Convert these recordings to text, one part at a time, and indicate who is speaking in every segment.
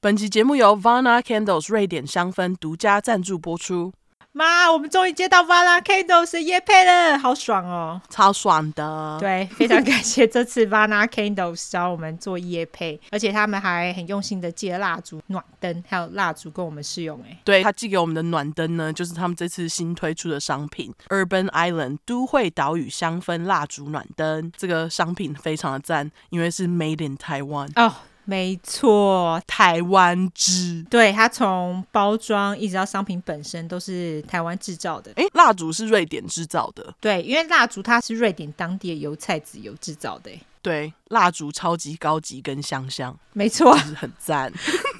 Speaker 1: 本期节目由 Vana Candles 瑞典香氛独家赞助播出，
Speaker 2: 妈，我们终于接到 Vana Candles 的夜配了，好爽哦！
Speaker 1: 超爽的。，
Speaker 2: 对，非常感谢这次 Vana Candles 找我们做夜配，而且他们还很用心的借蜡烛、暖灯还有蜡烛供我们试用。哎，
Speaker 1: 对他寄给我们的暖灯呢，就是他们这次新推出的商品 Urban Island 都会岛屿香氛蜡烛暖灯。这个商品非常的赞，因为是 Made in Taiwan，
Speaker 2: 哦，没错，
Speaker 1: 台湾之。
Speaker 2: 对，它从包装一直到商品本身都是台湾制造的。
Speaker 1: 诶，蜡烛是瑞典制造的，
Speaker 2: 对，因为蜡烛它是瑞典当地的油菜籽油制造的。哎
Speaker 1: 对，蜡烛超级高级跟香香，
Speaker 2: 没错
Speaker 1: 就，是很赞。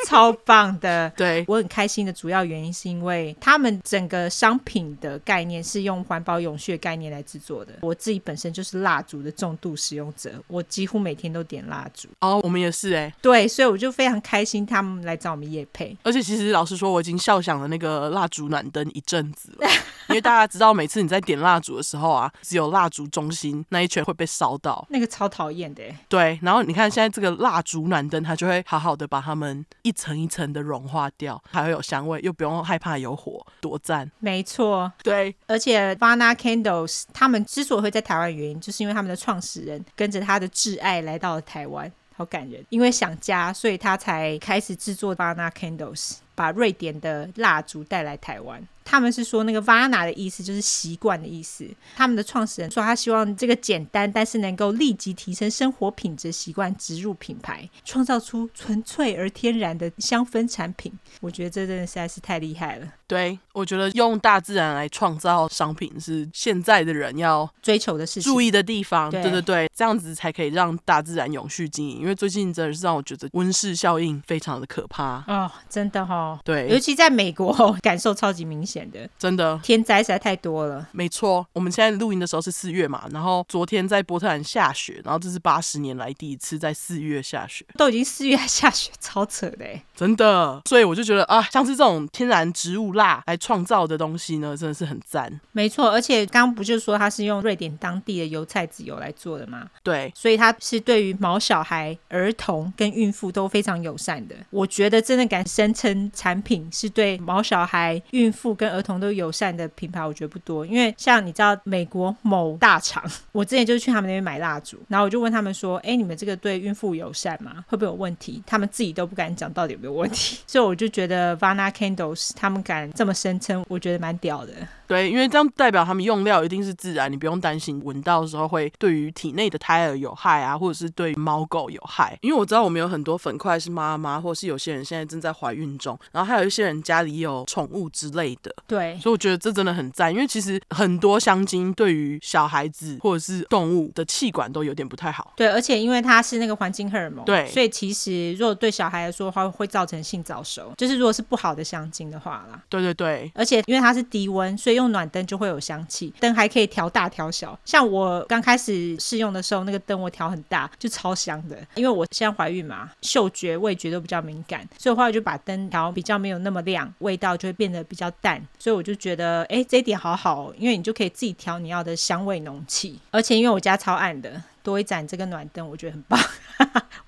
Speaker 2: 超棒的。
Speaker 1: 对，
Speaker 2: 我很开心的主要原因是因为他们整个商品的概念是用环保永续的概念来制作的。我自己本身就是蜡烛的重度使用者，我几乎每天都点蜡烛。
Speaker 1: 哦，我们也是诶。
Speaker 2: 对，所以我就非常开心他们来找我们叶配。
Speaker 1: 而且其实老实说，我已经笑想了那个蜡烛暖灯一阵子了， 因为大家知道，每次你在点蜡烛的时候啊，只有蜡烛中心那一圈会被烧到。
Speaker 2: 那个超讨厌的欸，
Speaker 1: 对，然后你看现在这个蜡烛暖灯，它就会好好的把它们一层一层的融化掉，还会有香味，又不用害怕有火，多赞！
Speaker 2: 没错。
Speaker 1: 对，
Speaker 2: 而且 Vana Candles 他们之所以会在台湾，原因就是因为他们的创始人跟着他的挚爱来到了台湾，好感人。因为想家，所以他才开始制作 Vana Candles，把瑞典的蜡烛带来台湾。他们是说那个 Vana 的意思就是习惯的意思。他们的创始人说，他希望这个简单但是能够立即提升生活品质习惯植入品牌，创造出纯粹而天然的香氛产品。我觉得这真的实在是太厉害了，
Speaker 1: 对，我觉得用大自然来创造商品是现在的人要
Speaker 2: 追求的事情
Speaker 1: 注。意的地方。
Speaker 2: 对
Speaker 1: 对对对，这样子才可以让大自然永续经营。因为最近真的是让我觉得温室效应非常的可怕。
Speaker 2: 哦，真的哦，
Speaker 1: 对，
Speaker 2: 尤其在美国， 感受超级明显的，
Speaker 1: 真的，
Speaker 2: 天灾实在太多了。
Speaker 1: 没错。我们现在录音的时候是四月嘛，然后昨天在波特兰下雪，然后这是八十年来第一次在四月下雪，
Speaker 2: 都已经四月还下雪，超扯的欸
Speaker 1: 真的。所以我就觉得啊，像是这种天然植物蜡来创造的东西呢，真的是很赞。
Speaker 2: 没错，而且刚刚不就说它是用瑞典当地的油菜籽油来做的吗？
Speaker 1: 对，
Speaker 2: 所以它是对于毛小孩、儿童跟孕妇都非常友善的。我觉得真的敢声称产品是对毛小孩、孕妇跟儿童都友善的品牌，我觉得不多。因为像你知道美国某大厂， 我之前就去他们那边买蜡烛，然后我就问他们说：“哎，你们这个对孕妇友善吗？会不会有问题？”他们自己都不敢讲到底有没有问题，所以我就觉得 Vana Candles 他们敢这么声称，我觉得蛮屌的。
Speaker 1: 对，因为这样代表他们用料一定是自然，你不用担心闻到的时候会对于体内的胎儿有害啊，或者是对猫狗有害。因为我知道我们有很多粉块是妈妈，或是有些人现在正在怀孕中，然后还有一些人家里有宠物之类的，
Speaker 2: 对，
Speaker 1: 所以我觉得这真的很赞。因为其实很多香精对于小孩子或者是动物的气管都有点不太好。
Speaker 2: 对，而且因为它是那个环境荷尔蒙，
Speaker 1: 对
Speaker 2: 所以其实如果对小孩来说的话，会造成性早熟，就是如果是不好的香精的话啦。
Speaker 1: 对对对，
Speaker 2: 而且因为它是低温，所以用暖灯就会有香气，灯还可以调大调小。像我刚开始试用的时候，那个灯我调很大，就超香的。因为我现在怀孕嘛，嗅觉、味觉都比较敏感，所以后来就把灯调比较没有那么亮，味道就会变得比较淡。所以我就觉得，哎，这一点好好哦，因为你就可以自己调你要的香味浓气。而且因为我家超暗的，多一盏这个暖灯，我觉得很棒。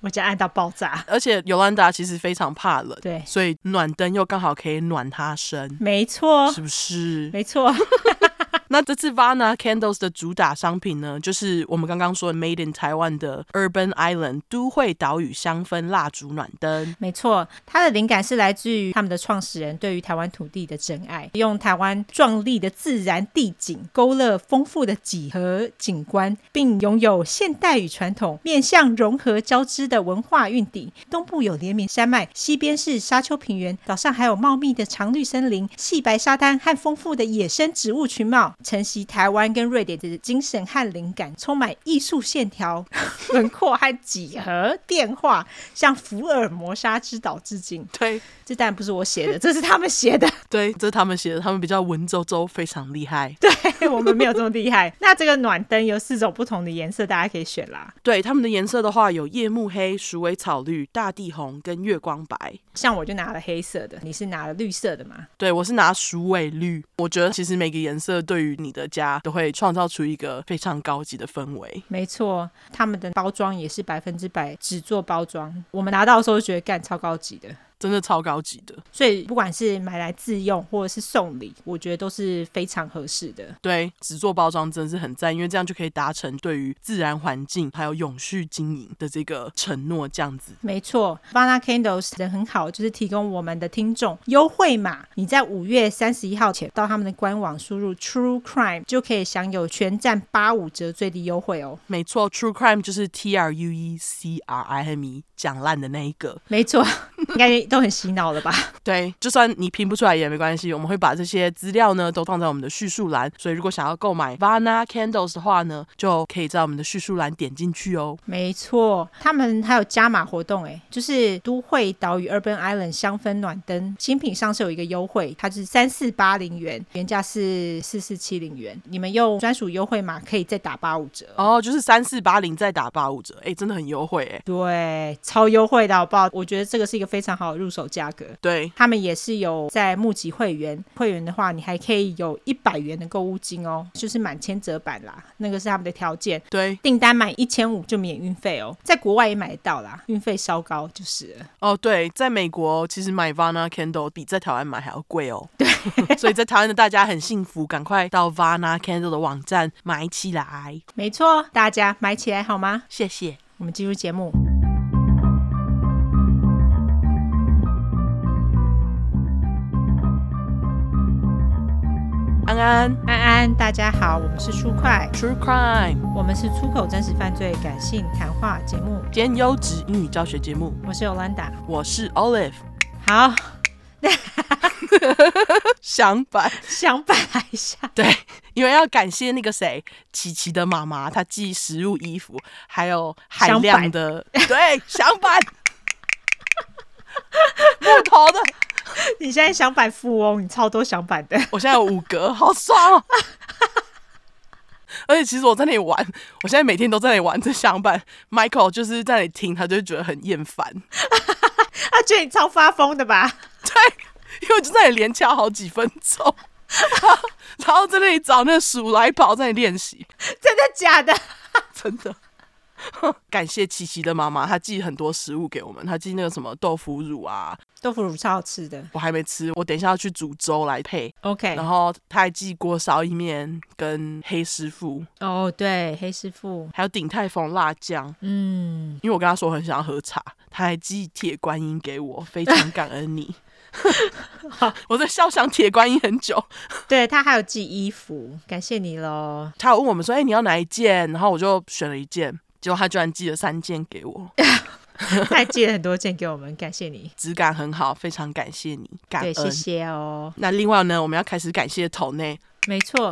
Speaker 2: 我家暗到爆炸，
Speaker 1: 而且尤兰达其实非常怕冷，
Speaker 2: 对，
Speaker 1: 所以暖灯又刚好可以暖她身，
Speaker 2: 没错，
Speaker 1: 是不是？
Speaker 2: 哦没错，
Speaker 1: 那这次 Vana Candles 的主打商品呢，就是我们刚刚说的 Made in Taiwan 的 Urban Island 都会岛屿香氛蜡烛暖灯。
Speaker 2: 没错，它的灵感是来自于他们的创始人对于台湾土地的真爱，用台湾壮丽的自然地景勾勒丰富的几何景观，并拥有现代与传统面向融合交织的文化韵底。东部有连绵山脉，西边是沙丘平原，岛上还有茂密的常绿森林、细白沙滩和丰富的野生植物群貌，承袭台湾跟瑞典的精神和灵感，充满艺术线条、轮廓和几何变化，向福尔摩沙之岛致敬。
Speaker 1: 对
Speaker 2: 这当然不是我写的，这是他们写的，
Speaker 1: 对，这是他们写的，他们比较文绉绉，非常厉害。
Speaker 2: 对我们没有这么厉害。那这个暖灯有四种不同的颜色，大家可以选啦。
Speaker 1: 对他们的颜色的话，有夜幕黑、鼠尾草绿、大地红跟月光白。
Speaker 2: 像我就拿了黑色的，你是拿了绿色的吗？
Speaker 1: 对我是拿鼠尾绿，我觉得其实每个颜色对于你的家都会创造出一个非常高级的氛围。
Speaker 2: 没错，他们的包装也是百分之百纸做包装。我们拿到的时候就觉得干超高级的，
Speaker 1: 真的超高级的。
Speaker 2: 所以不管是买来自用或者是送礼，我觉得都是非常合适的。
Speaker 1: 对，纸做包装真的是很赞，因为这样就可以达成对于自然环境还有永续经营的这个承诺，这样子。
Speaker 2: 没错 b a n a Candles 人很好，就是提供我们的听众优惠码。你在五月三十一号前到他们的官网输入 True Crime 就可以享有全站八五折最低优惠哦。
Speaker 1: 没错，True Crime 就是 T R U E C R I M E，讲烂的那一个。
Speaker 2: 没错，应该都很洗脑 了吧？
Speaker 1: 对，就算你拼不出来也没关系，我们会把这些资料呢都放在我们的叙述栏，所以如果想要购买 Vana Candles 的话呢，就可以在我们的叙述栏点进去哦。
Speaker 2: 没错，他们还有加码活动哎，就是都会岛屿 Urban Island 香氛暖灯新品上市有一个优惠，它是三四八零元，原价是四四七零元，你们用专属优惠码可以再打八五折。
Speaker 1: 哦，就是三四八零再打八五折，哎，真的很优惠哎。
Speaker 2: 对，超优惠的好不好？我觉得这个是一个非常好的入手价格。
Speaker 1: 对，
Speaker 2: 他们也是有在募集会员，会员的话你还可以有一百元的购物金哦，就是满千折版啦，那个是他们的条件。
Speaker 1: 对，
Speaker 2: 订单满一千五就免运费哦，在国外也买得到啦，运费稍高就是了。
Speaker 1: 哦，对，在美国其实买 Vana Candle 比在台湾买还要贵哦。对，所以在台湾的大家很幸福，赶快到 Vana Candle 的网站买起来，
Speaker 2: 没错，大家买起来好吗？
Speaker 1: 谢谢。
Speaker 2: 我们进入节目。
Speaker 1: 安安
Speaker 2: 安安，大家好，我们是舒快，
Speaker 1: ，True Crime，
Speaker 2: 我们是出口真实犯罪感性谈话节目，
Speaker 1: 兼优质英语教学节目，
Speaker 2: 我是 Olanda。
Speaker 1: 我是 Olive，
Speaker 2: 好，
Speaker 1: 想摆。
Speaker 2: 想摆一下，
Speaker 1: 对，因为要感谢那个谁，琪琪的妈妈，她寄食物、衣服，还有海
Speaker 2: 响
Speaker 1: 量
Speaker 2: 板
Speaker 1: 的，对，响板， 木头的，
Speaker 2: 你现在想摆富翁，你超多想摆的。
Speaker 1: 我现在有五格，好爽哦！而且其实我在那里玩，我现在每天都在那里玩这响板。Michael 就是在那里听，他就会觉得很厌烦，
Speaker 2: 他啊觉得你超发疯的吧？
Speaker 1: 因为我就在那里连敲好几分钟， 然后然后在那里找那个鼠来宝在那里练习。
Speaker 2: 真的假的？
Speaker 1: 真的。 感谢琪琪的妈妈，她寄很多食物给我们，她寄那个什么豆腐乳啊，
Speaker 2: 豆腐乳超好吃的。
Speaker 1: 我还没吃，我等一下要去煮粥来配。
Speaker 2: OK，
Speaker 1: 然后她还寄锅烧意面跟黑师傅，
Speaker 2: 哦对，黑师傅，
Speaker 1: 还有鼎泰丰辣酱。
Speaker 2: 嗯，
Speaker 1: 因为我跟她说我很想要喝茶，她还寄铁观音给我，非常感恩 你。我在笑想铁观音很久，
Speaker 2: 对他还有寄衣服，感谢你 喽。
Speaker 1: 她有问我们说：“哎、你要哪一件？”然后我就选了一件，结果她居然寄了三件给我，
Speaker 2: 他还寄了很多件给我们，感谢你。
Speaker 1: 质感很好，非常感谢你，感
Speaker 2: 对，
Speaker 1: 恩。
Speaker 2: 谢谢哦。
Speaker 1: 那另外呢，我们要开始感谢头内，
Speaker 2: 没错，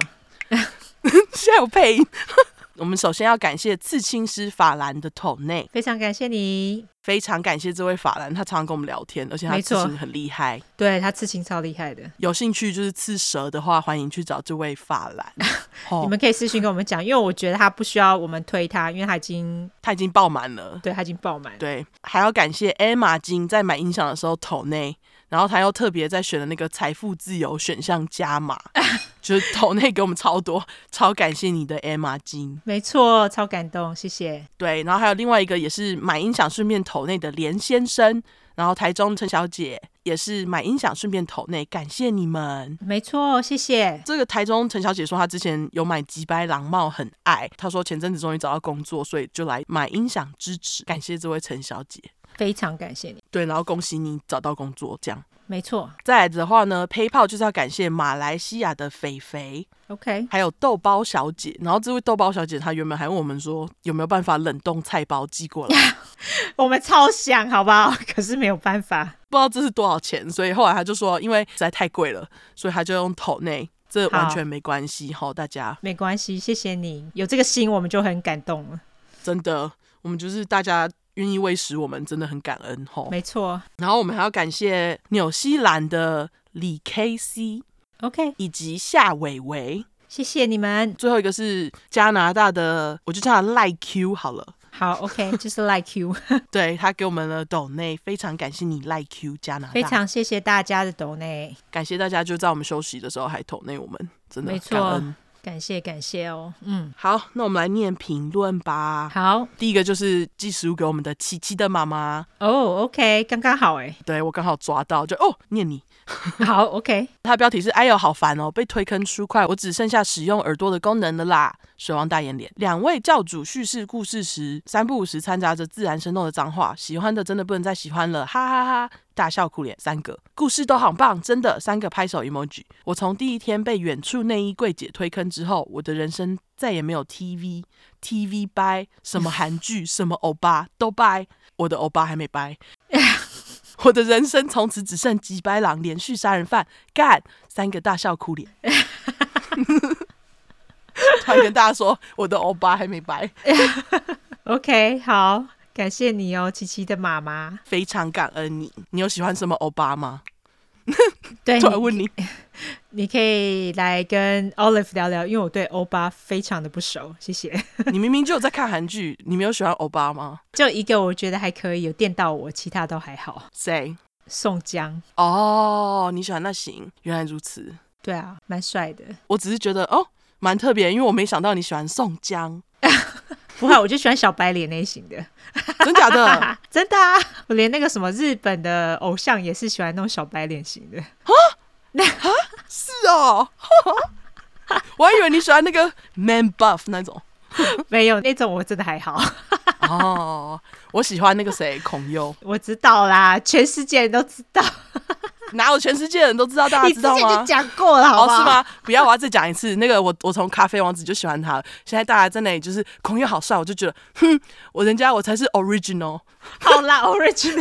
Speaker 1: 现在有配音。 我们首先要感谢刺青师法兰的头内，
Speaker 2: 非常感谢你。
Speaker 1: 非常感谢这位法兰，他常常跟我们聊天，而且他
Speaker 2: 没
Speaker 1: 刺
Speaker 2: 错
Speaker 1: 青很厉害。
Speaker 2: 对他刺青超厉害的，
Speaker 1: 有兴趣就是刺蛇的话，欢迎去找这位法 兰。
Speaker 2: 你
Speaker 1: 哦，
Speaker 2: 们可以私信跟我们讲，因为我觉得他不需要我们推他，因为他已经
Speaker 1: 他已经爆满了。
Speaker 2: 对他已经爆满。
Speaker 1: 对，还要感谢 Emma 金在买音响的时候头内，然后他又特别在选了那个财富自由选项加 码，就是头内给我们超多，超感谢你的 Emma 金。
Speaker 2: 没错，超感动，谢谢。
Speaker 1: 对，然后还有另外一个也是买音响顺便投内的连先生，然后台中陈小姐也是买音响顺便投内，感谢你们。
Speaker 2: 没错，谢谢。
Speaker 1: 这个台中陈小姐说，她之前有买吉白狼帽，很爱。她说前阵子终于找到工作，所以就来买音响支持，感谢这位陈小姐。
Speaker 2: 非常感谢你。
Speaker 1: 对，然后恭喜你找到工作，这样。
Speaker 2: 没错
Speaker 1: 再来的话呢，PayPal 就是要感谢马来西亚的肥肥，
Speaker 2: ，OK，
Speaker 1: 还有豆包小姐。然后这位豆包小姐她原本还问我们说有没有办法冷冻菜包寄过来，
Speaker 2: 我们超想，好不好？ 可是没有办法。
Speaker 1: 不知道这是多少钱，所以后来他就说，因为实在太贵了，所以他就用头内，这完全没关系哈，大家
Speaker 2: 没关系，谢谢你有这个心，我们就很感动了。
Speaker 1: 真的，我们就是大家愿意喂食我们，真的很感恩哈。
Speaker 2: 没错
Speaker 1: 然后我们还要感谢纽西兰的李 K C
Speaker 2: ，OK，
Speaker 1: 以及夏伟伟，
Speaker 2: 谢谢你们。
Speaker 1: 最后一个是加拿大的，我就叫他赖 Q 好了。
Speaker 2: 好，OK，就是 like you，
Speaker 1: 对他给我们了斗内，非常感谢你赖 Q 加拿大，
Speaker 2: 非常谢谢大家的懂内，
Speaker 1: 感谢大家就在我们休息的时候还抖内我们，真的
Speaker 2: 没
Speaker 1: 感
Speaker 2: 错
Speaker 1: 恩。
Speaker 2: 感谢感谢哦，嗯，
Speaker 1: 好，那我们来念评论吧。
Speaker 2: 好
Speaker 1: 第一个就是寄食物给我们的琪琪的妈妈，
Speaker 2: 哦，OK，刚刚好 哎，
Speaker 1: 对我刚好抓到，就哦念你。
Speaker 2: 好 OK，
Speaker 1: 它的标题是“哎呦好烦哦，被推坑出快，我只剩下使用耳朵的功能了啦”。水王大眼脸，两位教主叙事故事时，三不五时掺杂着自然生动的脏话，喜欢的真的不能再喜欢了，哈哈哈大笑哭脸三个，故事都好棒，真的三个拍手 emoji。我从第一天被远处内衣柜姐推坑之后，我的人生再也没有 TV TV 掰，什么韩剧，什么欧巴都掰，我的欧巴还没掰。我的人生从此只剩几白狼连续杀人犯，干三个大笑哭脸。突然跟大家说，我的欧巴还没白，
Speaker 2: OK，好，感谢你哦，琪琪的妈妈。
Speaker 1: 非常感恩你。你有喜欢什么欧巴吗？
Speaker 2: 对，
Speaker 1: 突然问你，
Speaker 2: 你可以来跟 Olive 聊聊，因为我对欧巴非常的不熟，谢谢。
Speaker 1: 你明明就有在看韩剧，你没有喜欢欧巴吗？
Speaker 2: 就一个我觉得还可以，有电到我，其他都还好。
Speaker 1: 谁？
Speaker 2: 宋江，
Speaker 1: 哦，你喜欢那行，原来如此。
Speaker 2: 对啊，蛮帅的。
Speaker 1: 我只是觉得哦，蛮特别，因为我没想到你喜欢宋江，
Speaker 2: 不会，我就喜欢小白脸类型的，
Speaker 1: 真假的？
Speaker 2: 啊 真的啊！我连那个什么日本的偶像也是喜欢那种小白脸型 的。
Speaker 1: 是哦， 我还以为你喜欢那个 man buff 那种。
Speaker 2: 没有那种我真的还好，
Speaker 1: 哦，我喜欢那个谁，孔优。
Speaker 2: 我知道啦，全世界人都知道，
Speaker 1: 哪有全世界人都知道？大家
Speaker 2: 你
Speaker 1: 知
Speaker 2: 之
Speaker 1: 道
Speaker 2: 前就
Speaker 1: 吗？
Speaker 2: 讲过了，好不
Speaker 1: 哦，
Speaker 2: 好？
Speaker 1: 是？吗？不要，我要再讲一次。那个我，我从咖啡王子就喜欢他了。现在大家在那里就是孔佑好帅，我就觉得，哼，我人家我才是 original。
Speaker 2: 好啦，Orange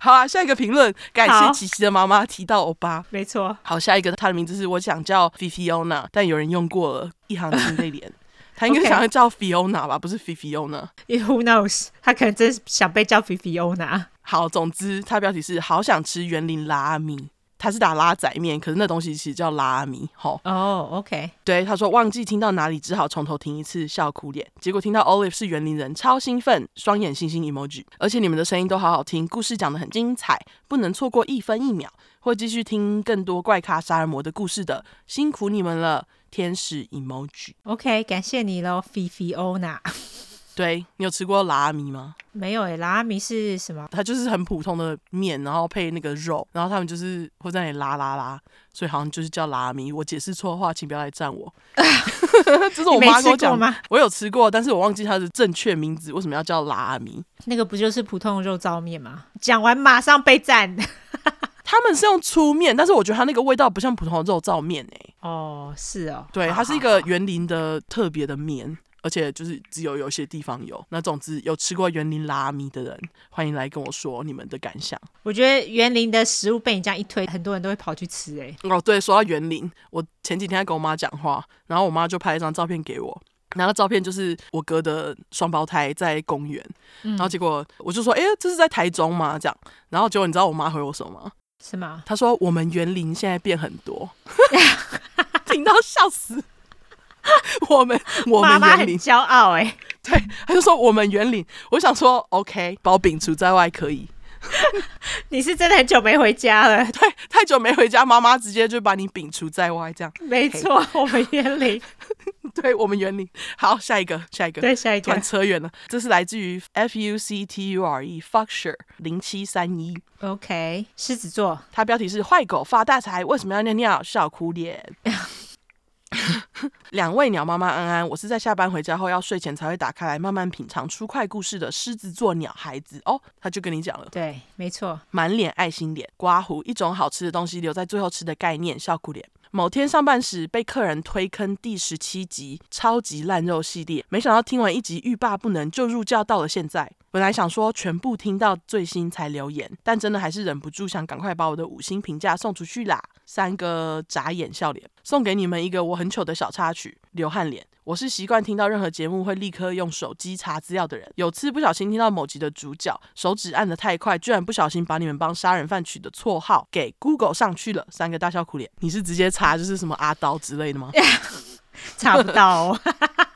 Speaker 1: 好啊，下一个评论，感
Speaker 2: 好
Speaker 1: 谢琪琪的妈妈提到欧巴。
Speaker 2: 没错，
Speaker 1: 好，下一个他的名字是我想叫 Fifiona，但有人用过了，一行清泪脸。他应该
Speaker 2: OK
Speaker 1: 想要叫 Fiona 吧，不是 Fifiona。
Speaker 2: Who knows？他可能真是想被叫 Fiona。
Speaker 1: 好，总之它标题是好想吃园林拉米。他是打拉仔面，可是那东西其实叫拉米。吼，
Speaker 2: 哦、o k
Speaker 1: 对，他说忘记听到哪里，只好从头听一次，笑哭脸。结果听到 Olive 是园林人，超兴奋，双眼星星 emoji。而且你们的声音都好好听，故事讲得很精彩，不能错过一分一秒。会继续听更多怪咖杀人魔的故事的，辛苦你们了，天使 emoji。
Speaker 2: OK，感谢你喽，Fiona。
Speaker 1: 对你有吃过拉米吗？
Speaker 2: 没有诶、欸拉米是什么？
Speaker 1: 它就是很普通的面，然后配那个肉，然后他们就是会在那里拉拉拉，所以好像就是叫拉米。我解释错的话，请不要来赞 我。这是我
Speaker 2: 你没
Speaker 1: 妈跟我
Speaker 2: 吃过
Speaker 1: 讲
Speaker 2: 吗？
Speaker 1: 我有吃过，但是我忘记它的正确名字，为什么要叫拉米？
Speaker 2: 那个不就是普通的肉燥面吗？讲完马上被赞。
Speaker 1: 他们是用粗面，但是我觉得它那个味道不像普通的肉燥面诶、
Speaker 2: 哦，是哦，
Speaker 1: 对，
Speaker 2: 好
Speaker 1: 它是一个
Speaker 2: 好好
Speaker 1: 园林的特别的面。而且就是只有有些地方有，那总之有吃过园林拉米的人，欢迎来跟我说你们的感想。
Speaker 2: 我觉得园林的食物被你这样一推，很多人都会跑去吃欸诶、
Speaker 1: 哦，对，说到园林，我前几天在跟我妈讲话，然后我妈就拍一张照片给我，然后照片就是我哥的双胞胎在公园，
Speaker 2: 嗯
Speaker 1: 然后结果我就说，哎、这是在台中吗？这样，然后结果你知道我妈回我什么吗？
Speaker 2: 是吗？
Speaker 1: 她说我们园林现在变很多， 听到笑死。我们我
Speaker 2: 妈
Speaker 1: 们
Speaker 2: 妈
Speaker 1: 园
Speaker 2: 很
Speaker 1: 林，
Speaker 2: 骄傲欸诶、
Speaker 1: 对，她就说我们园林，我想说 OK，把我摒除在外可以。
Speaker 2: 你是真的很久没回家了，
Speaker 1: 对，太久没回家，妈妈直接就把你摒除在外，这样。
Speaker 2: 没错，我们园林。
Speaker 1: 对我们园林，好，下一个，下一个，
Speaker 2: 对，下一
Speaker 1: 突
Speaker 2: 个
Speaker 1: 然，扯远了。这是来自于 F U C T U R E Fuckshire 零七三一，
Speaker 2: OK，狮子座，
Speaker 1: 它标题是“坏狗发大财，为什么要尿尿？笑哭脸。”两位鸟妈妈安安，我是在下班回家后要睡前才会打开来慢慢品尝出快故事的狮子座鸟孩子哦，他就跟你讲了，
Speaker 2: 对，没错，
Speaker 1: 满脸爱心脸，刮胡，一种好吃的东西留在最后吃的概念，笑哭脸。某天上班时被客人推坑第十七集超级烂肉系列，没想到听完一集欲罢不能，就入教到了现在。本来想说全部听到最新才留言，但真的还是忍不住想赶快把我的五星评价送出去啦！三个眨眼笑脸，送给你们一个我很糗的小插曲——流汗脸。我是习惯听到任何节目会立刻用手机查资料的人。有次不小心听到某集的主角手指按得太快，居然不小心把你们帮杀人犯取的绰号给 Google 上去了，三个大笑苦脸。你是直接查就是什么阿刀之类的吗？
Speaker 2: 查不到 哦。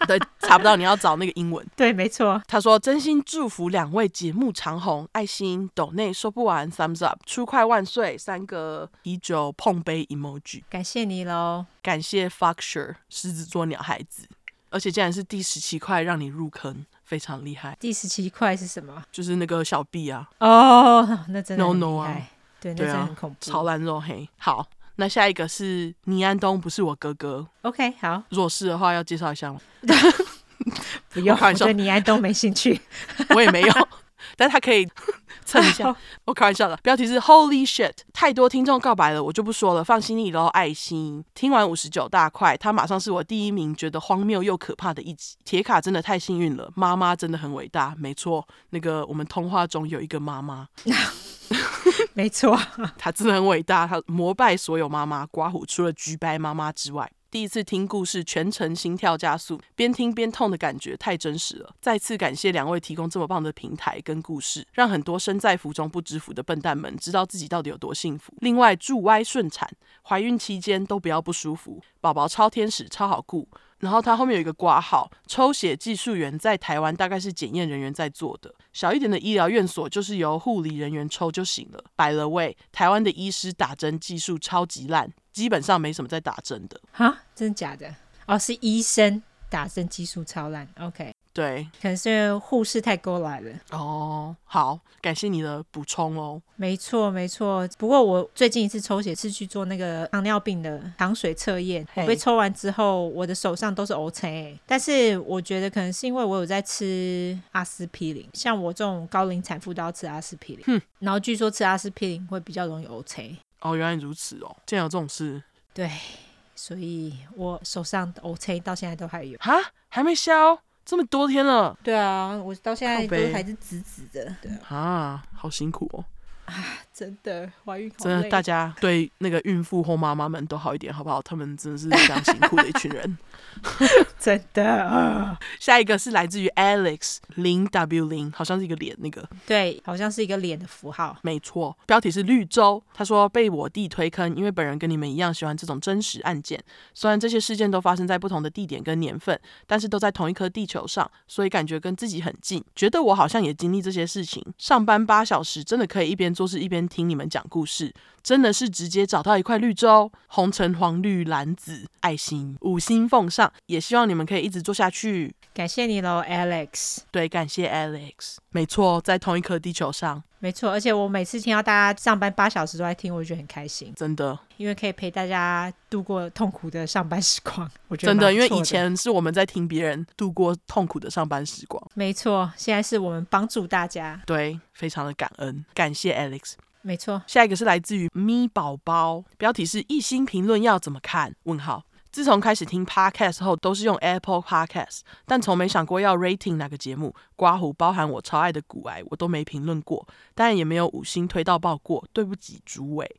Speaker 1: 对，查不到你要找那个英文。
Speaker 2: 对，没错，
Speaker 1: 他说：“真心祝福两位节目长红，爱心抖内说不完，thumbs up，出快万岁，三个啤酒碰杯 emoji，
Speaker 2: 感谢你喽。
Speaker 1: 感谢 Foxer 狮子座鸟孩子，而且竟然是第十七块让你入坑，非常厉害，
Speaker 2: 第十七块是什么？
Speaker 1: 就是那个小 B 啊，
Speaker 2: 哦，那真的
Speaker 1: No,
Speaker 2: 很
Speaker 1: no
Speaker 2: 厉
Speaker 1: 啊
Speaker 2: 害，对，那
Speaker 1: 对
Speaker 2: 真的
Speaker 1: 啊
Speaker 2: 很恐，怖。
Speaker 1: 超烂肉黑。好，那下一个是倪安东，不是我哥哥，
Speaker 2: OK，好，
Speaker 1: 如果是的话要介绍一下吗？
Speaker 2: 不用，
Speaker 1: 我开
Speaker 2: 我
Speaker 1: 玩笑
Speaker 2: 对倪安东没兴趣。
Speaker 1: 我也没有，但他可以蹭一下。我开玩笑的，标题是 Holy shit，太多听众告白了，我就不说了，放心你喽，爱心。听完五十九大块，他马上是我第一名，觉得荒谬又可怕的一集。铁卡真的太幸运了，妈妈真的很伟大，没错。那个我们通话中有一个妈妈，
Speaker 2: 没错，
Speaker 1: 她真的很伟大，她膜拜所有妈妈，刮胡除了橘白妈妈之外。第一次听故事，全程心跳加速，边听边痛的感觉太真实了。再次感谢两位提供这么棒的平台跟故事，让很多身在福中不知福的笨蛋们知道自己到底有多幸福。另外，祝歪顺产，怀孕期间都不要不舒服，宝宝超天使，超好顾。然后他后面有一个挂号，抽血技术员在台湾大概是检验人员在做的，小一点的医疗院所就是由护理人员抽就行了。By the way，台湾的医师打针技术超级烂，基本上没什么在打针的。
Speaker 2: 哈，真的假的？哦，是医生打针技术超烂。OK，
Speaker 1: 对，
Speaker 2: 可能是因为护士太过来了。
Speaker 1: 哦，好，感谢你的补充哦。
Speaker 2: 没错，没错。不过我最近一次抽血是去做那个糖尿病的糖水测验，
Speaker 1: 嘿
Speaker 2: 我被抽完之后，我的手上都是 O 型、欸。但是我觉得可能是因为我有在吃阿司匹林，像我这种高龄产妇都要吃阿司匹林。
Speaker 1: 哼
Speaker 2: 然后据说吃阿司匹林会比较容易 O 型，
Speaker 1: 哦，原来如此哦，竟然有这种事
Speaker 2: 对，所以我手上的 O 型到现在都还有。
Speaker 1: 哈，还没消，这么多天了
Speaker 2: 对啊，我到现在
Speaker 1: 靠背
Speaker 2: 都还是紫紫的。对啊，
Speaker 1: 啊，好辛苦哦。
Speaker 2: 真的怀孕好
Speaker 1: 真的，
Speaker 2: 累
Speaker 1: 大家对那个孕妇或妈妈们都好一点，好不好？他们真的是非常辛苦的一群人。
Speaker 2: 真的、啊
Speaker 1: 下一个是来自于 Alex 零 W 零，好像是一个脸那个，
Speaker 2: 对，好像是一个脸的符号。
Speaker 1: 没错，标题是绿洲。他说被我弟推坑，因为本人跟你们一样喜欢这种真实案件。虽然这些事件都发生在不同的地点跟年份，但是都在同一颗地球上，所以感觉跟自己很近。觉得我好像也经历这些事情。上班八小时，真的可以一边做事一边听你们讲故事，真的是直接找到一块绿洲，红橙黄绿蓝紫，爱心五星奉上，也希望你们可以一直做下去。
Speaker 2: 感谢你喽，Alex。
Speaker 1: 对，感谢 Alex。没错，在同一颗地球上，
Speaker 2: 没错，而且我每次听到大家上班八小时都在听，我就觉得很开心，
Speaker 1: 真的，
Speaker 2: 因为可以陪大家度过痛苦的上班时光。 我觉得
Speaker 1: 真的，
Speaker 2: 蛮
Speaker 1: 因
Speaker 2: 不
Speaker 1: 为
Speaker 2: 错
Speaker 1: 以前是我们在听别人度过痛苦的上班时光，
Speaker 2: 没错，现在是我们帮助大家。
Speaker 1: 对，非常的感恩，感谢 Alex。
Speaker 2: 没错，
Speaker 1: 下一个是来自于咪宝宝，标题是“一星评论要怎么看？”问号。自从开始听 podcast 后，都是用 Apple Podcast，但从没想过要 rating 哪个节目。刮胡包含我超爱的骨癌，我都没评论过，当然也没有五星推到爆过。对不起，主委。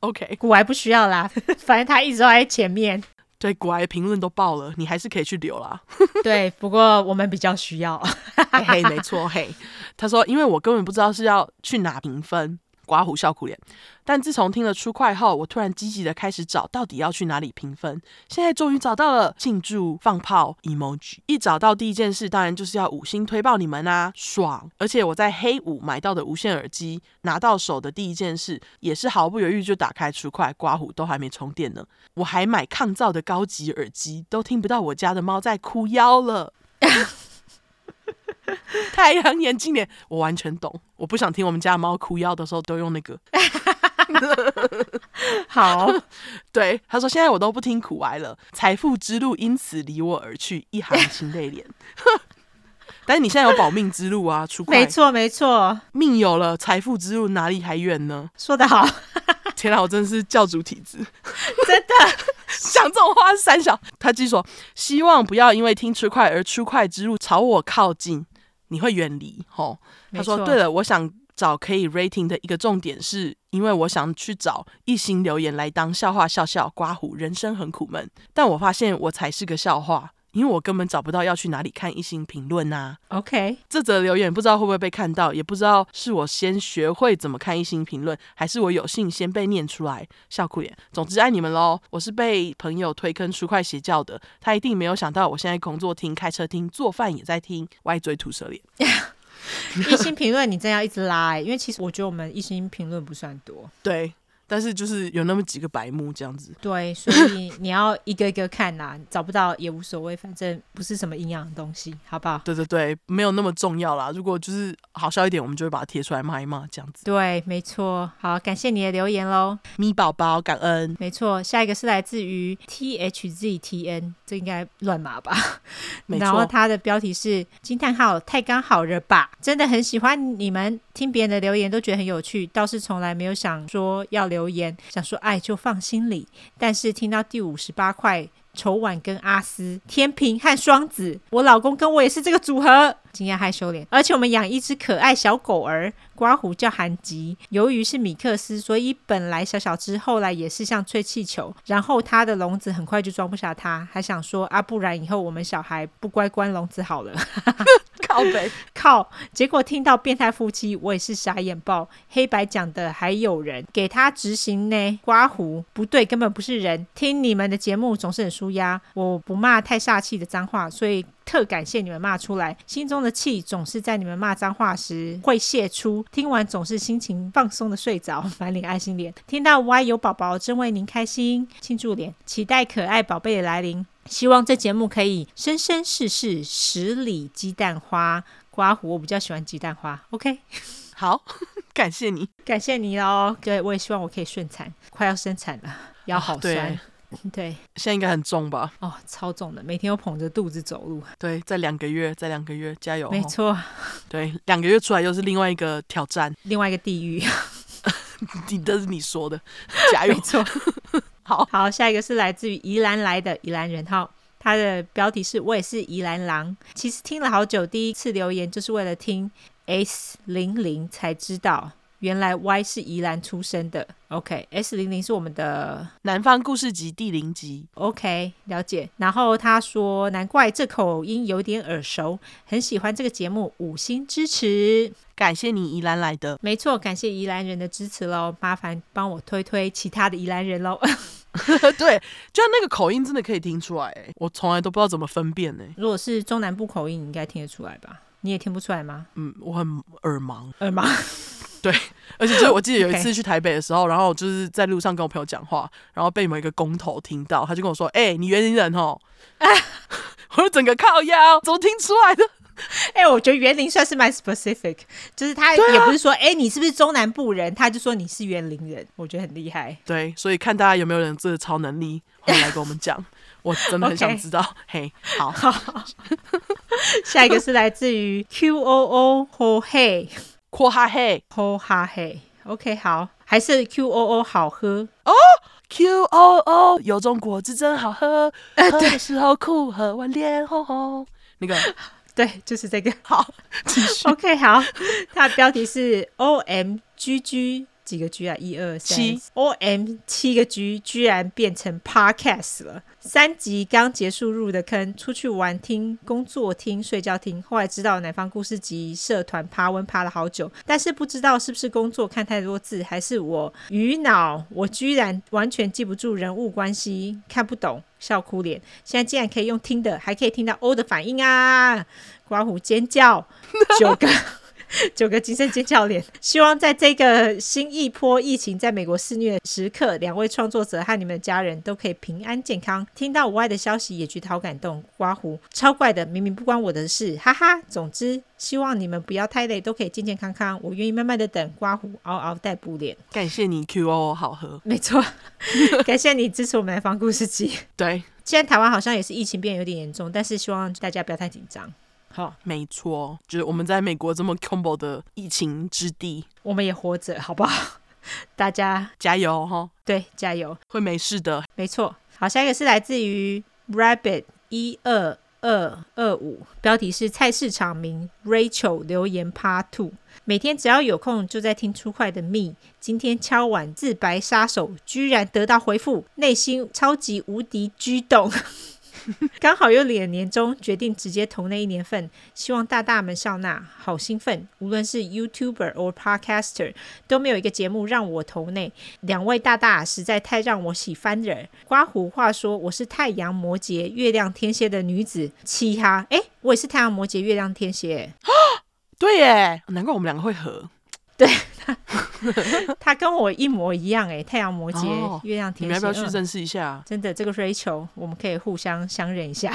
Speaker 1: OK，
Speaker 2: 古玩不需要啦， 反正他一直都在前面。
Speaker 1: 对骨癌评论都爆了，你还是可以去留啦。
Speaker 2: 对，不过我们比较需要。
Speaker 1: 嘿 嘿，没错嘿。他说，因为我根本不知道是要去哪评分，刮胡笑苦脸。但自从听了出快后，我突然积极的开始找到底要去哪里评分。现在终于找到了，庆祝放炮 emoji。一找到第一件事，当然就是要五星推爆你们啊，爽！而且我在黑五买到的无线耳机，拿到手的第一件事，也是毫不犹豫就打开出快，刮胡都还没充电呢。我还买抗噪的高级耳机，都听不到我家的猫在哭腰了。太阳眼镜脸，我完全懂。我不想听我们家的猫哭腰的时候都用那个。
Speaker 2: 好，
Speaker 1: 对，他说现在我都不听苦哀了，财富之路因此离我而去，一行清泪脸。 但是你现在有保命之路啊，出
Speaker 2: 没
Speaker 1: 快
Speaker 2: 错，没错，
Speaker 1: 命有了，财富之路哪里还远呢？
Speaker 2: 说得好。
Speaker 1: 天啊，我真的是教主体质，真的讲这种话是三小。他继续说，希望不要因为听出快而出快之路朝我靠近，你会远离。吼，他
Speaker 2: 没
Speaker 1: 说
Speaker 2: 错：“
Speaker 1: 对了，我想找可以 rating 的一个重点是，因为我想去找一星留言来当笑话笑笑刮胡，人生很苦闷，但我发现我才是个笑话。”因为我根本找不到要去哪里看一星评论啊呐、
Speaker 2: OK，
Speaker 1: 这则留言不知道会不会被看到，也不知道是我先学会怎么看一星评论，还是我有幸先被念出来，笑哭脸。总之爱你们喽！我是被朋友推坑出快邪教的，他一定没有想到我现在工作听、开车听、做饭也在听，歪嘴吐舌脸。
Speaker 2: 一星评论你真要一直拉、欸，因为其实我觉得我们一星评论不算多，
Speaker 1: 对，但是就是有那么几个白目这样子。
Speaker 2: 对，所以你要一个一个看啦，找不到也无所谓，反正不是什么营养的东西，好不好？
Speaker 1: 对对对，没有那么重要啦。如果就是好笑一点，我们就会把它贴出来骂一骂这样子。
Speaker 2: 对，没错。好，感谢你的留言喽。
Speaker 1: 咪宝宝，感恩。
Speaker 2: 没错，下一个是来自于 T H Z T N，这应该乱码吧？
Speaker 1: 没
Speaker 2: 然后
Speaker 1: 错，
Speaker 2: 它的标题是惊叹号，太刚好了吧！真的很喜欢你们，听别人的留言都觉得很有趣，倒是从来没有想说要留言，想说爱就放心里。但是听到第五十八块。丑婉跟阿斯、天平和双子，我老公跟我也是这个组合，惊讶害羞脸。而且我们养一只可爱小狗儿，刮胡叫韩吉。由于是米克斯，所以本来小小只，后来也是像吹气球。然后它的笼子很快就装不下它，还想说啊，不然以后我们小孩不乖关笼子好了。
Speaker 1: 靠北。
Speaker 2: 靠！结果听到变态夫妻，我也是傻眼爆。黑白讲的还有人给他执行呢，刮胡不对，根本不是人。听你们的节目总是很舒压，我不骂太煞气的脏话，所以。特感谢你们骂出来，心中的气总是在你们骂脏话时会泄出，听完总是心情放松的睡着，满脸爱心脸。听到 Y 有宝宝，真为您开心，庆祝脸，期待可爱宝贝的来临。希望这节目可以生生世世十里鸡蛋花。刮胡，我比较喜欢鸡蛋花。OK，
Speaker 1: 好， 感谢你。
Speaker 2: 感谢你哦。对，我也希望我可以顺产，快要生产了，腰好
Speaker 1: 对
Speaker 2: 酸。 对，
Speaker 1: 现在应该很重吧？
Speaker 2: 哦，超重的，每天都捧着肚子走路。
Speaker 1: 对，在两个月，在两个月，加油！
Speaker 2: 没，错，
Speaker 1: 对，两个月出来又是另外一个挑战。
Speaker 2: 另外一个地狱。
Speaker 1: 你这是你说 的，加油
Speaker 2: 没！错。
Speaker 1: 好
Speaker 2: 好，下一个是来自于宜兰来的宜兰人哈。他的标题是我也是宜兰狼。其实听了好久，第一次留言就是为了听 S 零零才知道，原来 Y 是宜兰出生的。OK，S 零零是我们的
Speaker 1: 南方故事集第零集，
Speaker 2: OK，了解。然后他说，难怪这口音有点耳熟，很喜欢这个节目，五星支持。
Speaker 1: 感谢你宜兰来的。
Speaker 2: 没错，感谢宜兰人的支持喽，麻烦帮我推推其他的宜兰人喽。
Speaker 1: 对，就那个口音真的可以听出来、欸，我从来都不知道怎么分辨欸呢、
Speaker 2: 如果是中南部口音，你应该听得出来吧？你也听不出来吗？
Speaker 1: 嗯，我很耳盲，
Speaker 2: 耳盲。
Speaker 1: 而且就是我记得有一
Speaker 2: OK
Speaker 1: 次去台北的时候，然后我就是在路上跟我朋友讲话，然后被某一个工头听到，他就跟我说：“哎、你原林人哦。 我就整个靠腰，怎么听出来的？
Speaker 2: 哎、我觉得园林算是蛮 specific，就是他也不是说，哎、你是不是中南部人？他就说你是园林人，我觉得很厉害。
Speaker 1: 对，所以看大家有没有人这个超能力，欢迎来跟我们讲。我真的很
Speaker 2: OK
Speaker 1: 想知道。嘿，好，
Speaker 2: 下一个是来自于 Q O O Ho Hey
Speaker 1: 括哈嘿
Speaker 2: Ho Ha Hey，OK，、好，还是 Q O O 好喝。
Speaker 1: ，Q O O，有中国汁真好喝，喝的时候酷，喝完脸红红。那个
Speaker 2: 对，就是这个。
Speaker 1: 好，继续
Speaker 2: OK，好，它的标题是 O M G G 几个 G 啊？一二三
Speaker 1: 七
Speaker 2: ，O M 七个 G 居然变成 Podcast 了。三集刚结束入的坑，出去玩听、工作听、睡觉听，后来知道南方故事集社团爬文爬了好久，但是不知道是不是工作看太多字，还是我鱼脑，我居然完全记不住人物关系，看不懂。笑哭脸，现在竟然可以用听的，还可以听到 O 的反应啊！刮胡尖叫，九个九个金圣杰教练， 希望在这个新一波疫情在美国肆虐的时刻，两位创作者和你们的家人都可以平安健康。听到无爱的消息，也觉得好感动。刮胡超怪的，明明不关我的事，哈哈。总之，希望你们不要太累，都可以健健康康。我愿意慢慢的等。刮胡嗷嗷待哺脸，
Speaker 1: 感谢你 Q O O 好喝。
Speaker 2: 没 错，感谢你支持我们的方故事集。
Speaker 1: 对，
Speaker 2: 现在台湾好像也是疫情变得有点严重，但是希望大家不要太紧张。好、
Speaker 1: 没错，就是我们在美国这么 combo 的疫情之地，
Speaker 2: 我们也活着，好不好？ 大家
Speaker 1: 加油哈，
Speaker 2: 对，加油！
Speaker 1: 会没事的。
Speaker 2: 没错。好，下一个是来自于 Rabbit 一二二二五，标题是菜市场名 Rachel 留言 Part Two。每天只要有空就在听出快的密，今天敲碗自白杀手居然得到回复，内心超级无敌激动。 刚好又领了年终，决定直接投那一年份，希望大大们笑纳。好兴奋！无论是 YouTuber or Podcaster，都没有一个节目让我投内。两位大大实在太让我喜翻人。刮胡话说我是太阳摩羯、月亮天蝎的女子，嘻哈。诶，我也是太阳摩羯、月亮天蝎耶。
Speaker 1: 对耶，难怪我们两个会合。
Speaker 2: 他跟我一模一样诶，太阳摩羯、
Speaker 1: 哦
Speaker 2: 月亮
Speaker 1: 你
Speaker 2: 天
Speaker 1: 们
Speaker 2: 蝎。
Speaker 1: 要不要去
Speaker 2: 嗯？
Speaker 1: 认识一下啊
Speaker 2: 真的，这个 Rachel 我们可以互相相认一下。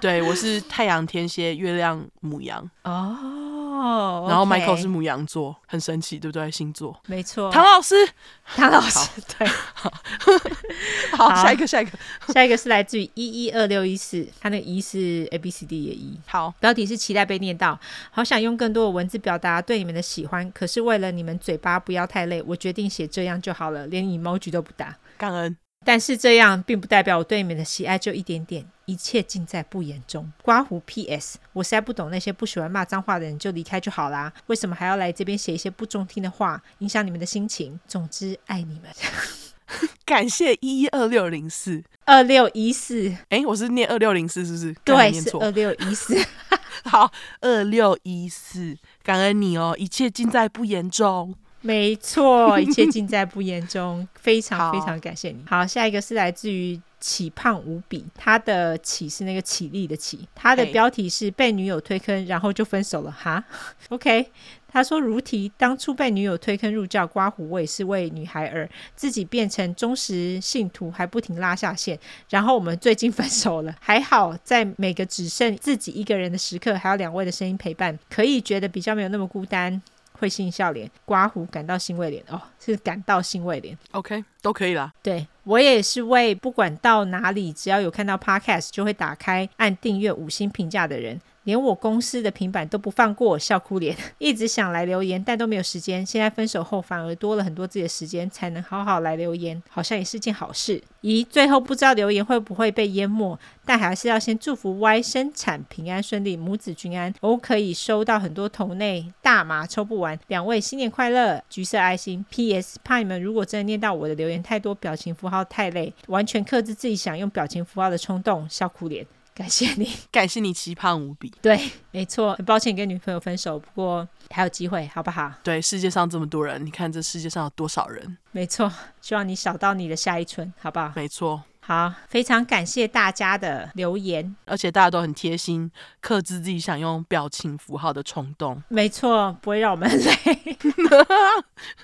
Speaker 1: 对，我是太阳天蝎，月亮母羊，
Speaker 2: 哦，
Speaker 1: 然后
Speaker 2: OK
Speaker 1: Michael 是母羊座，很神奇，对不对？星座。
Speaker 2: 没错，
Speaker 1: 唐老师，
Speaker 2: 唐老师对。
Speaker 1: 好，
Speaker 2: 好
Speaker 1: 下一个，下一个，
Speaker 2: 下一个是来自于一一二六一四，他那个一是 A B C D 的一。
Speaker 1: 好，
Speaker 2: 标题是期待被念到，好想用更多的文字表达对你们的喜欢，可是为了你们嘴巴不要太累，我决定写这样就好了，连 emoji 都不打。
Speaker 1: 感恩。
Speaker 2: 但是这样并不代表我对你们的喜爱就一点点，一切尽在不言中。刮胡 P.S. 我实在不懂那些不喜欢骂脏话的人就离开就好啦，为什么还要来这边写一些不中听的话，影响你们的心情？总之，爱你们。
Speaker 1: 感谢一一二六零四。
Speaker 2: 二六一四，
Speaker 1: 哎，我是念二六零四是不是？刚才
Speaker 2: 对，
Speaker 1: 念
Speaker 2: 是
Speaker 1: 错。
Speaker 2: 二六一四。
Speaker 1: 好，二六一四，感恩你哦，一切尽在不言中。
Speaker 2: 没错，一切尽在不言中，非常
Speaker 1: 好
Speaker 2: 非常感谢你。好，下一个是来自于。起胖无比，他的起是那个起立的起，他的
Speaker 1: 嘿
Speaker 2: 标题是被女友推坑，然后就分手了哈。OK，他说如题，当初被女友推坑入教刮胡，我也是为女孩而自己变成忠实信徒，还不停拉下线。然后我们最近分手了，还好在每个只剩自己一个人的时刻，还有两位的声音陪伴，可以觉得比较没有那么孤单。会心笑脸，刮胡感到欣慰脸哦，是感到欣慰脸。
Speaker 1: OK，都可以啦。
Speaker 2: 对我也是为不管到哪里，只要有看到 podcast 就会打开按订阅五星评价的人，连我公司的平板都不放过，笑哭脸， 一直想来留言，但都没有时间。现在分手后反而多了很多自己的时间，才能好好来留言，好像也是件好事。咦，最后不知道留言会不会被淹没，但还是要先祝福 Y 生产平安顺利，母子均安。我可以收到很多头内大麻抽不完，两位新年快乐，橘色爱心。P.S. 怕你们如果真的念到我的留言太多表情符号太累，完全克制自己想用表情符号的冲动，笑哭脸。感谢你，
Speaker 1: 感谢你奇胖无比。
Speaker 2: 对，没错，很抱歉跟女朋友分手，不过还有机会，好不好？
Speaker 1: 对，世界上这么多人，你看这世界上有多少人？
Speaker 2: 没错，希望你找到你的下一春，好不好？
Speaker 1: 没错，
Speaker 2: 好，非常感谢大家的留言，
Speaker 1: 而且大家都很贴心，克制自己想用表情符号的冲动。
Speaker 2: 没错，不会让我们 累，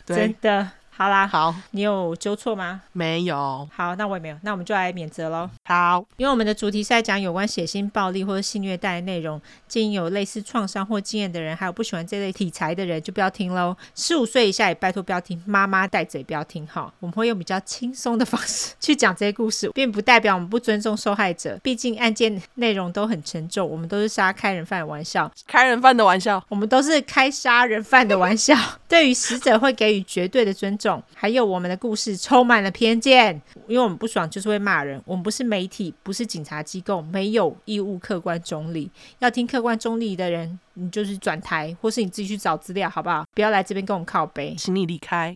Speaker 2: 真
Speaker 1: 对，
Speaker 2: 的。好啦，
Speaker 1: 好，
Speaker 2: 你有纠错吗？
Speaker 1: 没有，
Speaker 2: 好，那我也没有，那我们就来免责喽。
Speaker 1: 好，
Speaker 2: 因为我们的主题是在讲有关血腥暴力或者性虐待的内容，建议有类似创伤或经验的人，还有不喜欢这类题材的人就不要听喽。十五岁以下也拜托不要听，妈妈带着也不要听哈。我们会用比较轻松的方式去讲这些故事，并不代表我们不尊重受害者，毕竟案件内容都很沉重，我们都是杀开人犯的玩笑，
Speaker 1: 开人饭的玩笑。
Speaker 2: 我们都是开杀人犯的玩笑，对于死者会给予绝对的尊重。还有我们的故事充满了偏见，因为我们不爽就是会骂人，我们不是媒体，不是警察机构，没有义务客观中立。要听客观中立的人，你就是转台，或是你自己去找资料，好不好？不要来这边跟我们靠背。
Speaker 1: 请你离开。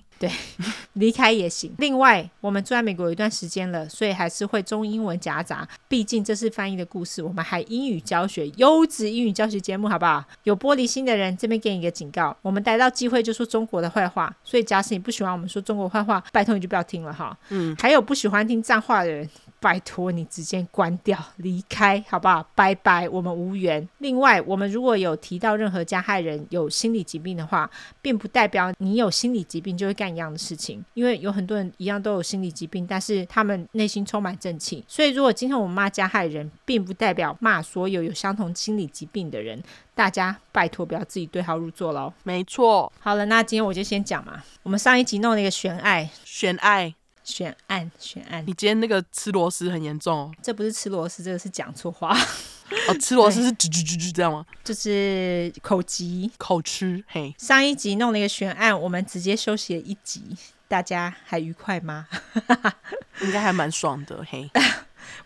Speaker 2: 离开也行。另外，我们住在美国有一段时间了，所以还是会中英文夹杂，毕竟这是翻译的故事。我们还英语教学，优质英语教学节目，好不好？有玻璃心的人，这边给你一个警告：我们逮到机会就说中国的坏话，所以假使你不喜欢我们说中国坏话，拜托你就不要听了哈。
Speaker 1: 嗯，
Speaker 2: 还有不喜欢听脏话的人，拜托你直接关掉，离开，好不好？拜拜，我们无缘。另外，我们如果有提到任何加害人有心理疾病的话，并不代表你有心理疾病就会干一样的事情，因为有很多人一样都有心理疾病，但是他们内心充满正气。所以，如果今天我们骂加害人，并不代表骂所有有相同心理疾病的人。大家拜托不要自己对号入座喽。
Speaker 1: 没错，
Speaker 2: 好了，那今天我就先讲嘛。我们上一集弄了一个悬案，
Speaker 1: 选爱。
Speaker 2: 悬案，悬案。
Speaker 1: 你今天那个吃螺丝很严重 哦，
Speaker 2: 这不是吃螺丝，这个是讲错话，
Speaker 1: 哦吃螺丝是吱吱吱吱这样吗？
Speaker 2: 就是口急。
Speaker 1: 口吃，嘿，
Speaker 2: 上一集弄了一个悬案，我们直接休息了一集，大家还愉快吗？
Speaker 1: 应该还蛮爽的，嘿。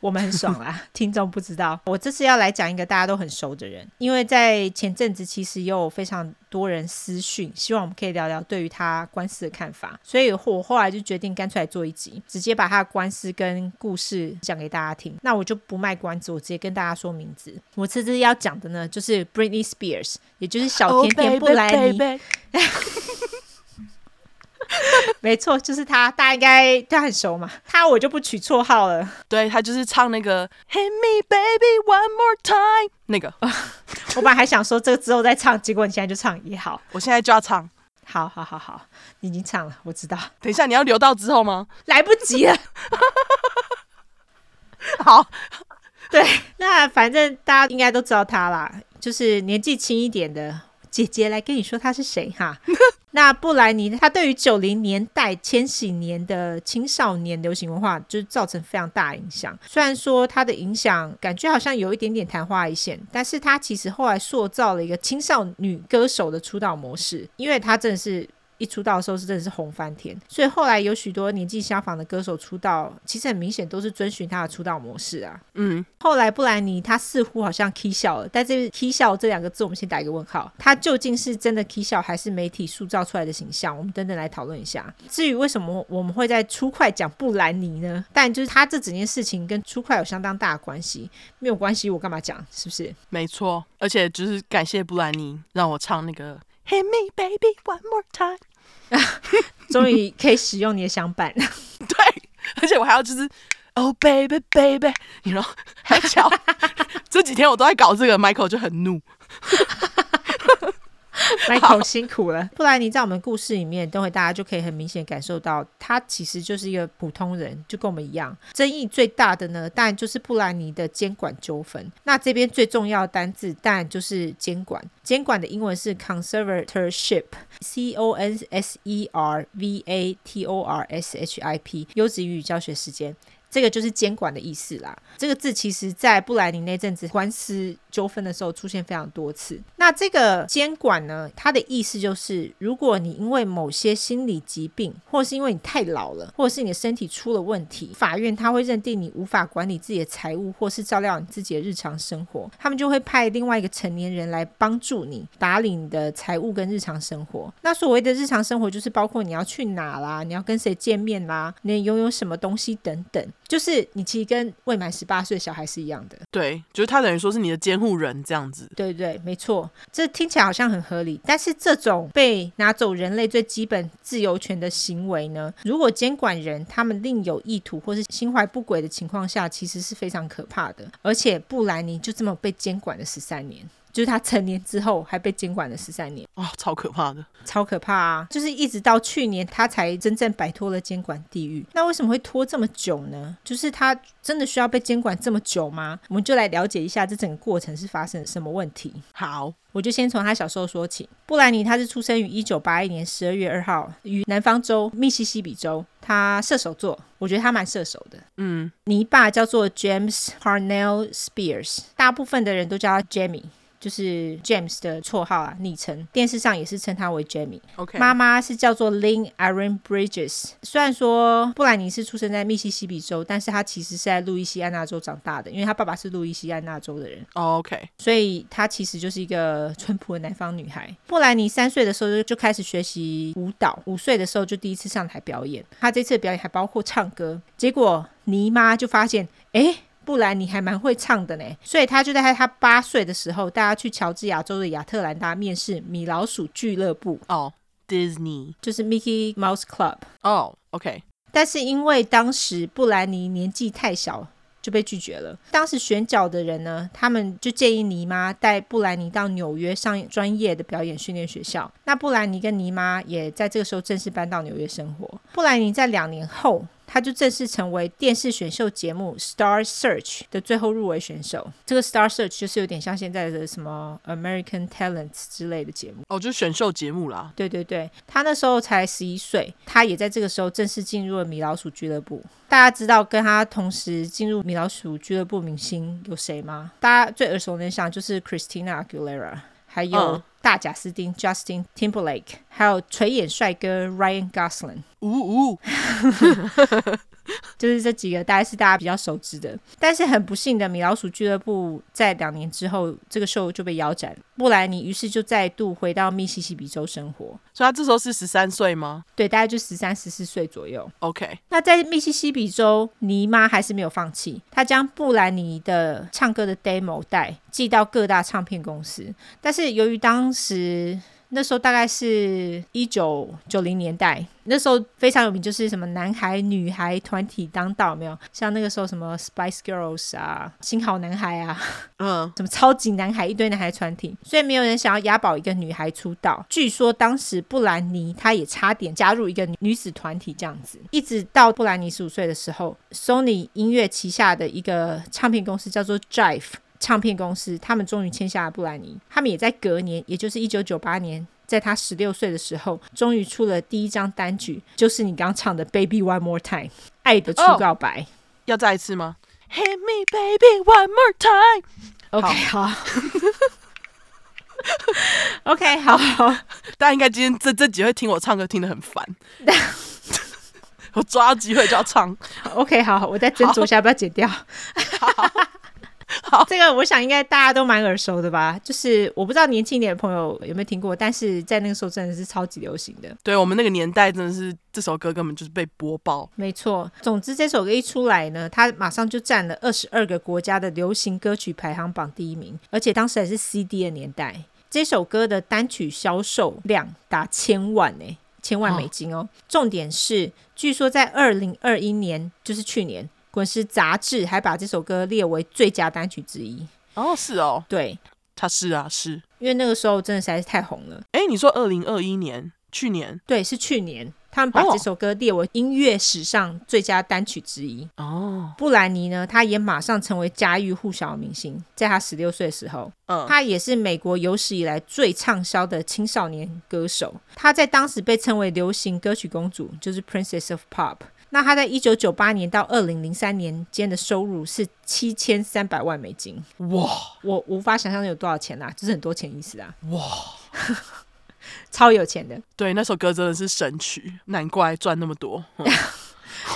Speaker 2: 我们很爽啦。 听众不知道，我这次要来讲一个大家都很熟的人，因为在前阵子其实也有非常多人私讯，希望我们可以聊聊对于他官司的看法，所以我后来就决定干脆来做一集，直接把他的官司跟故事讲给大家听。那我就不卖关子，我直接跟大家说名字。我这次要讲的呢，就是 Britney Spears，也就是 小甜
Speaker 1: Oh,
Speaker 2: 甜布莱尼。没错，就是他，大家应该大家很熟嘛。他我就不取绰号了，
Speaker 1: 对他就是唱那个 Hit me baby one more time 那 个，
Speaker 2: 我本来还想说这个之后再唱，结果你现在就唱也好，
Speaker 1: 我现在就要唱。
Speaker 2: 好好好好，你已经唱了，我知道，
Speaker 1: 等一下你要留到之后 吗？
Speaker 2: 来不及了。
Speaker 1: 好，
Speaker 2: 对， 那反正大家应该都知道他啦，就是年纪轻一点的姐姐来跟你说他是谁哈。那布兰妮她对于九零年代、千禧年的青少年流行文化，就是造成非常大的影响。虽然说她的影响感觉好像有一点点昙花一现，但是她其实后来塑造了一个青少女歌手的出道模式，因为她真的是。一出道的时候是真的是红翻天，所以后来有许多年纪相仿的歌手出道，其实很明显都是遵循她的出道模式啊。
Speaker 1: 嗯，
Speaker 2: 后来布兰妮她似乎好像 k 笑了，但是 k 笑这两个字我们先打一个问号，她究竟是真的 k 笑还是媒体塑造出来的形象？我们等等来讨论一下。至于为什么我们会在初快讲布兰妮呢？但就是她这整件事情跟初快有相当大的关系，没有关系我干嘛讲？是不是？
Speaker 1: 没错，而且就是感谢布兰妮让我唱那个 Hit me baby one more time。
Speaker 2: 终于可以使用你的想板，
Speaker 1: 对，而且我还要就是 Oh baby baby，你知道还要敲。这几天我都在搞这个，Michael 就很怒。
Speaker 2: Michael 辛苦了。布兰妮在我们故事里面，等会大家就可以很明显感受到，她其实就是一个普通人，就跟我们一样。争议最大的呢，当然就是布兰妮的监管纠纷。那这边最重要的单字，当然就是监管。监管的英文是 conservatorship，C O N S E R V A T O R S H I P，优质英语教学时间。这个就是监管的意思啦。这个字其实，在布莱尼那阵子官司纠纷的时候出现非常多次。那这个监管呢，它的意思就是，如果你因为某些心理疾病，或是因为你太老了，或者是你的身体出了问题，法院他会认定你无法管理自己的财务，或是照料你自己的日常生活，他们就会派另外一个成年人来帮助你打理你的财务跟日常生活。那所谓的日常生活，就是包括你要去哪啦，你要跟谁见面啦，你拥有什么东西等等。就是你其实跟未满十八岁的小孩是一样的，
Speaker 1: 对，就是他等于说是你的监护人这样子。
Speaker 2: 对对，没错，这听起来好像很合理，但是这种被拿走人类最基本自由权的行为呢，如果监管人他们另有意图或是心怀不轨的情况下，其实是非常可怕的。而且布兰妮就这么被监管了十三年。就是他成年之后还被监管了十三年，
Speaker 1: 哇、哦超可怕的！
Speaker 2: 超可怕啊！就是一直到去年他才真正摆脱了监管地狱。那为什么会拖这么久呢？就是他真的需要被监管这么久吗？我们就来了解一下这整个过程是发生了什么问题。
Speaker 1: 好，
Speaker 2: 我就先从他小时候说起。布兰妮她是出生于一九八一年十二月二号于南方州密西西比州，她射手座，我觉得她蛮射手的。
Speaker 1: 嗯，
Speaker 2: 你爸叫做 James Parnell Spears，大部分的人都叫他 Jamie，就是 James 的绰号啊，昵称。电视上也是称他为 Jamie。
Speaker 1: OK，
Speaker 2: 妈妈是叫做 Lynn Aaron Bridges。虽然说布兰妮是出生在密西西比州，但是她其实是在路易西安那州长大的，因为她爸爸是路易西安那州的人。
Speaker 1: 哦 OK，
Speaker 2: 所以她其实就是一个淳朴的南方女孩。布兰妮三岁的时候就就开始学习舞蹈，五岁的时候就第一次上台表演。她这次的表演还包括唱歌，结果妮妈就发现，诶，布兰妮还蛮会唱的呢，所以她就在她八岁的时候，带她去乔治亚州的亚特兰大面试米老鼠俱乐部，
Speaker 1: 哦、d i s n e y
Speaker 2: 就是 Mickey Mouse Club。
Speaker 1: 哦、o k
Speaker 2: 但是因为当时布兰妮年纪太小，就被拒绝了。当时选角的人呢，他们就建议妮妈带布兰妮到纽约上专业的表演训练学校。那布兰妮跟妮妈也在这个时候正式搬到纽约生活。布兰妮在两年后。她就正式成为电视选秀节目《Star Search》的最后入围选手。这个《Star Search》就是有点像现在的什么《American Talent》之类的节目。
Speaker 1: 哦、就是选秀节目啦。
Speaker 2: 对对对，他那时候才十一岁，他也在这个时候正式进入了米老鼠俱乐部。大家知道跟他同时进入米老鼠俱乐部明星有谁吗？大家最耳熟能详就是 Christina Aguilera，还有
Speaker 1: 嗯
Speaker 2: 大贾斯汀 Justin Timberlake，还有垂眼帅哥 Ryan Gosling。
Speaker 1: 呜呜，
Speaker 2: 就是这几个大概是大家比较熟知的。但是很不幸的，米老鼠俱乐部在两年之后，这个秀就被腰斩。布兰妮于是就再度回到密西西比州生活，
Speaker 1: 所以他这时候是十三岁吗
Speaker 2: 对，大概就十三、十四岁左右。
Speaker 1: ？OK，
Speaker 2: 那在密西西比州，尼妈还是没有放弃，她将布兰妮的唱歌的 demo 带寄到各大唱片公司，但是由于当时。那时候大概是一九九零年代，那时候非常有名，就是什么男孩女孩团体当道，有没有？像那个时候什么 Spice Girls 啊、新好男孩啊，
Speaker 1: 嗯，
Speaker 2: 什么超级男孩，一堆男孩团体，所以没有人想要押宝一个女孩出道。据说当时布兰妮她也差点加入一个女子团体这样子，一直到布兰妮十五岁的时候，Sony 音乐旗下的一个唱片公司叫做 Jive 唱片公司，他们终于签下了布兰妮，他们也在隔年，也就是一九九八年。在她十六岁的时候，终于出了第一张单曲，就是你刚唱的《Baby One More Time》爱的初
Speaker 1: 哦
Speaker 2: 告白。
Speaker 1: 要再一次吗？Hit me baby one more time。
Speaker 2: OK，好。OK，好，
Speaker 1: 大家应该今天这这集会听我唱歌听得很烦，我抓到机会就要唱。
Speaker 2: OK，好，我再斟酌一下，要不要剪掉。好，这个我想应该大家都蛮耳熟的吧？就是我不知道年轻一点的朋友有没有听过，但是在那个时候真的是超级流行的。
Speaker 1: 对我们那个年代真的是这首歌根本就是被播爆，
Speaker 2: 没错，总之这首歌一出来呢，它马上就占了二十二个国家的流行歌曲排行榜第一名，而且当时还是 CD 的年代。这首歌的单曲销售量达千万呢、千万美金哦。重点是，据说在二零二一年，就是去年，《滚石》杂志还把这首歌列为最佳单曲之一。
Speaker 1: 哦，是哦，
Speaker 2: 对，
Speaker 1: 他是啊是。
Speaker 2: 因为那个时候真的实在是太红了。
Speaker 1: 哎，你说二零二一年，去年
Speaker 2: 对，是去年，他们把
Speaker 1: 哦
Speaker 2: 这首歌列为音乐史上最佳单曲之一。
Speaker 1: 哦，
Speaker 2: 布兰妮呢，她也马上成为家喻户晓的明星。在她十六岁的时候，
Speaker 1: 嗯，
Speaker 2: 她也是美国有史以来最畅销的青少年歌手。她在当时被称为流行歌曲公主，就是 Princess of Pop。那她在一九九八年到二零零三年间的收入是七千三百万美金，
Speaker 1: 哇
Speaker 2: 我无法想象有多少钱啦、就是很多钱意思啊，
Speaker 1: 哇，
Speaker 2: 超有钱的。
Speaker 1: 对，那首歌真的是神曲，难怪赚那么多。嗯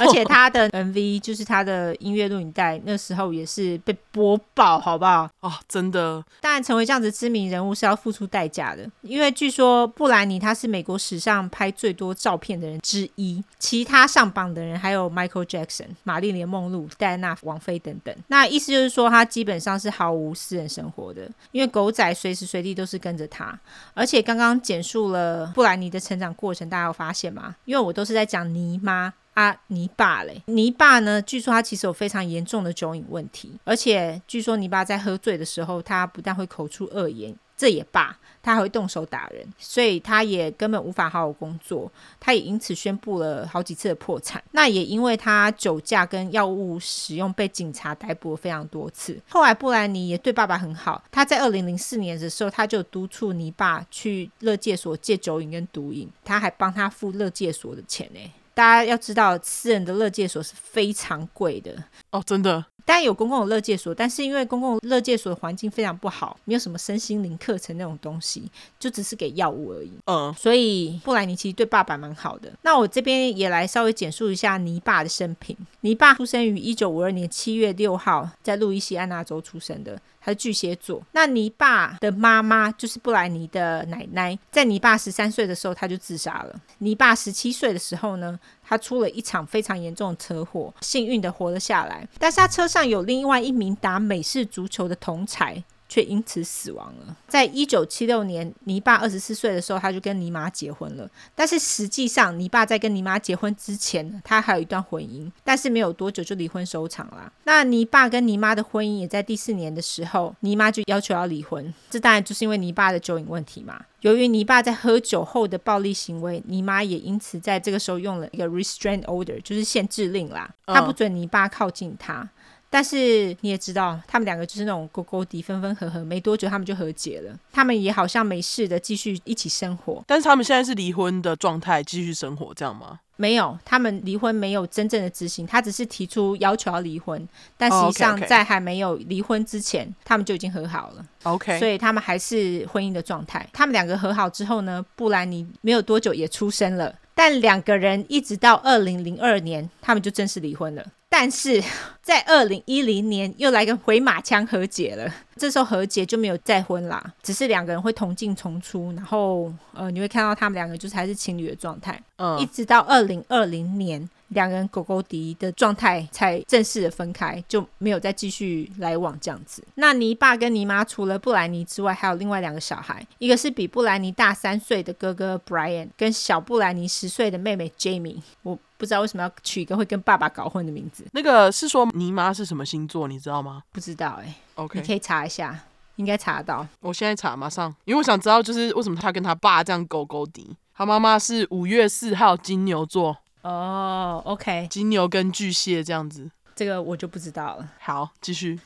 Speaker 2: 而 且她的 MV 就是她的音乐录影带，那时候也是被播爆，好不好？
Speaker 1: 哦，真的，
Speaker 2: 当然，成为这样子知名人物是要付出代价的，因为据说布兰妮她是美国史上拍最多照片的人之一，其他上榜的人还有 Michael Jackson、玛丽莲梦露、戴安娜王妃等等。那意思就是说，她基本上是毫无私人生活的，因为狗仔随时随地都是跟着她。而且刚刚简述了布兰妮的成长过程，大家有发现吗？因为我都是在讲妮妈。啊，泥爸嘞，泥爸呢？据说他其实有非常严重的酒瘾问题，而且据说泥爸在喝醉的时候，他不但会口出恶言，这也罢，他还会动手打人，所以他也根本无法好好工作，他也因此宣布了好几次的破产。那也因为他酒驾跟药物使用被警察逮捕了非常多次。后来布兰妮也对爸爸很好，他在二零零四年的时候，他就督促你爸去乐戒所戒酒瘾跟毒瘾，他还帮他付乐戒所的钱呢。大家要知道，私人的乐戒所是非常贵的，
Speaker 1: 哦，真的，
Speaker 2: 当然有公共的乐界所，但是因为公共乐界所的环境非常不好，没有什么身心灵课程那种东西，就只是给药物而已。
Speaker 1: 嗯，
Speaker 2: 所以布兰妮其实对爸爸蛮好的。那我这边也来稍微简述一下尼爸的生平。尼爸出生于一九五二年七月六号，在路易斯安那州出生的，他是巨蟹座。那尼爸的妈妈就是布兰妮的奶奶，在尼爸十三岁的时候，他就自杀了。尼爸十七岁的时候呢，他出了一场非常严重的车祸，幸运的活了下来，但是他车上有另外一名打美式足球的同才。却因此死亡了。在一九七六年，尼爸二十四岁的时候，他就跟尼玛结婚了。但是实际上，尼爸在跟尼玛结婚之前呢，他还有一段婚姻，但是没有多久就离婚收场啦。那尼爸跟尼妈的婚姻也在第四年的时候，尼妈就要求要离婚，这当然就是因为尼爸的酒瘾问题嘛。由于尼爸在喝酒后的暴力行为，尼妈也因此在这个时候用了一个 restraint order，就是限制令啦，
Speaker 1: 嗯
Speaker 2: 他不准尼爸靠近他。但是你也知道，他们两个就是那种勾勾敌，分分合合，没多久他们就和解了。他们也好像没事的，继续一起生活。
Speaker 1: 但是他们现在是离婚的状态，继续生活这样吗？
Speaker 2: 没有，他们离婚没有真正的执行，他只是提出要求要离婚，但实
Speaker 1: 哦，OK，
Speaker 2: 际上
Speaker 1: OK
Speaker 2: 在还没有离婚之前，他们就已经和好了。所
Speaker 1: OK，
Speaker 2: 以他们还是婚姻的状态。他们两个和好之后呢，布兰妮没有多久也出生了。但两个人一直到二零零二年，他们就正式离婚了。但是 在二零一零年又来个回马枪和解了，这时候和解就没有再婚啦，只是两个人会同进重出，然后呃你会看到他们两个就是还是情侣的状态，一
Speaker 1: 嗯，
Speaker 2: 直到二零二零年两个人狗狗敌的状态才正式的分开，就没有再继续来往这样子。那你爸跟你妈除了布兰妮之外，还有另外两个小孩，一个是比布兰妮大三岁的哥哥 Brian，跟小布兰妮十岁的妹妹 Jamie。我不知道为什么要取一个会跟爸爸搞混的名字，
Speaker 1: 那个是说尼妈是什么星座，你知道吗
Speaker 2: 不知道哎、你
Speaker 1: ？OK，
Speaker 2: 可以查一下，应该查得到。
Speaker 1: 我现在查，马上，因为我想知道就是为什么他跟他爸这样勾勾搭。他妈妈是五月四号金牛座，
Speaker 2: 哦，OK、o k
Speaker 1: 金牛跟巨蟹这样子。
Speaker 2: 这个我就不知道了。
Speaker 1: 好，继续。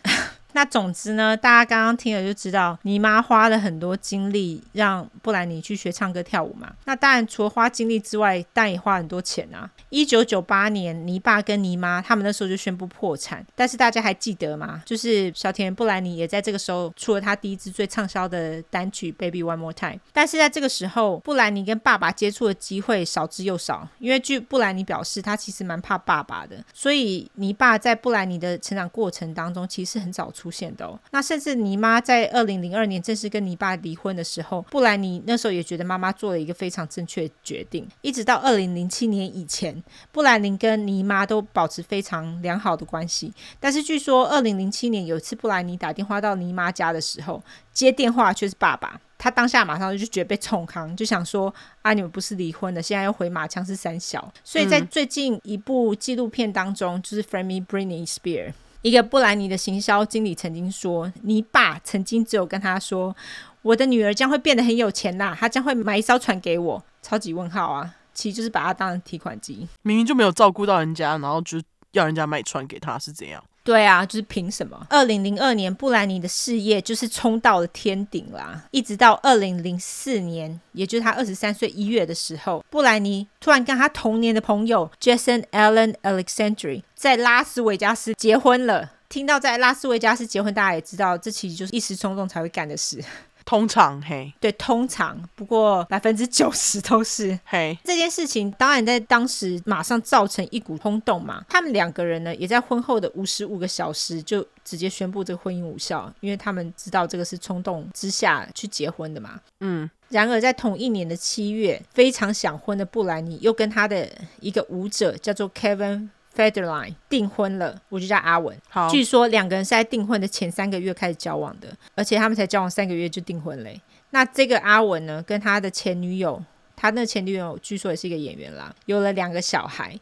Speaker 2: 那总之呢，大家刚刚听了就知道，你妈花了很多精力让布兰妮去学唱歌跳舞嘛。那当然，除了花精力之外，当然也花很多钱啊。一九九八年，泥爸跟泥妈他们那时候就宣布破产，但是大家还记得吗？就是小田布兰妮也在这个时候出了她第一支最畅销的单曲《Baby One More Time》，但是在这个时候，布兰妮跟爸爸接触的机会少之又少，因为据布兰妮表示，她其实蛮怕爸爸的，所以泥爸在布兰妮的成长过程当中其实很少出现的哦。那甚至泥妈在二零零二年正式跟泥爸离婚的时候，布兰妮那时候也觉得妈妈做了一个非常正确的决定，一直到二零零七年以前，布兰妮跟妮妈都保持非常良好的关系。但是据说，二零零七年有一次布兰妮打电话到妮妈家的时候，接电话却是爸爸。她当下马上就觉得被冲康，就想说啊，你们不是离婚了，现在又回马枪是三小。所以在
Speaker 1: 嗯
Speaker 2: 最近一部纪录片当中，就是 Framie Britney Spears。一个布兰妮的行销经理曾经说，你爸曾经只有跟他说，我的女儿将会变得很有钱啦，她将会买一艘船给我。超级问号啊！其实就是把她当成提款机。
Speaker 1: 明明就没有照顾到人家，然后就要人家买船给他是怎样？
Speaker 2: 对啊，就是凭什么？二零零二年，布兰妮的事业就是冲到了天顶啦，一直到二零零四年，也就是她二十三岁一月的时候，布兰妮突然跟她童年的朋友 Jason Allen Alexandri 在拉斯维加斯结婚了。听到在拉斯维加斯结婚，大家也知道，这其实就是一时冲动才会干的事。
Speaker 1: 通常嘿
Speaker 2: 对，通常不过百分之九十都是
Speaker 1: 嘿，
Speaker 2: 这件事情当然在当时马上造成一股轰动嘛。他们两个人呢，也在婚后的五十五个小时就直接宣布这个婚姻无效，因为他们知道这个是冲动之下去结婚的嘛。
Speaker 1: 嗯，
Speaker 2: 然而，在同一年的七月，非常想婚的布兰妮又跟他的一个舞者叫做 Kevin Federline 订婚了，我就叫阿文。
Speaker 1: 好，
Speaker 2: 据说两个人是在订婚的前三个月开始交往的，而且他们才交往三个月就订婚嘞、那这个阿文呢，跟他的前女友，他那个前女友据说也是一个演员啦，有了两个小孩。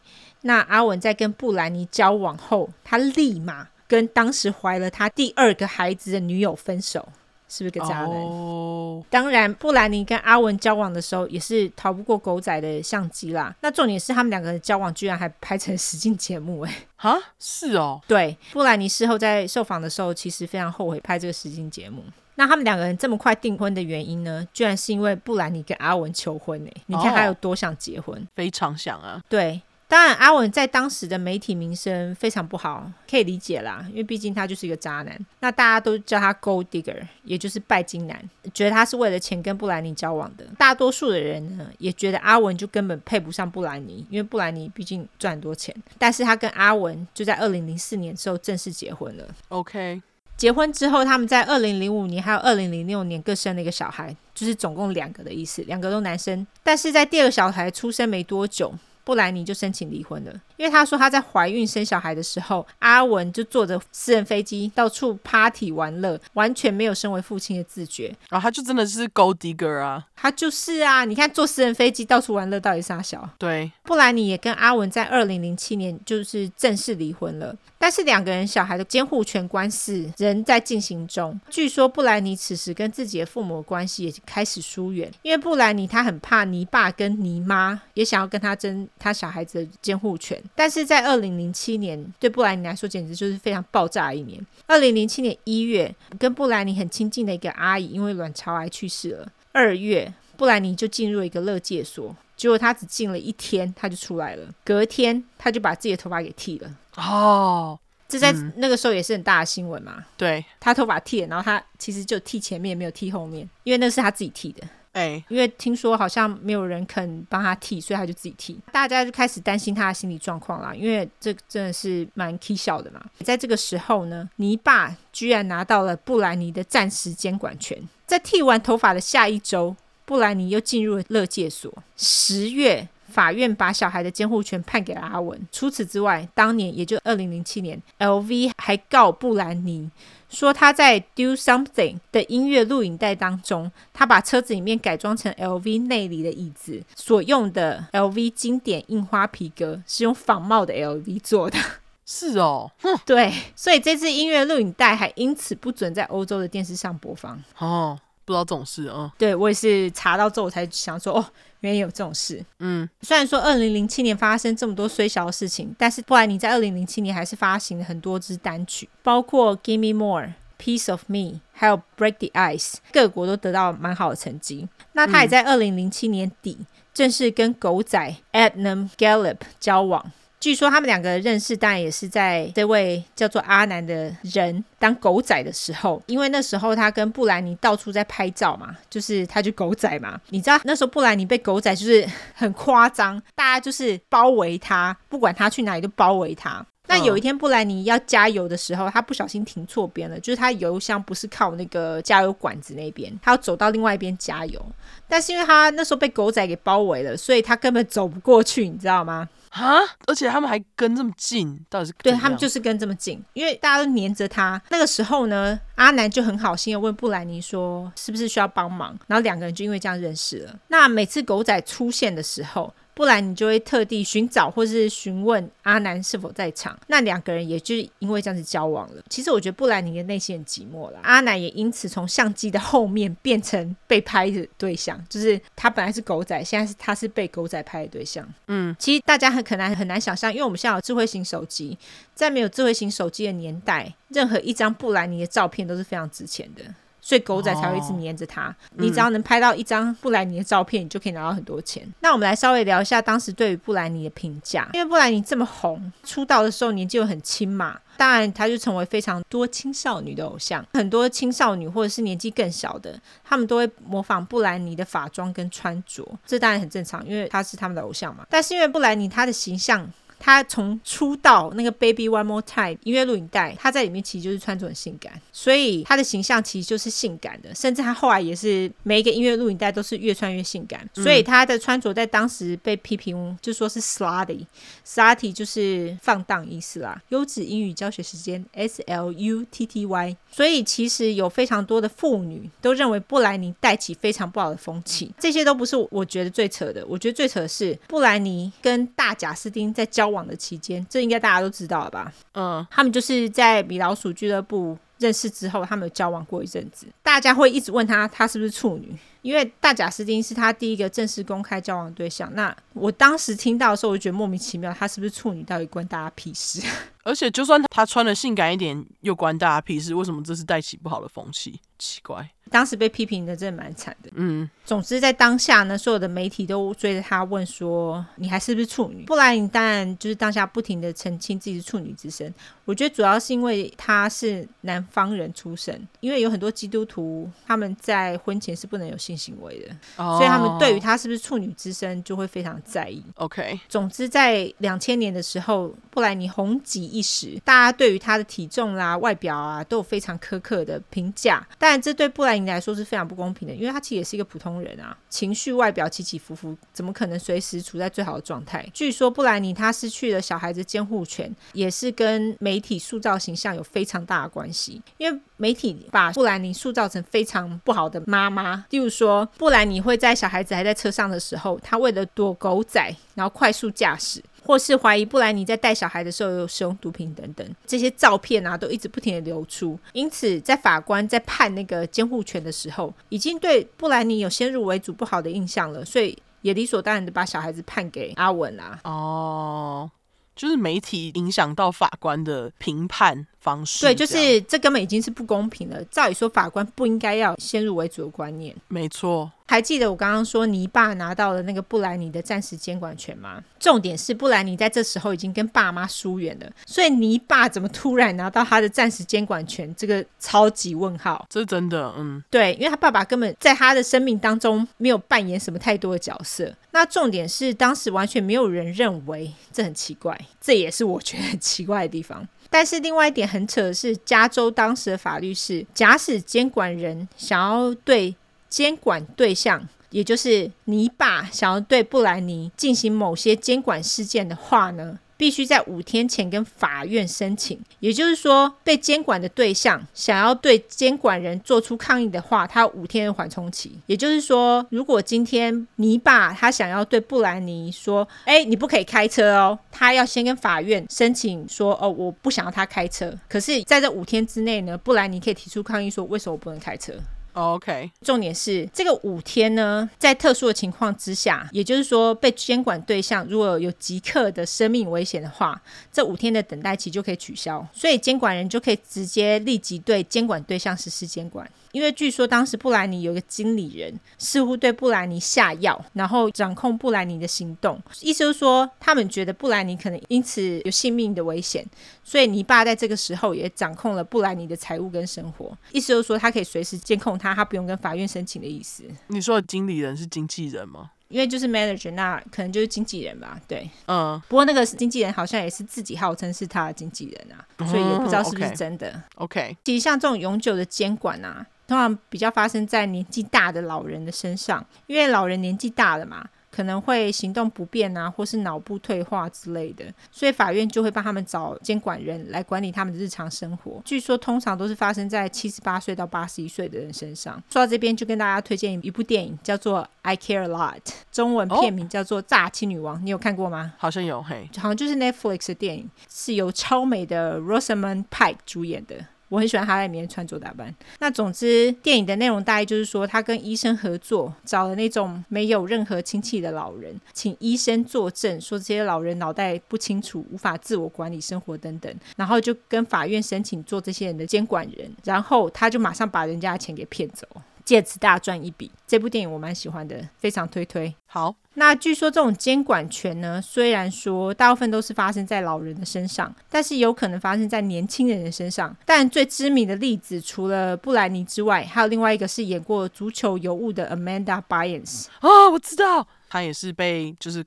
Speaker 2: 那阿文在跟布兰妮交往后，他立马跟当时怀了他第二个孩子的女友分手，是不是个渣男？
Speaker 1: 哦，
Speaker 2: 当然，布兰妮跟阿文交往的时候也是逃不过狗仔的相机啦。那重点是他们两个人交往居然还拍成实境节目、欸，
Speaker 1: 哈，是哦，
Speaker 2: 对，布兰妮事后在受访的时候，其实非常后悔拍这个实境节目。那他们两个人这么快订婚的原因呢？居然是因为布兰妮跟阿文求婚呢、欸你看他
Speaker 1: 哦
Speaker 2: 有多想结婚。
Speaker 1: 非常想啊，
Speaker 2: 对，当然阿文在当时的媒体名声非常不好，可以理解啦，因为毕竟他就是一个渣男。那大家都叫他 Gold Digger，也就是拜金男，觉得他是为了钱跟布兰妮交往的。大多数的人呢，也觉得阿文就根本配不上布兰妮，因为布兰妮毕竟赚很多钱。但是他跟阿文就在二零零四年之后正式结婚了。
Speaker 1: OK，
Speaker 2: 结婚之后，他们在二零零五年还有二零零六年各生了一个小孩，就是总共两个的意思，两个都男生。但是在第二个小孩出生没多久，布兰妮就申请离婚了，因为她说她在怀孕生小孩的时候，阿文就坐着私人飞机到处 party 玩乐，完全没有身为父亲的自觉。
Speaker 1: 然后啊他就真的是 Gold Digger 啊，
Speaker 2: 他就是啊，你看坐私人飞机到处玩乐到底啥小？
Speaker 1: 对，
Speaker 2: 布兰妮也跟阿文在二零零七年就是正式离婚了，但是两个人小孩的监护权官司仍在进行中。据说布兰妮此时跟自己的父母的关系也开始疏远，因为布兰妮她很怕泥爸跟泥妈，也想要跟她争她小孩子的监护权。但是在二零零七年，对布兰妮来说简直就是非常爆炸的一年。二零零七年一月，跟布兰妮很亲近的一个阿姨因为卵巢癌去世了。二月，布兰妮就进入一个乐界所，结果她只进了一天，她就出来了。隔天，她就把自己的头发给剃了。
Speaker 1: 哦，
Speaker 2: 这在
Speaker 1: 嗯
Speaker 2: 那个时候也是很大的新闻嘛。
Speaker 1: 对，
Speaker 2: 她头发剃了，然后她其实就剃前面，没有剃后面，因为那是她自己剃的。
Speaker 1: 哎，
Speaker 2: 因为听说好像没有人肯帮他剃，所以他就自己剃。大家就开始担心他的心理状况啦，因为这真的是蛮 k 笑的嘛。在这个时候呢，泥爸居然拿到了布兰妮的暂时监管权。在剃完头发的下一周，布兰妮又进入了乐界所。十月。法院把小孩的监护权判给了阿文。除此之外，当年也就二零零七年，LV 还告布兰妮说他在《Do Something》的音乐录影带当中，他把车子里面改装成 LV 内里的椅子，所用的 LV 经典印花皮革是用仿冒的 LV 做的。
Speaker 1: 是哦，哼
Speaker 2: 对，所以这次音乐录影带还因此不准在欧洲的电视上播放。
Speaker 1: 哦，不知道这种事，嗯
Speaker 2: 对我也是查到之后，我才想说，哦，原来有这种事。
Speaker 1: 嗯，
Speaker 2: 虽然说二零零七年发生这么多虽小的事情，但是布兰妮在二零零七年还是发行了很多支单曲，包括《Give Me More》。Piece of Me，还有 Break the Ice，各国都得到蛮好的成绩。那她也在二零零七年底正式跟狗仔 Adnan Gallup 交往。据说他们两个认识，当然也是在这位叫做阿南的人当狗仔的时候，因为那时候他跟布兰妮到处在拍照嘛，就是他就狗仔嘛。你知道那时候布兰妮被狗仔就是很夸张，大家就是包围他，不管他去哪里都包围他。那有一天布兰妮要加油的时候，他不小心停错边了，就是他油箱不是靠那个加油管子那边，他要走到另外一边加油，但是因为他那时候被狗仔给包围了，所以他根本走不过去，你知道吗？
Speaker 1: 啊，而且他们还跟这么近，到底是
Speaker 2: 对
Speaker 1: 怎
Speaker 2: 他们
Speaker 1: 样
Speaker 2: 就是跟这么近，因为大家都黏着他。那个时候呢，阿南就很好心的问布兰妮说，是不是需要帮忙？然后两个人就因为这样认识了。那每次狗仔出现的时候，布兰妮就会特地寻找或是询问阿南是否在场。那两个人也就是因为这样子交往了。其实我觉得布兰妮的内心很寂寞啦，阿南也因此从相机的后面变成被拍的对象，就是他本来是狗仔，现在是他是被狗仔拍的对象。
Speaker 1: 嗯，
Speaker 2: 其实大家很可能很难想象，因为我们现在有智慧型手机，在没有智慧型手机的年代，任何一张布兰妮的照片都是非常值钱的，所以狗仔才会一直黏着它。你只要能拍到一张布兰妮的照片，你就可以拿到很多钱。那我们来稍微聊一下当时对于布兰妮的评价，因为布兰妮这么红，出道的时候年纪又很轻嘛。当然，她就成为非常多青少女的偶像，很多青少女或者是年纪更小的，他们都会模仿布兰妮的法装跟穿着，这当然很正常，因为她是他们的偶像嘛。但是因为布兰妮她的形象他从出道那个《Baby One More Time》音乐录影带，他在里面其实就是穿着很性感，所以他的形象其实就是性感的。甚至他后来也是每一个音乐录影带都是越穿越性感，所以他的穿着在当时被批评就说是 slutty，slutty 就是放荡意思啦。优质英语教学时间 S L U T T Y，所以其实有非常多的妇女都认为布兰妮带起非常不好的风气，这些都不是我觉得最扯的。我觉得最扯的是布兰妮跟大贾斯汀在交往的期间，这应该大家都知道了吧？
Speaker 1: 嗯，
Speaker 2: 他们就是在米老鼠俱乐部认识之后，他们有交往过一阵子。大家会一直问他，他是不是处女？因为大贾斯汀是他第一个正式公开交往的对象。那我当时听到的时候，我就觉得莫名其妙，他是不是处女到底关大家屁事？
Speaker 1: 而且就算他穿的性感一点，又关大家屁事？为什么这是带起不好的风气？奇怪，
Speaker 2: 当时被批评的真的蛮惨的。
Speaker 1: 嗯，
Speaker 2: 总之，在当下呢，所有的媒体都追着他问说：“你还是不是处女？”布兰妮当然就是当下不停的澄清自己是处女之身。我觉得主要是因为他是南方人出身，因为有很多基督徒他们在婚前是不能有性行为的，
Speaker 1: 哦
Speaker 2: 所以他们对于他是不是处女之身就会非常在意。
Speaker 1: 哦 OK，
Speaker 2: 总之，在两千年的时候，布兰妮红极一时，大家对于她的体重啦、外表啊都有非常苛刻的评价。当然，这对布兰妮来说是非常不公平的，因为她其实也是一个普通人啊，情绪、外表起起伏伏，怎么可能随时处在最好的状态？据说布兰妮她失去了小孩子监护权，也是跟媒体塑造形象有非常大的关系，因为媒体把布兰妮塑造成非常不好的妈妈。例如说，布兰妮会在小孩子还在车上的时候，她为了躲狗仔，然后快速驾驶。或是怀疑布兰妮在带小孩的时候有使用毒品等等，这些照片啊都一直不停的流出。因此，在法官在判那个监护权的时候，已经对布兰妮有先入为主不好的印象了，所以也理所当然的把小孩子判给阿文啊啦、
Speaker 1: 哦，就是媒体影响到法官的评判方式这
Speaker 2: 对，
Speaker 1: 样，
Speaker 2: 就是这根本已经是不公平了。照理说，法官不应该要先入为主的观念。
Speaker 1: 没错，
Speaker 2: 还记得我刚刚说泥爸拿到了那个布兰妮的暂时监管权吗？重点是布兰妮在这时候已经跟爸妈疏远了，所以泥爸怎么突然拿到他的暂时监管权？这个超级问号。
Speaker 1: 这是真的，嗯，
Speaker 2: 对，因为他爸爸根本在他的生命当中没有扮演什么太多的角色。那重点是，当时完全没有人认为这很奇怪，这也是我觉得很奇怪的地方。但是另外一点很扯的是，加州当时的法律是，假使监管人想要对监管对象，也就是泥爸想要对布兰妮进行某些监管事件的话呢，必须在五天前跟法院申请。也就是说，被监管的对象想要对监管人做出抗议的话，他有五天的缓冲期。也就是说，如果今天泥爸他想要对布兰妮说：“哎，你不可以开车哦。”他要先跟法院申请说：“哦，我不想要他开车。”可是，在这五天之内呢，布兰妮可以提出抗议说：“为什么我不能开车？”
Speaker 1: 哦 OK，
Speaker 2: 重点是这个五天呢，在特殊的情况之下，也就是说被监管对象如果有即刻的生命危险的话，这五天的等待期就可以取消，所以监管人就可以直接立即对监管对象实施监管。因为据说当时布兰妮有一个经理人，似乎对布兰妮下药，然后掌控布兰妮的行动，意思就是说他们觉得布兰妮可能因此有性命的危险，所以泥爸在这个时候也掌控了布兰妮的财务跟生活，意思就是说他可以随时监控他，他不用跟法院申请的意思。
Speaker 1: 你说的经理人是经纪人吗？
Speaker 2: 因为就是 manager，那可能就是经纪人吧，对。
Speaker 1: 嗯
Speaker 2: 不过那个经纪人好像也是自己号称是他的经纪人啊，所以也不知道是不是
Speaker 1: ，OK
Speaker 2: 真的。
Speaker 1: ，OK，
Speaker 2: 其实像这种永久的监管啊，通常比较发生在年纪大的老人的身上，因为老人年纪大了嘛，可能会行动不便啊，或是脑部退化之类的，所以法院就会帮他们找监管人来管理他们的日常生活。据说通常都是发生在七十八岁到八十一岁的人身上。说到这边，就跟大家推荐一部电影，叫做《I Care a Lot》，中文片名叫做《诈欺女王》，你有看过吗？
Speaker 1: 好像有嘿，
Speaker 2: 好像就是 Netflix 的电影，是由超美的 Rosamund Pike 主演的。我很喜欢她在里面穿着打扮。那总之，电影的内容大概就是说，她跟医生合作，找了那种没有任何亲戚的老人，请医生作证，说这些老人脑袋不清楚，无法自我管理生活等等，然后就跟法院申请做这些人的监管人，然后他就马上把人家的钱给骗走，借此大赚一笔。这部电影我蛮喜欢的，非常推推。
Speaker 1: 好，
Speaker 2: 那据说这种监管权呢，虽然说大部分都是发生在老人的身上，但是有可能发生在年轻人的身上。但最知名的例子，除了布兰妮之外，还有另外一个是演过《足球尤物》的 Amanda Bynes。
Speaker 1: 啊，我知道，他也是被就是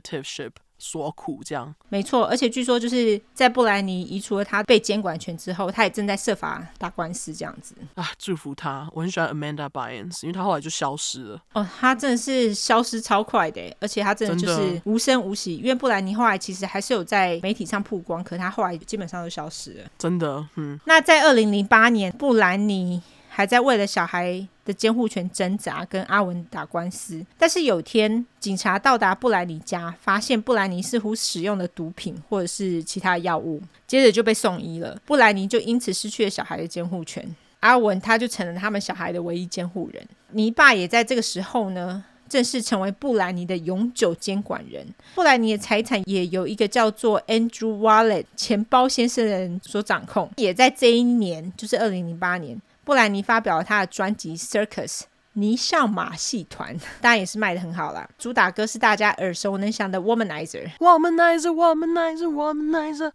Speaker 1: conservativeship 所苦这样。
Speaker 2: 没错，而且据说就是在布兰妮移除了她被监管权之后，她也正在设法打官司这样子。
Speaker 1: 啊，祝福他！我很喜欢 Amanda Bynes，因为她后来就消失了。
Speaker 2: 哦，他真的是消失超快的欸耶，而且他真的就
Speaker 1: 真
Speaker 2: 是
Speaker 1: 的
Speaker 2: 无声无息。因为布兰妮后来其实还是有在媒体上曝光，可他后来基本上都消失了。
Speaker 1: 真的，嗯，
Speaker 2: 那在二零零八年，布兰妮还在为了小孩的监护权挣扎，跟阿文打官司。但是有天，警察到达布兰妮家，发现布兰妮似乎使用了毒品或者是其他药物，接着就被送医了。布兰妮就因此失去了小孩的监护权，阿文他就成了他们小孩的唯一监护人。泥爸也在这个时候呢。正式成为布兰妮的永久监管人。布兰妮的财产也由一个叫做 Andrew Wallet 钱包先生的人所掌控。也在这一年，就是二零零八年，布兰妮发表了她的专辑《Circus》。泥上马戏团当然也是卖的很好啦，主打歌是大家耳熟能详的《Womanizer》。
Speaker 1: Womanizer，Womanizer，Womanizer。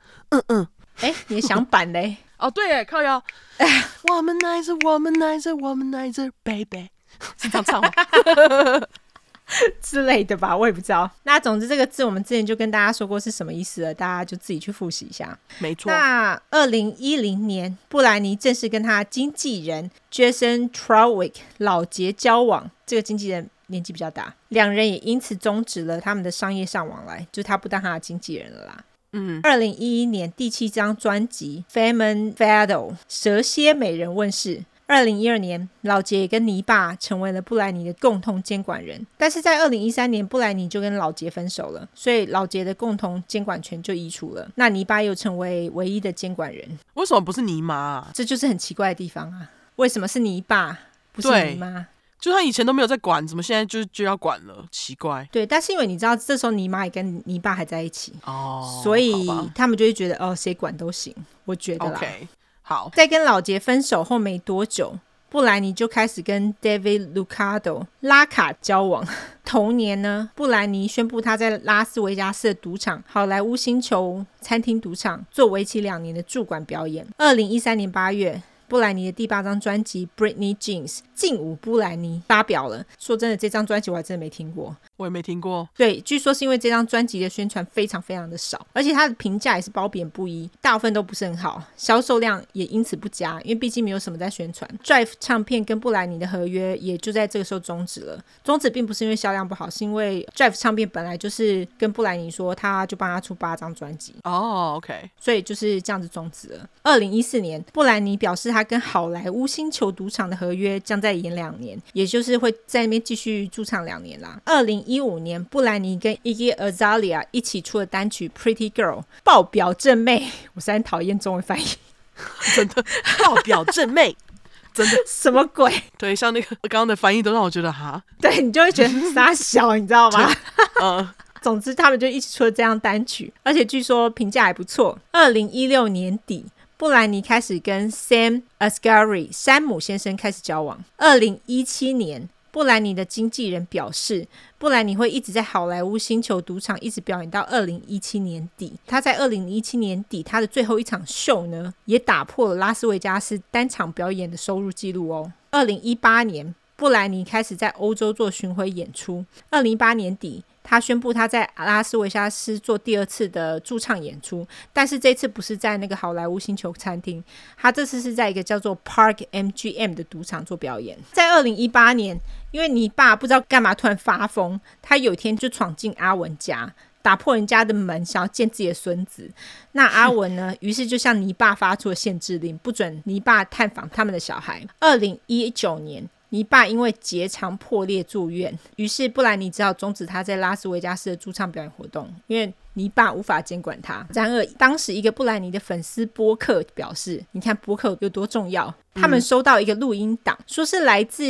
Speaker 2: 哎，你的响板嘞？
Speaker 1: 哦，对耶，靠 腰。Womanizer，Womanizer，Womanizer，baby，是这样 唱吗？
Speaker 2: 之类的吧，我也不知道。那总之这个字我们之前就跟大家说过是什么意思了，大家就自己去复习一下。
Speaker 1: 没错，
Speaker 2: 那二零一零年，布兰妮正式跟她经纪人 Jason Trowick 老杰交往。这个经纪人年纪比较大，两人也因此终止了他们的商业上往来，就是他不当他的经纪人了啦。
Speaker 1: 嗯，
Speaker 2: 二零一一年第七张专辑《Famine Fatal》蛇蝎美人问世。二零一二年，老杰也跟泥爸成为了布兰妮的共同监管人，但是在二零一三年，布兰妮就跟老杰分手了，所以老杰的共同监管权就移除了。那泥巴又成为唯一的监管人，
Speaker 1: 为什么不是尼玛、啊？
Speaker 2: 这就是很奇怪的地方啊！为什么是泥爸，不是
Speaker 1: 对
Speaker 2: 泥妈？
Speaker 1: 就他以前都没有在管，怎么现在就就要管了？奇怪
Speaker 2: 对，但是因为你知道，这时候泥妈也跟泥爸还在一起，
Speaker 1: 哦，
Speaker 2: 所以
Speaker 1: 好吧
Speaker 2: 他们就会觉得哦，谁管都行。我觉得啦。
Speaker 1: OK，好，
Speaker 2: 在跟老杰分手后没多久，布兰妮就开始跟 David Lucado 拉卡交往。 同年呢，布兰妮宣布她在拉斯维加斯的赌场好莱坞星球餐厅赌场做为期两年的驻馆表演。二零一三年八月。布兰妮的第八张专辑《Britney Jeans》劲舞布兰妮发表了。说真的，这张专辑我还真的没听过。
Speaker 1: 我也没听过。
Speaker 2: 对，据说是因为这张专辑的宣传非常非常的少，而且它的评价也是褒贬不一，大部分都不是很好，销售量也因此不佳，因为毕竟没有什么在宣传。Drive 唱片跟布兰妮的合约也就在这个时候终止了。终止并不是因为销量不好，是因为 Drive 唱片本来就是跟布兰妮说，他就帮他出八张专辑，
Speaker 1: 哦，OK，
Speaker 2: 所以就是这样子终止了。二零一四年，布兰妮表示她跟好莱坞星球赌场的合约将再延两年，也就是会在那边继续驻唱两年啦。二零一五年，布兰妮跟 Iggy Azalea 一起出了单曲《Pretty Girl》，爆表正妹。 我实在很讨厌中文翻译，
Speaker 1: 真的爆表正妹，真的
Speaker 2: 什么鬼？
Speaker 1: 对，像那个刚刚的翻译都让我觉得哈，
Speaker 2: 对你就会觉得傻小，你知道吗？
Speaker 1: 嗯，
Speaker 2: 总之，他们就一起出了这样单曲，而且据说评价还不错。二零一六年底，布兰妮开始跟 Sam Asghari 山姆先生开始交往。二零一七年，布兰妮的经纪人表示，布兰妮会一直在好莱坞星球赌场一直表演到二零一七年底。她在二零一七年底她的最后一场秀呢，也打破了拉斯维加斯单场表演的收入记录哦。二零一八年，布兰妮开始在欧洲做巡回演出。二零一八年底，她宣布她在拉斯维加斯做第二次的驻唱演出，但是这次不是在那个好莱坞星球餐厅，她这次是在一个叫做 Park MGM 的赌场做表演。在二零一八年，因为你爸不知道干嘛突然发疯，他有一天就闯进阿文家。打破人家的门，想要见自己的孙子。那阿文呢？于是就向泥爸发出了限制令，不准泥爸探访他们的小孩。二零一九年，泥爸因为结肠破裂住院，于是布兰妮只好终止他在拉斯维加斯的驻唱表演活动，因为泥爸无法监管他。然而，当时一个布兰妮的粉丝播客表示：“你看播客有多重要。”他们收到一个录音档，说是来自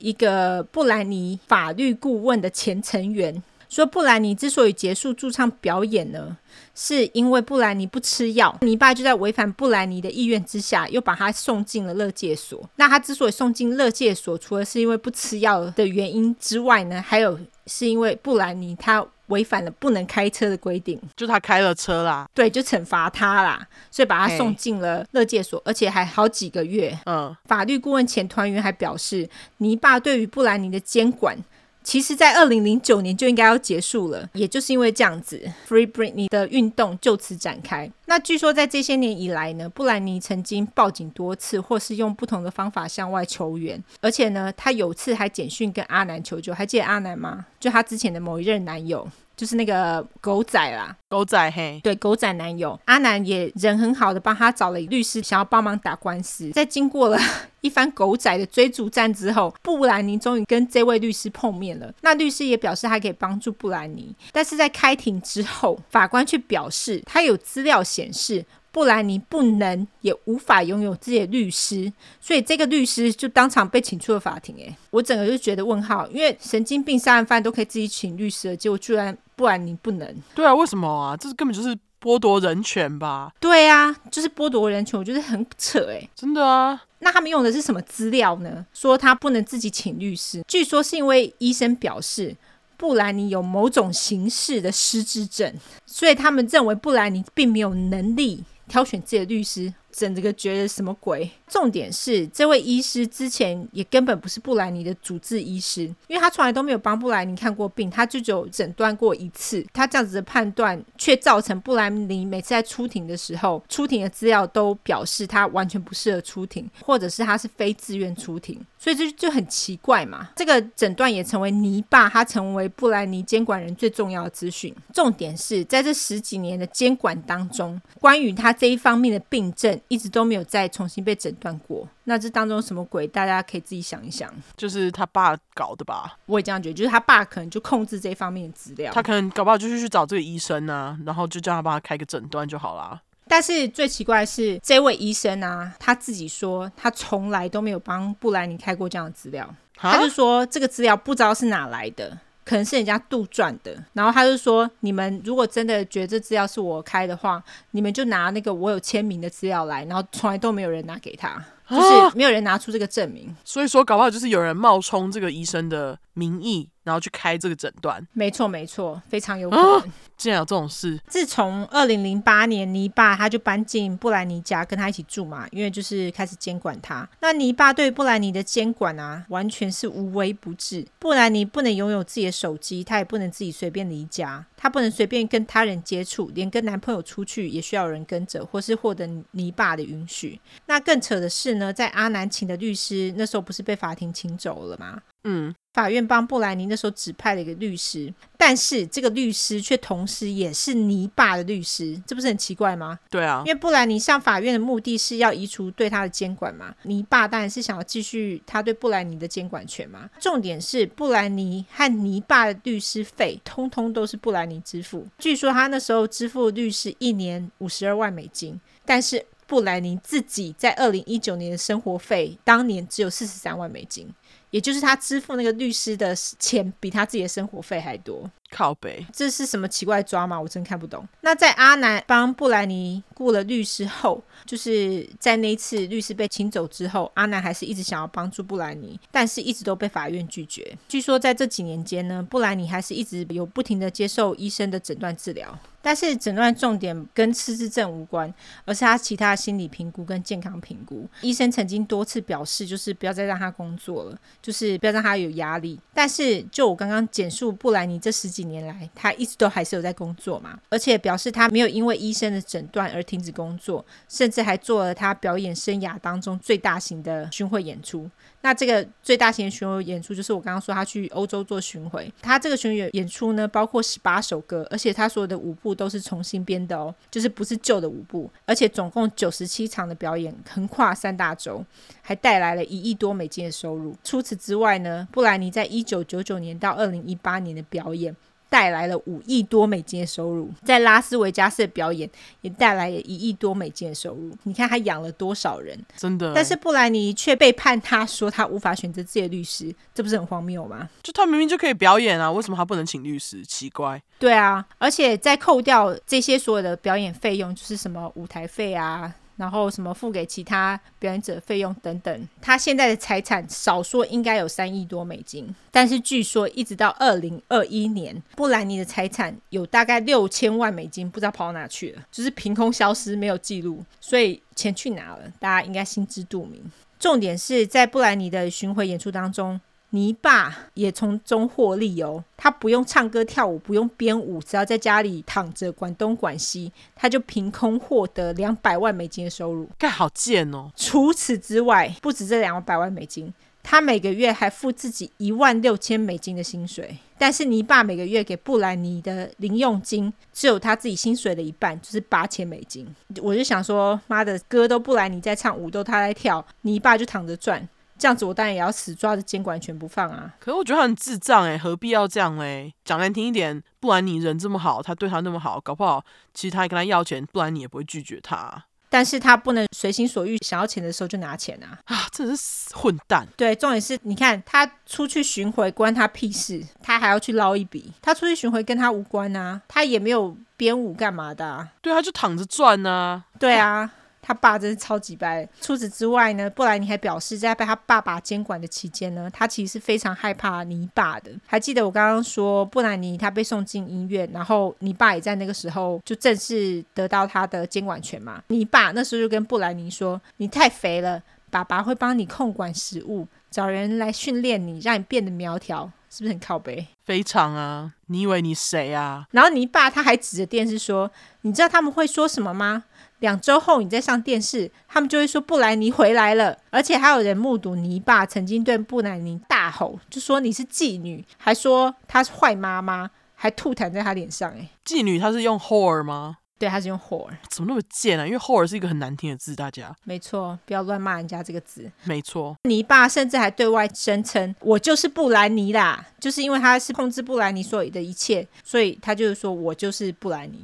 Speaker 2: 一个布兰妮法律顾问的前成员，说布兰妮之所以结束驻唱表演呢，是因为布兰妮不吃药，尼爸就在违反布兰妮的意愿之下，又把她送进了乐戒所。那她之所以送进乐戒所，除了是因为不吃药的原因之外呢，还有是因为布兰妮她违反了不能开车的规定。
Speaker 1: 就他开了车啦，
Speaker 2: 对，就惩罚他啦，所以把他
Speaker 1: 哎
Speaker 2: 送进了乐界所，而且还好几个月。
Speaker 1: 嗯，
Speaker 2: 法律顾问前团员还表示，泥巴对于布兰妮的监管，其实在二零零九年就应该要结束了。也就是因为这样子，Free Britney 的运动就此展开。那据说在这些年以来呢，布兰妮曾经报警多次，或是用不同的方法向外求援。而且呢，她有次还简讯跟阿南求救，还记得阿南吗？就她之前的某一任男友，就是那个狗仔啦。
Speaker 1: 狗仔嘿，
Speaker 2: 对狗仔男友阿南也人很好的帮他找了律师，想要帮忙打官司。在经过了一番狗仔的追逐战之后，布兰妮终于跟这位律师碰面了。那律师也表示他可以帮助布兰妮，但是在开庭之后，法官却表示他有资料显示。布兰妮不能也无法拥有自己的律师，所以这个律师就当场被请出了法庭。诶，我整个就觉得问号，因为神经病杀人犯都可以自己请律师了，结果居然布兰妮不能。
Speaker 1: 对啊，为什么啊？这根本就是剥夺人权吧？
Speaker 2: 对啊，就是剥夺人权，我觉得很扯哎、
Speaker 1: 真的啊，
Speaker 2: 那他们用的是什么资料呢？说他不能自己请律师，据说是因为医生表示布兰妮有某种形式的失智症，所以他们认为布兰妮并没有能力挑选自己的律师。整个觉得什么鬼？重点是，这位医师之前也根本不是布兰妮的主治医师，因为他从来都没有帮布兰妮看过病，他就只有诊断过一次。他这样子的判断，却造成布兰妮每次在出庭的时候，出庭的资料都表示他完全不适合出庭，或者是他是非自愿出庭，所以这就很奇怪嘛。这个诊断也成为泥巴，他成为布兰妮监管人最重要的资讯。重点是在这十几年的监管当中，关于他这一方面的病症，一直都没有再重新被诊断过。那这当中有什么鬼？大家可以自己想一想。
Speaker 1: 就是他爸搞的吧？
Speaker 2: 我也这样觉得，就是他爸可能就控制这方面的资料。
Speaker 1: 他可能搞不好就是去找这个医生啊，然后就叫他帮他开个诊断就好啦。
Speaker 2: 但是最奇怪的是，这位医生啊，他自己说他从来都没有帮布兰妮开过这样的资料，
Speaker 1: 啊
Speaker 2: 他就说这个资料不知道是哪来的。可能是人家杜撰的，然后他就说：“你们如果真的觉得这资料是我开的话，你们就拿那个我有签名的资料来，然后从来都没有人拿给他。就是没有人拿出这个证明。
Speaker 1: 所以说，搞不好就是有人冒充这个医生的名义，然后去开这个诊断。
Speaker 2: 没错，没错，非常有可能。
Speaker 1: 竟然有这种事，
Speaker 2: 自从二零零八年，尼爸他就搬进布兰妮家跟他一起住嘛，因为就是开始监管他。那尼爸对布兰妮的监管啊，完全是无微不至。布兰妮不能拥有自己的手机，她也不能自己随便离家，她不能随便跟他人接触，连跟男朋友出去也需要有人跟着，或是获得尼爸的允许。那更扯的是呢，在阿南请的律师那时候不是被法庭请走了吗？
Speaker 1: 嗯，
Speaker 2: 法院帮布莱尼那时候指派了一个律师，但是这个律师却同时也是泥巴的律师，这不是很奇怪吗？
Speaker 1: 对啊
Speaker 2: 因，为布兰妮上法院的目的是要移除对他的监管嘛，尼爸当然是想要继续他对布兰妮的监管权嘛。重点是布兰妮和尼爸的律师费，通通都是布兰妮支付。据说他那时候支付律师一年五十二万美金，但是布兰妮自己在二零一九年的生活费，当年只有四十三万美金。也就是他支付那个律师的钱比他自己的生活费还多，
Speaker 1: 靠北，
Speaker 2: 这是什么奇怪的抓吗？我真看不懂。那在阿南帮布兰妮雇了律师后，就是在那一次律师被请走之后，阿南还是一直想要帮助布兰妮，但是一直都被法院拒绝。据说在这几年间呢，布兰妮还是一直有不停的接受医生的诊断治疗。但是诊断重点跟失智症无关，而是他其他心理评估跟健康评估。医生曾经多次表示，就是不要再让他工作了，就是不要让他有压力。但是就我刚刚简述布兰妮这十几年来，他一直都还是有在工作嘛，而且表示他没有因为医生的诊断而停止工作，甚至还做了他表演生涯当中最大型的巡回演出。那这个最大型的巡回演出就是我刚刚说他去欧洲做巡回，他这个巡演演出呢包括十八首歌，而且他所有的舞步都是重新编的哦，就是不是旧的舞步，而且总共九十七场的表演，横跨三大洲，还带来了一亿多美金的收入。除此之外呢，布兰妮在一九九九年到二零一八年的表演。带来了五亿多美金的收入，在拉斯维加斯的表演也带来了一亿多美金的收入。你看他养了多少人，
Speaker 1: 真的。
Speaker 2: 但是布兰妮却背叛他说他无法选择自己的律师，这不是很荒谬吗？
Speaker 1: 就他明明就可以表演啊，为什么他不能请律师？奇怪，
Speaker 2: 对啊，而且在扣掉这些所有的表演费用，就是什么舞台费啊，然后什么付给其他表演者的费用等等，他现在的财产少说应该有三亿多美金，但是据说一直到二零二一年，布兰妮的财产有大概六千万美金，不知道跑到哪去了，就是凭空消失，没有记录，所以钱去哪了，大家应该心知肚明。重点是在布兰妮的巡回演出当中，泥爸也从中获利哦。他不用唱歌跳舞，不用编舞，只要在家里躺着管东管西，他就凭空获得两百万美金的收入。
Speaker 1: 盖好贱哦，
Speaker 2: 除此之外，不止这两百万美金，他每个月还付自己一万六千美金的薪水。但是泥爸每个月给布兰妮的零用金只有他自己薪水的一半，就是八千美金。我就想说，妈的，歌都布兰妮在唱，舞都他在跳，泥爸就躺着赚，这样子我当然也要死抓着监管权不放啊！
Speaker 1: 可是我觉得他很智障哎、何必要这样嘞？讲难听一点，布兰妮人这么好，他对他那么好，搞不好其实他跟他要钱，布兰妮也不会拒绝他啊，
Speaker 2: 但是他不能随心所欲，想要钱的时候就拿钱啊！
Speaker 1: 啊真的是死混蛋。
Speaker 2: 对，重点是，你看他出去巡回关他屁事，他还要去捞一笔。他出去巡回跟他无关啊，他也没有编舞干嘛的、啊。
Speaker 1: 对，他就躺着赚呐、
Speaker 2: 对啊，他爸真是超级白。除此之外呢，布兰妮还表示，在被他爸爸监管的期间呢，他其实是非常害怕泥爸的。还记得我刚刚说，布兰妮他被送进医院，然后泥爸也在那个时候就正式得到他的监管权嘛。泥爸那时候就跟布兰妮说：“你太肥了，爸爸会帮你控管食物，找人来训练你，让你变得苗条。”是不是很靠背？
Speaker 1: 非常啊。你以为你谁啊？
Speaker 2: 然后你爸他还指着电视说：“你知道他们会说什么吗？两周后你再上电视，他们就会说布兰妮回来了。而且还有人目睹你爸曾经对布兰妮大吼，就说你是妓女，还说她是坏妈妈，还吐痰在她脸上。哎，
Speaker 1: 妓女她是用 whore 吗？
Speaker 2: 对，她是用 whore，
Speaker 1: 怎么那么贱啊？因为 whore 是一个很难听的字，大家
Speaker 2: 没错，不要乱骂人家这个字。
Speaker 1: 没错，
Speaker 2: 你爸甚至还对外声称：“我就是布兰妮啦！”就是因为他是控制布兰妮所有的一切，所以他就是说我就是布兰妮。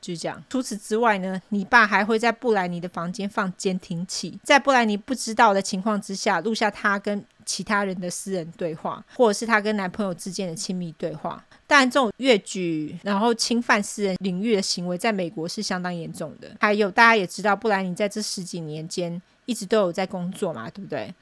Speaker 2: 就是这样。除此之外呢，你爸还会在布兰妮的房间放监听器，在布兰妮不知道的情况之下，录下他跟其他人的私人对话，或者是他跟男朋友之间的亲密对话。当然，这种越矩，然后侵犯私人领域的行为，在美国是相当严重的。还有，大家也知道，布兰妮在这十几年间一直都有在工作嘛，对不对？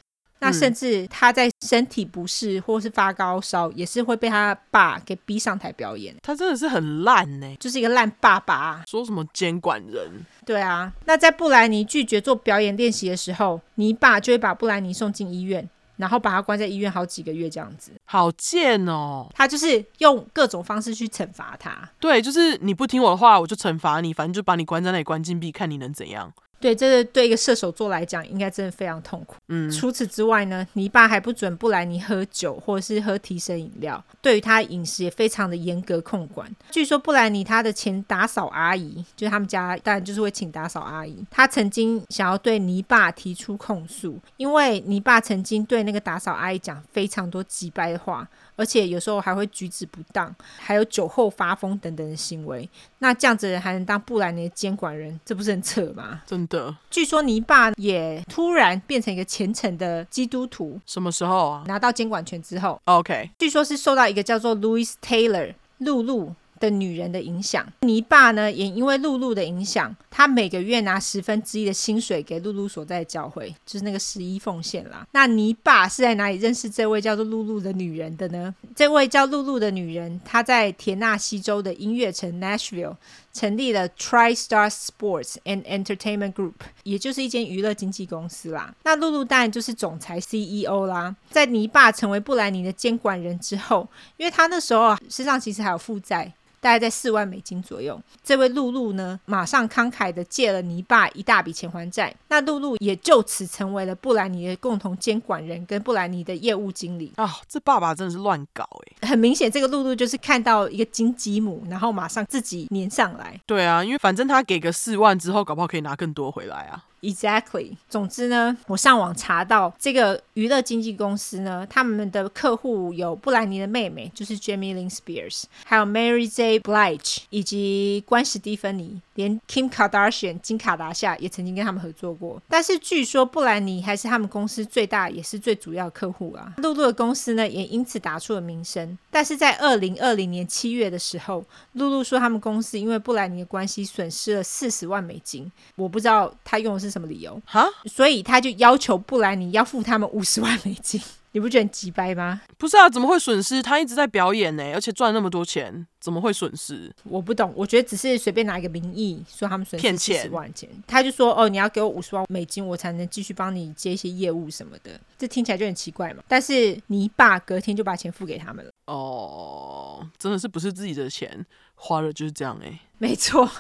Speaker 2: 那甚至他在身体不适或是发高烧，也是会被他爸给逼上台表演，
Speaker 1: 他真的是很烂呢、
Speaker 2: 就是一个烂爸爸啊、
Speaker 1: 说什么监管人，
Speaker 2: 对啊，那在布兰妮拒绝做表演练习的时候，你爸就会把布兰妮送进医院，然后把她关在医院好几个月这样子。
Speaker 1: 好贱哦！
Speaker 2: 他就是用各种方式去惩罚她。
Speaker 1: 对，就是你不听我的话，我就惩罚你，反正就把你关在那里关禁闭，看你能怎样。
Speaker 2: 对，这个对一个射手座来讲，应该真的非常痛苦。
Speaker 1: 嗯，
Speaker 2: 除此之外呢，你爸还不准布兰妮喝酒或者是喝提神饮料，对于她饮食也非常的严格控管。据说布兰妮她的前打扫阿姨，就是他们家当然就是会请打扫阿姨，她曾经想要对你爸提出控诉，因为你爸曾经对那个打扫阿姨讲非常多击败的话，而且有时候还会举止不当，还有酒后发疯等等的行为。那这样子的人还能当布兰妮的监管人，这不是很扯吗？
Speaker 1: 真的，
Speaker 2: 据说你爸也突然变成一个虔诚的基督徒，
Speaker 1: 什么时候啊
Speaker 2: 拿到监管权之后，
Speaker 1: ？OK，
Speaker 2: 据说是受到一个叫做 Louis Taylor 露露的女人的影响。你爸呢，也因为露露的影响，他每个月拿十分之一的薪水给露露所在的教会，就是那个十一奉献啦。那你爸是在哪里认识这位叫做露露的女人的呢？这位叫露露的女人，她在田纳西州的音乐城 Nashville 成立了 TriStar Sports and Entertainment Group，也就是一间娱乐经纪公司啦。那露露当然就是总裁 CEO 啦。在泥爸成为布兰妮的监管人之后，因为他那时候啊身上其实还有负债。大概在四万美金左右，这位露露呢，马上慷慨的借了泥爸一大笔钱还债。那露露也就此成为了布兰妮的共同监管人跟布兰妮的业务经理。
Speaker 1: 啊，这爸爸真的是乱搞哎、
Speaker 2: 很明显，这个露露就是看到一个金鸡母，然后马上自己粘上来。
Speaker 1: 对啊，因为反正他给个四万之后，搞不好可以拿更多回来啊。
Speaker 2: Exactly。总之呢，我上网查到这个娱乐经纪公司呢，他们的客户有布兰妮的妹妹，就是 Jamie Lynn Spears，还有 Mary J. Blige，以及关史蒂芬妮，连 Kim Kardashian 金卡达夏也曾经跟他们合作过。但是据说布兰妮还是他们公司最大也是最主要的客户啊。露露的公司呢，也因此打出了名声。但是在二零二零年七月的时候，露露说他们公司因为布兰妮的关系损失了四十万美金，我不知道他用的是什么理由，
Speaker 1: 哈，
Speaker 2: 所以他就要求布兰妮要付他们五十万美金。 你不觉得很鸡掰吗？
Speaker 1: 不是啊，怎么会损失？他一直在表演呢、而且赚那么多钱，怎么会损失？
Speaker 2: 我不懂，我觉得只是随便拿一个名义说他们损
Speaker 1: 骗
Speaker 2: 失四
Speaker 1: 钱
Speaker 2: 十万钱，他就说哦，你要给我五十万美金，我才能继续帮你接一些业务什么的，这听起来就很奇怪嘛。但是你爸隔天就把钱付给他们了，
Speaker 1: 哦，真的是不是自己的钱花了就是这样哎、
Speaker 2: 没错，
Speaker 1: 就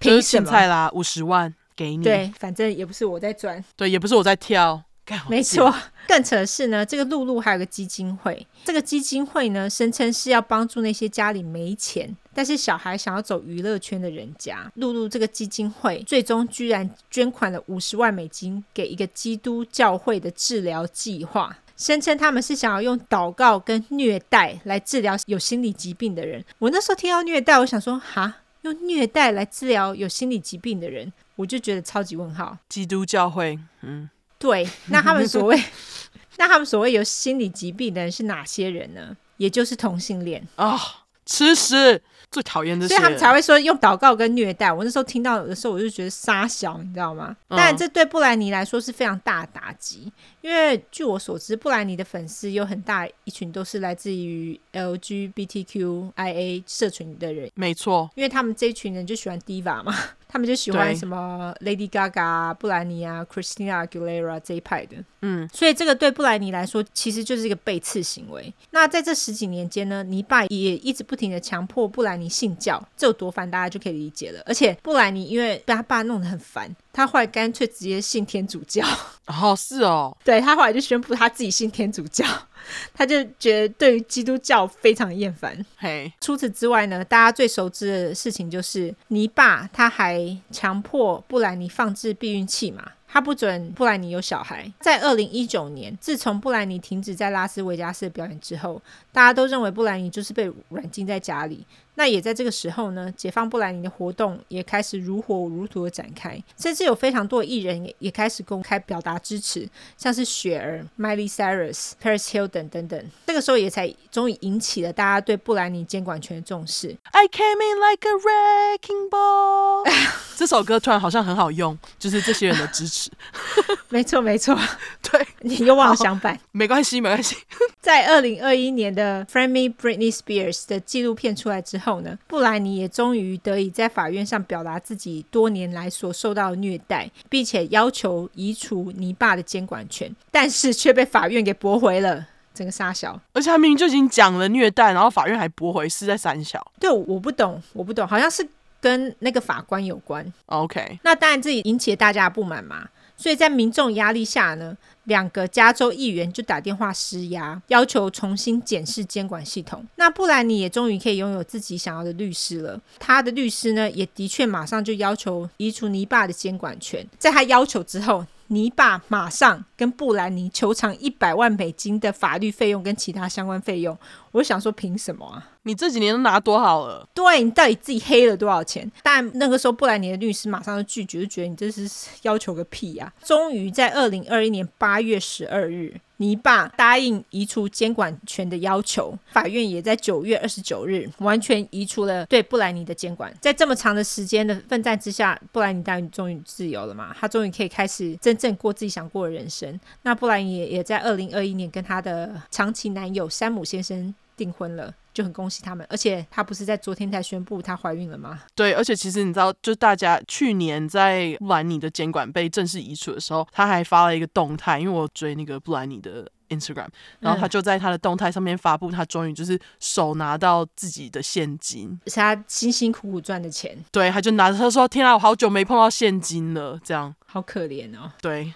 Speaker 2: 凭
Speaker 1: 是
Speaker 2: 什
Speaker 1: 青
Speaker 2: 么？
Speaker 1: 菜啦，五十万给你，
Speaker 2: 对，反正也不是我在赚，
Speaker 1: 对也不是我在跳，干好
Speaker 2: 没
Speaker 1: 贱
Speaker 2: 错，更扯的是呢，这个露露还有个基金会，这个基金会呢声称是要帮助那些家里没钱，但是小孩想要走娱乐圈的人家。露露这个基金会最终居然捐款了五十万美金给一个基督教会的治疗计划。声称他们是想要用祷告跟虐待来治疗有心理疾病的人。我那时候听到虐待，我想说，哈，用虐待来治疗有心理疾病的人，我就觉得超级问号。
Speaker 1: 基督教会，嗯，
Speaker 2: 对，那他们所谓， 那他们所谓有心理疾病的人是哪些人呢？也就是同性恋，
Speaker 1: 啊、吃屎，最讨厌这些
Speaker 2: 所以
Speaker 1: 人，
Speaker 2: 他们才会说用祷告跟虐待。我那时候听到的时候，我就觉得傻小，你知道吗？
Speaker 1: 嗯
Speaker 2: 但这对布兰妮来说是非常大的打击，因为据我所知，布兰妮的粉丝有很大一群都是来自于 LGBTQIA 社群的人，
Speaker 1: 没错，
Speaker 2: 因为他们这一群人就喜欢 diva 嘛， 他们就喜欢
Speaker 1: 对
Speaker 2: 什么 Lady Gaga、布兰妮啊、Christina Aguilera 这一派的。
Speaker 1: 嗯，
Speaker 2: 所以这个对布莱尼来说，其实就是一个背刺行为。那在这十几年间呢，尼爸也一直不停的强迫布莱尼信教，这有多烦，大家就可以理解了。而且布莱尼因为被他爸弄得很烦，他后来干脆直接信天主教。
Speaker 1: 然、后是哦，
Speaker 2: 对他后来就宣布他自己信天主教，他就觉得对于基督教非常厌烦。
Speaker 1: 嘿，
Speaker 2: 除此之外呢，大家最熟知的事情就是尼爸他还强迫布兰妮放置避孕器嘛。他不准布兰妮有小孩。在二零一九年，自从布兰妮停止在拉斯维加斯的表演之后，大家都认为布兰妮就是被软禁在家里。那也在这个时候呢，解放布兰妮的活动也开始如火如荼的展开，甚至有非常多艺人也也开始公开表达支持，像是雪儿、Miley Cyrus、Paris Hilton 等等。这个时候也才终于引起了大家对布兰妮监管权的重视。
Speaker 1: I came in like a wrecking ball，这首歌突然好像很好用，就是这些人的支持。
Speaker 2: 没错没错，
Speaker 1: 对，
Speaker 2: 你又忘了相反。
Speaker 1: 没关系，没关系。
Speaker 2: 在二零二一年的《Frame Me Britney Spears》的纪录片出来之后呢，布兰妮也终于得以在法院上表达自己多年来所受到的虐待，并且要求移除泥巴的监管权，但是却被法院给驳回了。整个沙小，
Speaker 1: 而且他明明就已经讲了虐待，然后法院还驳回，是在三小。
Speaker 2: 对，我不懂，我不懂，好像是跟那个法官有关。
Speaker 1: OK，
Speaker 2: 那当然，这也引起了大家的不满嘛。所以在民众压力下呢，两个加州议员就打电话施压，要求重新检视监管系统。那布兰妮也终于可以拥有自己想要的律师了。他的律师呢，也的确马上就要求移除泥巴的监管权。在他要求之后，泥巴马上跟布兰妮求偿一百万美金的法律费用跟其他相关费用。我就想说，凭什么啊？
Speaker 1: 你这几年都拿多好了？
Speaker 2: 对你到底自己黑了多少钱？但那个时候布兰妮的律师马上就拒绝，就觉得你这是要求个屁呀、终于在二零二一年八月十二日，泥巴答应移除监管权的要求，法院也在九月二十九日完全移除了对布兰妮的监管。在这么长的时间的奋战之下，布兰妮当然终于自由了嘛，她终于可以开始真正过自己想过的人生。那布兰妮也也在二零二一年跟她的长期男友山姆先生订婚了，就很恭喜他们。而且她不是在昨天才宣布她怀孕了吗？
Speaker 1: 对，而且其实你知道，就大家去年在布兰妮的监管被正式移除的时候，他还发了一个动态，因为我追那个布兰妮的 Instagram，然后他就在他的动态上面发布，他终于就是手拿到自己的现金，
Speaker 2: 是她辛辛苦苦赚的钱，
Speaker 1: 对，他就拿着他说：“天啊，我好久没碰到现金了。”这样，
Speaker 2: 好可怜哦。
Speaker 1: 对，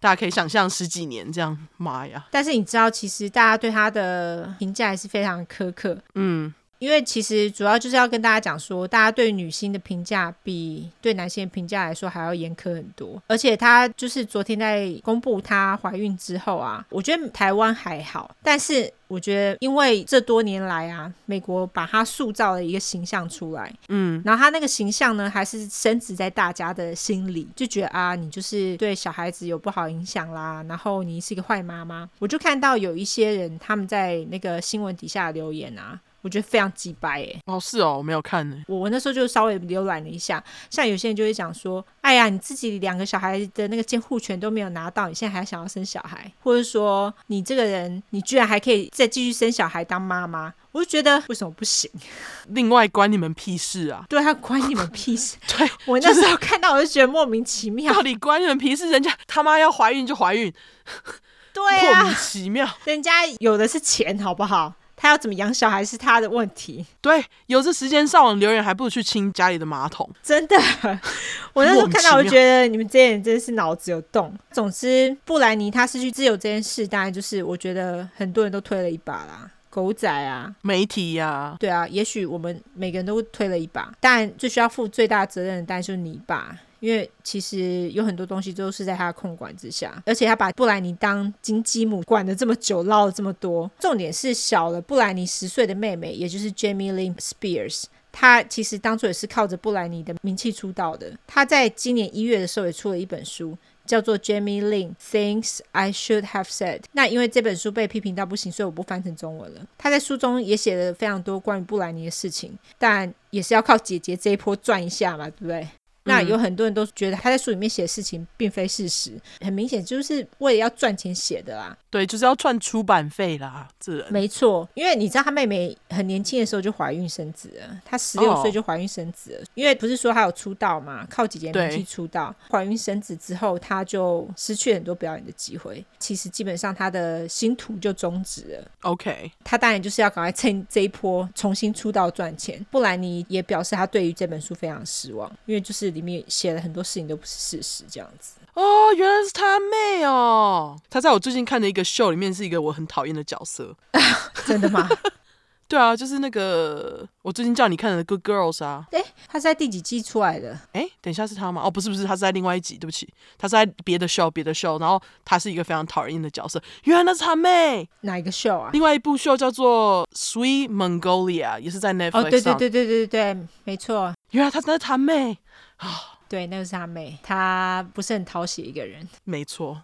Speaker 1: 大家可以想象十几年这样，妈呀，
Speaker 2: 但是你知道，其实大家对她的评价还是非常苛刻，
Speaker 1: 嗯，
Speaker 2: 因为其实主要就是要跟大家讲说，大家对女星的评价比对男性的评价来说还要严苛很多。而且她就是昨天在公布她怀孕之后啊，我觉得台湾还好，但是我觉得因为这多年来啊，美国把她塑造了一个形象出来，
Speaker 1: 嗯，
Speaker 2: 然后她那个形象呢，还是深植在大家的心里，就觉得啊，你就是对小孩子有不好影响啦，然后你是一个坏妈妈。我就看到有一些人他们在那个新闻底下留言啊。我觉得非常鸡掰诶，
Speaker 1: 哦，是哦，我没有看呢，
Speaker 2: 我那时候就稍微浏览了一下，像有些人就会讲说，哎呀，你自己两个小孩的那个监护权都没有拿到，你现在还想要生小孩，或者说你这个人，你居然还可以再继续生小孩当妈妈，我就觉得为什么不行？
Speaker 1: 另外关你们屁事啊！
Speaker 2: 对他关 你们屁事！
Speaker 1: 对，
Speaker 2: 我那时候看到我就觉得莫名其妙
Speaker 1: 到，底关你们屁事？人家他妈要怀孕就怀孕，
Speaker 2: 对
Speaker 1: 莫名
Speaker 2: 啊，
Speaker 1: 其妙。
Speaker 2: 人家有的是钱，好不好？他要怎么养小孩是他的问题，
Speaker 1: 对，有这时间上网留言，还不如去清家里的马桶。
Speaker 2: 真的。我那时候看到，
Speaker 1: 莫名其妙
Speaker 2: 我就觉得你们这些人真是脑子有洞。总之，布兰妮她失去自由这件事，当然就是我觉得很多人都推了一把啦，狗仔啊，
Speaker 1: 媒体呀、
Speaker 2: 对啊，也许我们每个人都推了一把，但最需要负最大责任的当然就是你吧，因为其实有很多东西都是在他的控管之下，而且他把布兰妮当金鸡母管了这么久，唠了这么多。重点是小了布兰妮十岁的妹妹，也就是 Jamie Lynn Spears。她其实当初也是靠着布兰妮的名气出道的。她在今年一月的时候也出了一本书，叫做 Jamie Lin Things I Should Have Said。那因为这本书被批评到不行，所以我不翻成中文了。他在书中也写了非常多关于布兰妮的事情，但也是要靠姐姐这一波赚一下嘛，对不对？那有很多人都觉得他在书里面写的事情并非事实，很明显就是为了要赚钱写的啦。
Speaker 1: 对，就是要赚出版费啦，这人
Speaker 2: 没错，因为你知道她妹妹很年轻的时候就怀孕生子了，她十六
Speaker 1: 哦
Speaker 2: 岁就怀孕生子了。因为不是说她有出道嘛，靠姐姐名
Speaker 1: 对
Speaker 2: 气出道，怀孕生子之后，她就失去很多表演的机会。其实基本上她的星途就终止了。
Speaker 1: OK。
Speaker 2: 她当然就是要赶快趁这一波重新出道赚钱。布兰妮也表示她对于这本书非常失望，因为就是里面写了很多事情都不是事实，这样子。
Speaker 1: 哦，原来是他妹哦！他在我最近看的一个秀里面是一个我很讨厌的角色。
Speaker 2: 真 的吗？
Speaker 1: 对啊，就是那个我最近叫你看的《Good Girls》啊。
Speaker 2: 诶，她是在第几季出来的？
Speaker 1: 诶，等一下是他吗？哦，不是不是，他是在另外一集，对不起，他是在别的秀别的秀，然后他是一个非常讨人厌的角色。原来那是他妹。
Speaker 2: 哪一个秀啊？
Speaker 1: 另外一部秀叫做《Sweet Mongolia》，也是在 Netflix 上。
Speaker 2: 哦，对对对对对对对，没错，啊
Speaker 1: 原来他那是他妹啊，
Speaker 2: 对，那个是他妹，她不是很讨喜一个人，
Speaker 1: 没错。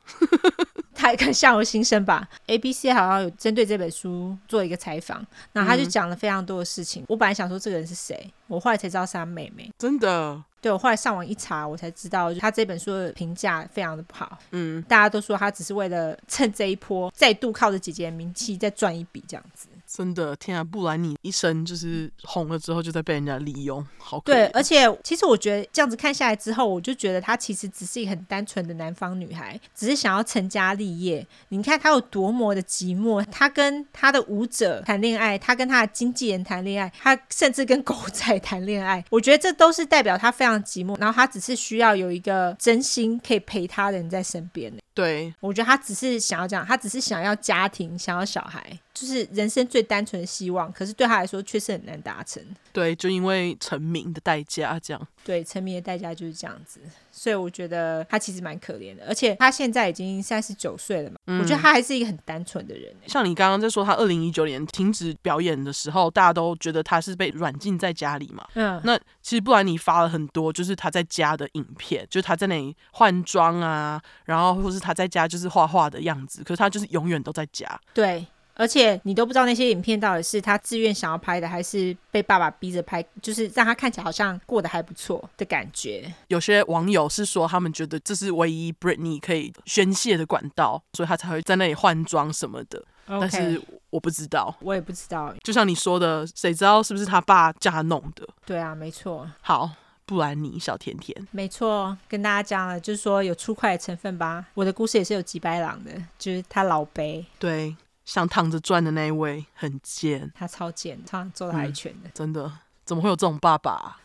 Speaker 2: 她更像我新生吧。A B C 好像有针对这本书做一个采访，然后他就讲了非常多的事情。我本来想说这个人是谁，我后来才知道是他妹妹。
Speaker 1: 真的，
Speaker 2: 对我后来上网一查，我才知道就他这本书的评价非常的不好，
Speaker 1: 嗯，
Speaker 2: 大家都说他只是为了趁这一波再度靠着姐姐的名气再赚一笔这样子。
Speaker 1: 真的，天啊！布兰妮一生就是红了之后就在被人家利用，好可
Speaker 2: 对，呃
Speaker 1: 怜
Speaker 2: 而且其实我觉得这样子看下来之后，我就觉得她其实只是一个很单纯的南方女孩，只是想要成家立业。你看她有多么的寂寞，她跟她的舞者谈恋爱，她跟她的经纪人谈恋爱，她甚至跟狗仔谈恋爱。我觉得这都是代表她非常寂寞，然后她只是需要有一个真心可以陪她的人在身边。
Speaker 1: 对，
Speaker 2: 我觉得她只是想要这样，她只是想要家庭，想要小孩，就是人生最单纯的希望。可是对她来说，却是很难达成。
Speaker 1: 对，就因为成名的代价这样。
Speaker 2: 对，沉迷的代价就是这样子，所以我觉得他其实蛮可怜的，而且他现在已经三十九岁了嘛，我
Speaker 1: 嗯
Speaker 2: 觉得他还是一个很单纯的人欸、
Speaker 1: 像你刚刚在说他二零一九年停止表演的时候，大家都觉得他是被软禁在家里嘛。
Speaker 2: 嗯，
Speaker 1: 那其实布兰妮发了很多，就是他在家的影片，就是他在那里换装啊，然后或是他在家就是画画的样子，可是他就是永远都在家。
Speaker 2: 对，而且你都不知道那些影片到底是他自愿想要拍的，还是被爸爸逼着拍，就是让他看起来好像过得还不错的感觉。
Speaker 1: 有些网友是说，他们觉得这是唯一 Britney 可以宣泄的管道，所以他才会在那里换装什么的。但是我不知道，
Speaker 2: 我也不知道，
Speaker 1: 就像你说的，谁知道是不是他爸叫他弄的？
Speaker 2: 对啊，没错，
Speaker 1: 好，布兰妮小甜甜，
Speaker 2: 没错，跟大家讲了，就是说有粗快的成分吧。我的故事也是有几白狼的，就是他老杯，
Speaker 1: 对，像躺着转的那一位很贱，
Speaker 2: 他超贱，他揍
Speaker 1: 嗯
Speaker 2: 他一拳的，
Speaker 1: 真的，怎么会有这种爸爸啊、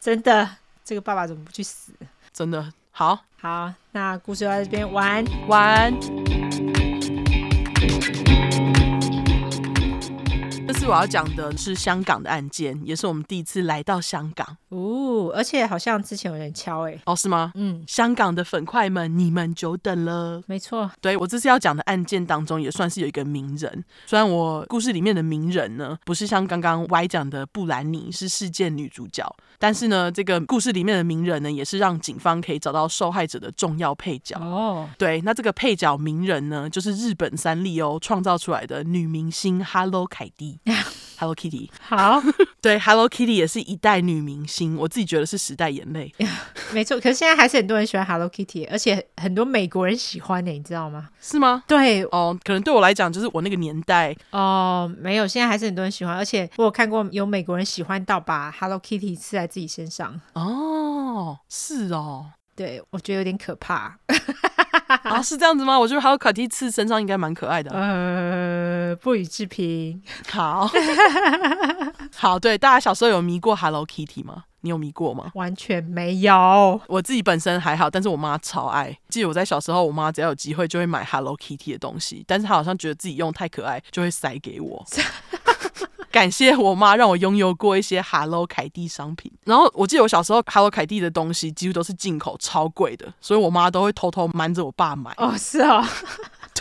Speaker 2: 真的，这个爸爸怎么不去死？
Speaker 1: 真的，好，
Speaker 2: 好，那故事就到这边，晚安。
Speaker 1: 晚安。这次我要讲的是香港的案件，也是我们第一次来到香港
Speaker 2: 哦，而且好像之前有人敲哎、
Speaker 1: 哦，是吗？
Speaker 2: 嗯，
Speaker 1: 香港的粉块们，你们久等了。
Speaker 2: 没错，
Speaker 1: 对我这次要讲的案件当中，也算是有一个名人。虽然我故事里面的名人呢，不是像刚刚 Y 讲的布兰妮是事件女主角，但是呢，这个故事里面的名人呢，也是让警方可以找到受害者的重要配角。
Speaker 2: 哦，
Speaker 1: 对，那这个配角名人呢，就是日本三丽鸥创造出来的女明星 Hello 凯蒂，Hello Kitty。
Speaker 2: 好，
Speaker 1: 对，Hello Kitty 也是一代女明星，我自己觉得是时代眼泪。
Speaker 2: 没错。可是现在还是很多人喜欢 Hello Kitty，而且很多美国人喜欢呢、欸你知道吗？
Speaker 1: 是吗？
Speaker 2: 对，
Speaker 1: 哦，可能对我来讲，就是我那个年代，
Speaker 2: 哦，没有，现在还是很多人喜欢，而且我有看过有美国人喜欢到把 Hello Kitty 刺在自己身上，
Speaker 1: 哦，是哦，
Speaker 2: 对我觉得有点可怕。
Speaker 1: 啊，是这样子吗？我觉得还有卡蒂刺身上应该蛮可爱的啊、
Speaker 2: 呃，不予置评。
Speaker 1: 好， 好，对，大家小时候有迷过 Hello Kitty 吗？你有迷过吗？
Speaker 2: 完全没有，
Speaker 1: 我自己本身还好，但是我妈超爱。记得我在小时候，我妈只要有机会就会买 Hello Kitty 的东西，但是她好像觉得自己用太可爱，就会塞给我。感谢我妈让我拥有过一些 Hello 凯蒂商品。然后我记得我小时候 Hello 凯蒂的东西几乎都是进口，超贵的，所以我妈都会偷偷瞒着我爸买。
Speaker 2: 哦，是哦，。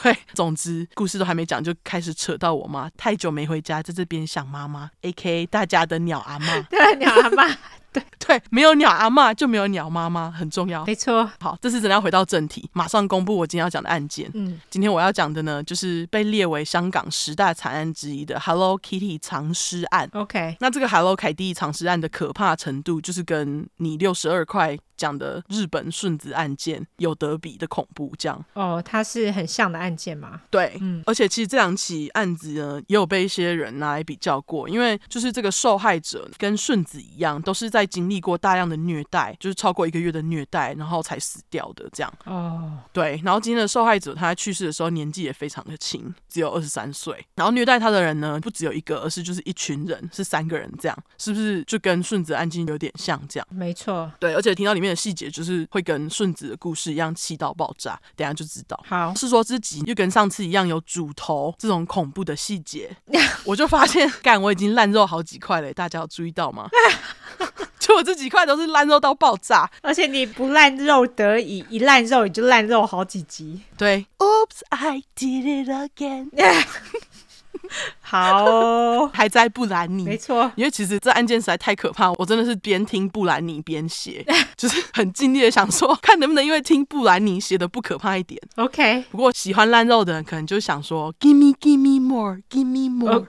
Speaker 1: 对，总之故事都还没讲，就开始扯到我妈。太久没回家，在这边想妈妈，A K A 大家的鸟阿妈
Speaker 2: 对，鸟阿妈，
Speaker 1: 对，没有鸟阿妈就没有鸟妈妈，很重要。
Speaker 2: 没错，
Speaker 1: 好，这次真的要回到正题，马上公布我今天要讲的案件。
Speaker 2: 嗯。
Speaker 1: 今天我要讲的呢，就是被列为香港十大惨案之一的 Hello Kitty 藏尸案。
Speaker 2: OK，
Speaker 1: 那这个 Hello 凯蒂藏尸案的可怕程度，就是跟你六十二块讲的日本顺子案件有得比的恐怖，这样。
Speaker 2: 哦，它是很像的案件嘛？
Speaker 1: 对，
Speaker 2: 嗯
Speaker 1: 而且其实这两起案子呢，也有被一些人拿来比较过，因为就是这个受害者跟顺子一样，都是在经历过大量的虐待，就是超过一个月的虐待，然后才死掉的这样。
Speaker 2: 哦，
Speaker 1: 对，然后今天的受害者他在去世的时候年纪也非常的轻，只有二十三岁，然后虐待他的人呢，不只有一个，而是就是一群人，是三个人这样，是不是就跟顺子案件有点像这样？
Speaker 2: 没错。
Speaker 1: 对，而且听到里面的细节，就是会跟顺子的故事一样气到爆炸，等一下就知道。
Speaker 2: 好，
Speaker 1: 是说自己又跟上次一样有主头这种恐怖的细 节，我就发现，干我已经烂肉好几块了，大家有注意到吗？ 就我这几块都是烂肉到爆炸，
Speaker 2: 而且你不烂肉得已，一烂肉你就烂肉好几集。
Speaker 1: 对，Oops I did it again，
Speaker 2: 好 哦、
Speaker 1: 还在布兰
Speaker 2: 没
Speaker 1: 妮。
Speaker 2: 错，
Speaker 1: 因为其实这案件实在太可怕，我真的是边听布兰妮边 写，就是很尽力的想说，看能不能因为听布兰妮写的不可怕一点。
Speaker 2: OK，OK，、
Speaker 1: 不过喜欢烂肉的人可能就想说，Give me, give me more, give me more。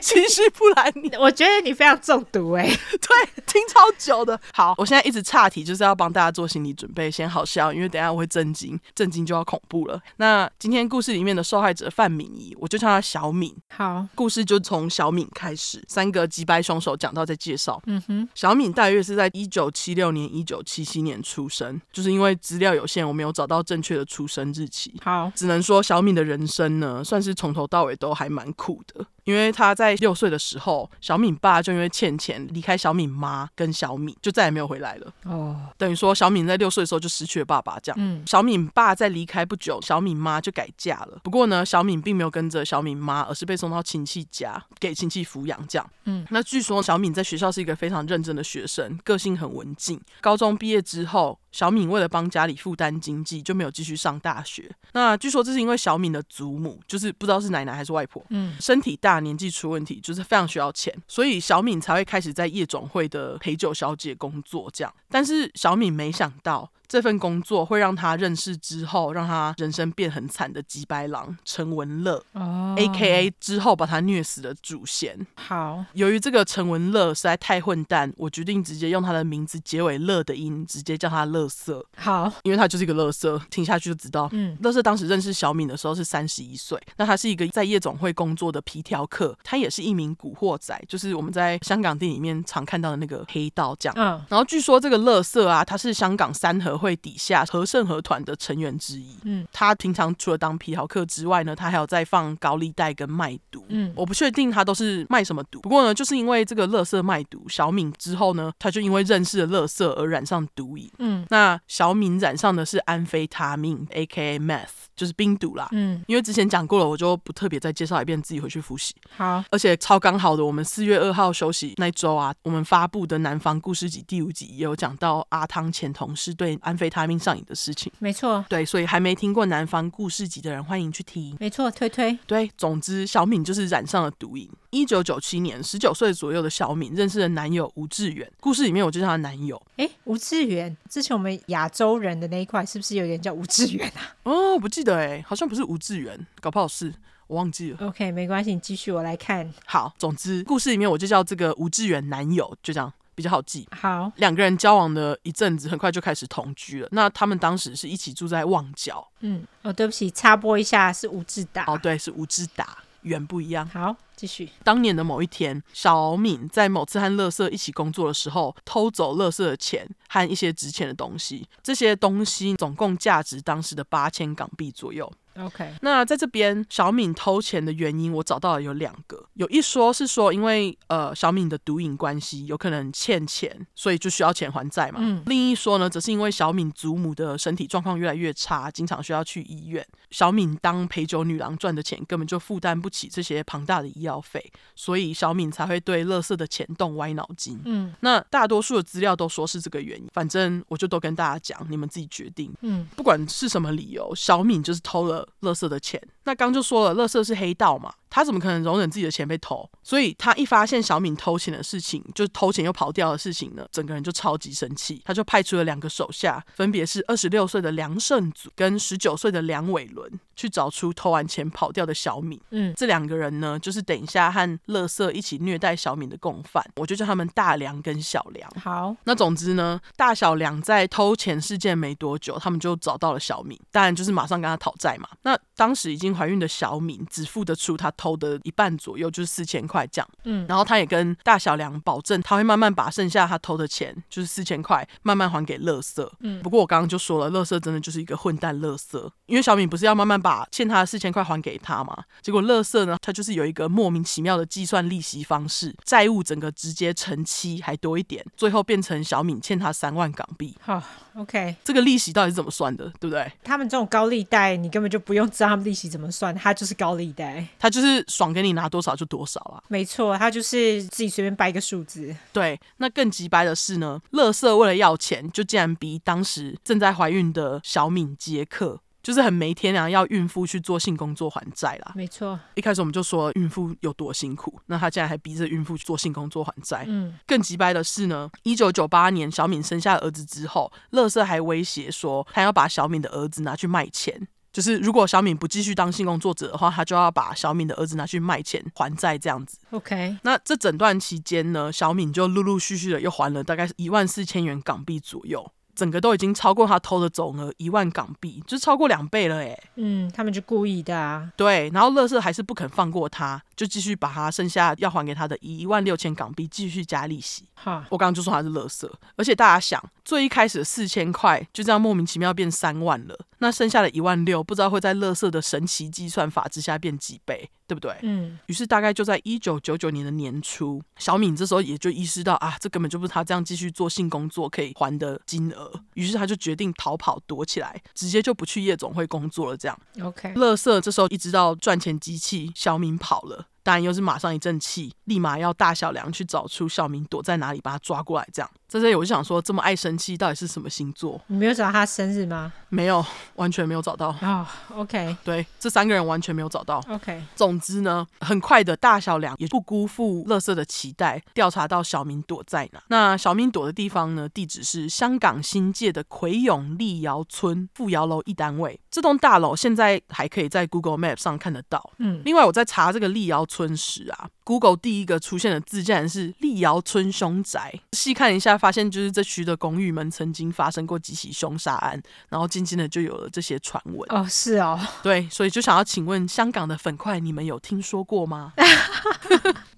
Speaker 1: 其实布兰妮，
Speaker 2: 嗯 我觉得你非常中毒哎、
Speaker 1: 对，听超久的。好，我现在一直岔题，就是要帮大家做心理准备，先好笑，因为等一下我会震惊，震惊就要恐怖了。那今天故事里面的受害者范敏仪，我就叫她小敏。
Speaker 2: 好，
Speaker 1: 故事就从小敏开始，三个击败凶手讲到再介绍。
Speaker 2: 嗯哼，
Speaker 1: 小敏大约是在一九七六年、一九七七年出生，就是因为资料有限，我没有找到正确的出生日期。
Speaker 2: 好，
Speaker 1: 只能说小敏的人生呢，算是从头到尾都还蛮苦的。因为她在六岁的时候，小敏爸就因为欠钱离开小敏妈跟小敏，就再也没有回来了。
Speaker 2: 哦，
Speaker 1: 等于说小敏在六岁的时候就失去了爸爸，这样。
Speaker 2: 嗯，
Speaker 1: 小敏爸在离开不久，小敏妈就改嫁了。不过呢，小敏并没有跟着小敏妈，而是被送到亲戚家给亲戚抚养。这样，
Speaker 2: 嗯，
Speaker 1: 那据说小敏在学校是一个非常认真的学生，个性很文静。高中毕业之后，小敏为了帮家里负担经济，就没有继续上大学。那据说这是因为小敏的祖母，就是不知道是奶奶还是外婆，
Speaker 2: 嗯，
Speaker 1: 身体大，年纪出问题，就是非常需要钱，所以小敏才会开始在夜总会的陪酒小姐工作这样。但是小敏没想到。这份工作会让她认识之后，让她人生变很惨的吉白狼陈文乐、
Speaker 2: 哦
Speaker 1: a K A 之后把她虐死的主嫌。
Speaker 2: 好，
Speaker 1: 由于这个陈文乐实在太混蛋，我决定直接用他的名字结尾“乐”的音，直接叫他“乐色”，
Speaker 2: 好，
Speaker 1: 因为他就是一个乐色，听下去就知道。
Speaker 2: 嗯，
Speaker 1: 乐色当时认识小敏的时候是三十一岁，那他是一个在夜总会工作的皮条客，他也是一名古惑仔，就是我们在香港电影里面常看到的那个黑道这样。
Speaker 2: 嗯，
Speaker 1: 然后据说这个乐色啊，他是香港三合会底下和盛和团的成员之一。
Speaker 2: 嗯，
Speaker 1: 他平常除了当皮条客之外呢，他还有在放高利贷跟卖毒。
Speaker 2: 嗯
Speaker 1: 我不确定他都是卖什么毒，不过呢，就是因为这个乐色卖毒，小敏之后呢，他就因为认识了乐色而染上毒瘾。
Speaker 2: 嗯，
Speaker 1: 那小敏染上的是安非他命 （A.K.A. meth），就是冰毒啦。
Speaker 2: 嗯，
Speaker 1: 因为之前讲过了，我就不特别再介绍一遍，自己回去复习。
Speaker 2: 好，
Speaker 1: 而且超刚好的，我们四月二号休息那周啊，我们发布的《南方故事集》第五集也有讲到阿汤前同事对安非他命上瘾的事情。
Speaker 2: 没错，
Speaker 1: 对，所以还没听过《南方故事集》的人，欢迎去听。
Speaker 2: 没错，推推，
Speaker 1: 对，总之小敏就是染上了毒瘾。一九九七年，十九岁左右的小敏认识了男友吴志远，故事里面我就叫他男友。
Speaker 2: 哎，吴志远，之前我们亚洲人的那一块是不是有点叫吴志远啊
Speaker 1: 哦，我不记得哎，好像不是吴志远，搞不好是我忘记了。
Speaker 2: ？OK，没关系，你继续，我来看。
Speaker 1: 好，总之故事里面我就叫这个吴志远男友，就这样比较好记。
Speaker 2: 好，
Speaker 1: 两个人交往了一阵子，很快就开始同居了。那他们当时是一起住在旺角，
Speaker 2: 嗯，哦，对不起，插播一下，是吴志达。
Speaker 1: 哦，对，是吴志达，远不一样。
Speaker 2: 好，继续。
Speaker 1: 当年的某一天，小敏在某次和乐色一起工作的时候，偷走乐色的钱和一些值钱的东西。这些东西总共价值当时的八千港币左右。
Speaker 2: OK，
Speaker 1: 那在这边，小敏偷钱的原因，我找到了有两个，有一说是说因为呃小敏的毒瘾关系，有可能欠钱，所以就需要钱还债嘛。
Speaker 2: 嗯
Speaker 1: 另一说呢，则是因为小敏祖母的身体状况越来越差，经常需要去医院。小敏当陪酒女郎赚的钱根本就负担不起这些庞大的医药费，所以小敏才会对乐色的钱动歪脑筋。
Speaker 2: 嗯
Speaker 1: 那大多数的资料都说是这个原因，反正我就都跟大家讲，你们自己决定。
Speaker 2: 嗯
Speaker 1: 不管是什么理由，小敏就是偷了乐色的钱。那刚就说了，乐色是黑道嘛，他怎么可能容忍自己的钱被偷？所以他一发现小敏偷钱的事情，就是偷钱又跑掉的事情呢，整个人就超级生气。他就派出了两个手下，分别是二十六岁的梁胜祖跟十九岁的梁伟伦，去找出偷完钱跑掉的小敏。
Speaker 2: 嗯，
Speaker 1: 这两个人呢，就是等一下和乐色一起虐待小敏的共犯，我就叫他们大梁跟小梁。
Speaker 2: 好，
Speaker 1: 那总之呢，大小梁在偷钱事件没多久，他们就找到了小敏，当然就是马上跟她讨债嘛。那当时已经怀孕的小敏只付得出她偷的一半左右，就是四千块这样。
Speaker 2: 嗯
Speaker 1: 然后她也跟大小梁保证，她会慢慢把剩下她偷的钱，就是四千块，慢慢还给乐色。
Speaker 2: 嗯
Speaker 1: 不过我刚刚就说了，乐色真的就是一个混蛋乐色，因为小敏不是要慢慢把欠她的四千块还给她嘛？结果乐色呢，他就是有一个莫名其妙的计算利息方式，债务整个直接乘七还多一点，最后变成小敏欠他三万港币。
Speaker 2: 好，OK。
Speaker 1: 这个利息到底是怎么算的，对不对？
Speaker 2: 他们这种高利贷，你根本就不用知道他们利息怎么算，他就是高利贷。
Speaker 1: 他就是爽给你拿多少就多少啦。
Speaker 2: 没错，他就是自己随便掰一个数字。
Speaker 1: 对，那更急白的是呢，乐色为了要钱，就竟然逼当时正在怀孕的小敏接客，就是很没天良，要孕妇去做性工作还债啦。
Speaker 2: 没错，
Speaker 1: 一开始我们就说孕妇有多辛苦，那她竟然还逼着孕妇去做性工作还债。
Speaker 2: 嗯
Speaker 1: 更急掰的是呢，一九九八年小敏生下儿子之后，乐色还威胁说他要把小敏的儿子拿去卖钱。就是如果小敏不继续当性工作者的话，他就要把小敏的儿子拿去卖钱还债这样子。
Speaker 2: OK，
Speaker 1: 那这整段期间呢，小敏就陆陆续续的又还了大概一万四千元港币左右，整个都已经超过他偷的总额一万港币，就超过两倍了诶。
Speaker 2: 嗯，他们就故意的啊。
Speaker 1: 对，然后乐色还是不肯放过他，就继续把他剩下要还给他的一万六千港币继续加利息。
Speaker 2: 哈，
Speaker 1: 我刚刚就说他是乐色，而且大家想，最一开始的四千块就这样莫名其妙变三万了，那剩下的一万六不知道会在乐色的神奇计算法之下变几倍，对不对？
Speaker 2: 嗯，
Speaker 1: 于是大概就在一九九九年的年初，小敏这时候也就意识到啊，这根本就不是她这样继续做性工作可以还的金额，于是她就决定逃跑躲起来，直接就不去夜总会工作了。这样，
Speaker 2: OK，
Speaker 1: 乐色这时候一知道赚钱机器小敏跑了。当然又是马上一阵气，立马要大小梁去找出小敏躲在哪里，把她抓过来。这样，在这里我就想说，这么爱生气到底是什么星座？
Speaker 2: 你没有找他生日吗？
Speaker 1: 没有，完全没有找到。
Speaker 2: 哦，OK，OK、
Speaker 1: 对，这三个人完全没有找到。
Speaker 2: o k
Speaker 1: 总之呢，很快的大小梁也不辜负乐色的期待，调查到小明躲在哪。那小明躲的地方呢，地址是香港新界的葵涌利瑶村富瑶楼一单位。这栋大楼现在还可以在 Google Map 上看得到。
Speaker 2: 嗯，
Speaker 1: 另外我在查这个利瑶村时啊，Google 第一个出现的字竟然是利瑶村凶宅。细看一下，发现就是这区的公寓们曾经发生过几起凶杀案，然后渐渐的就有了这些传闻。
Speaker 2: 哦，是哦，
Speaker 1: 对，所以就想要请问香港的粉块，你们有听说过吗？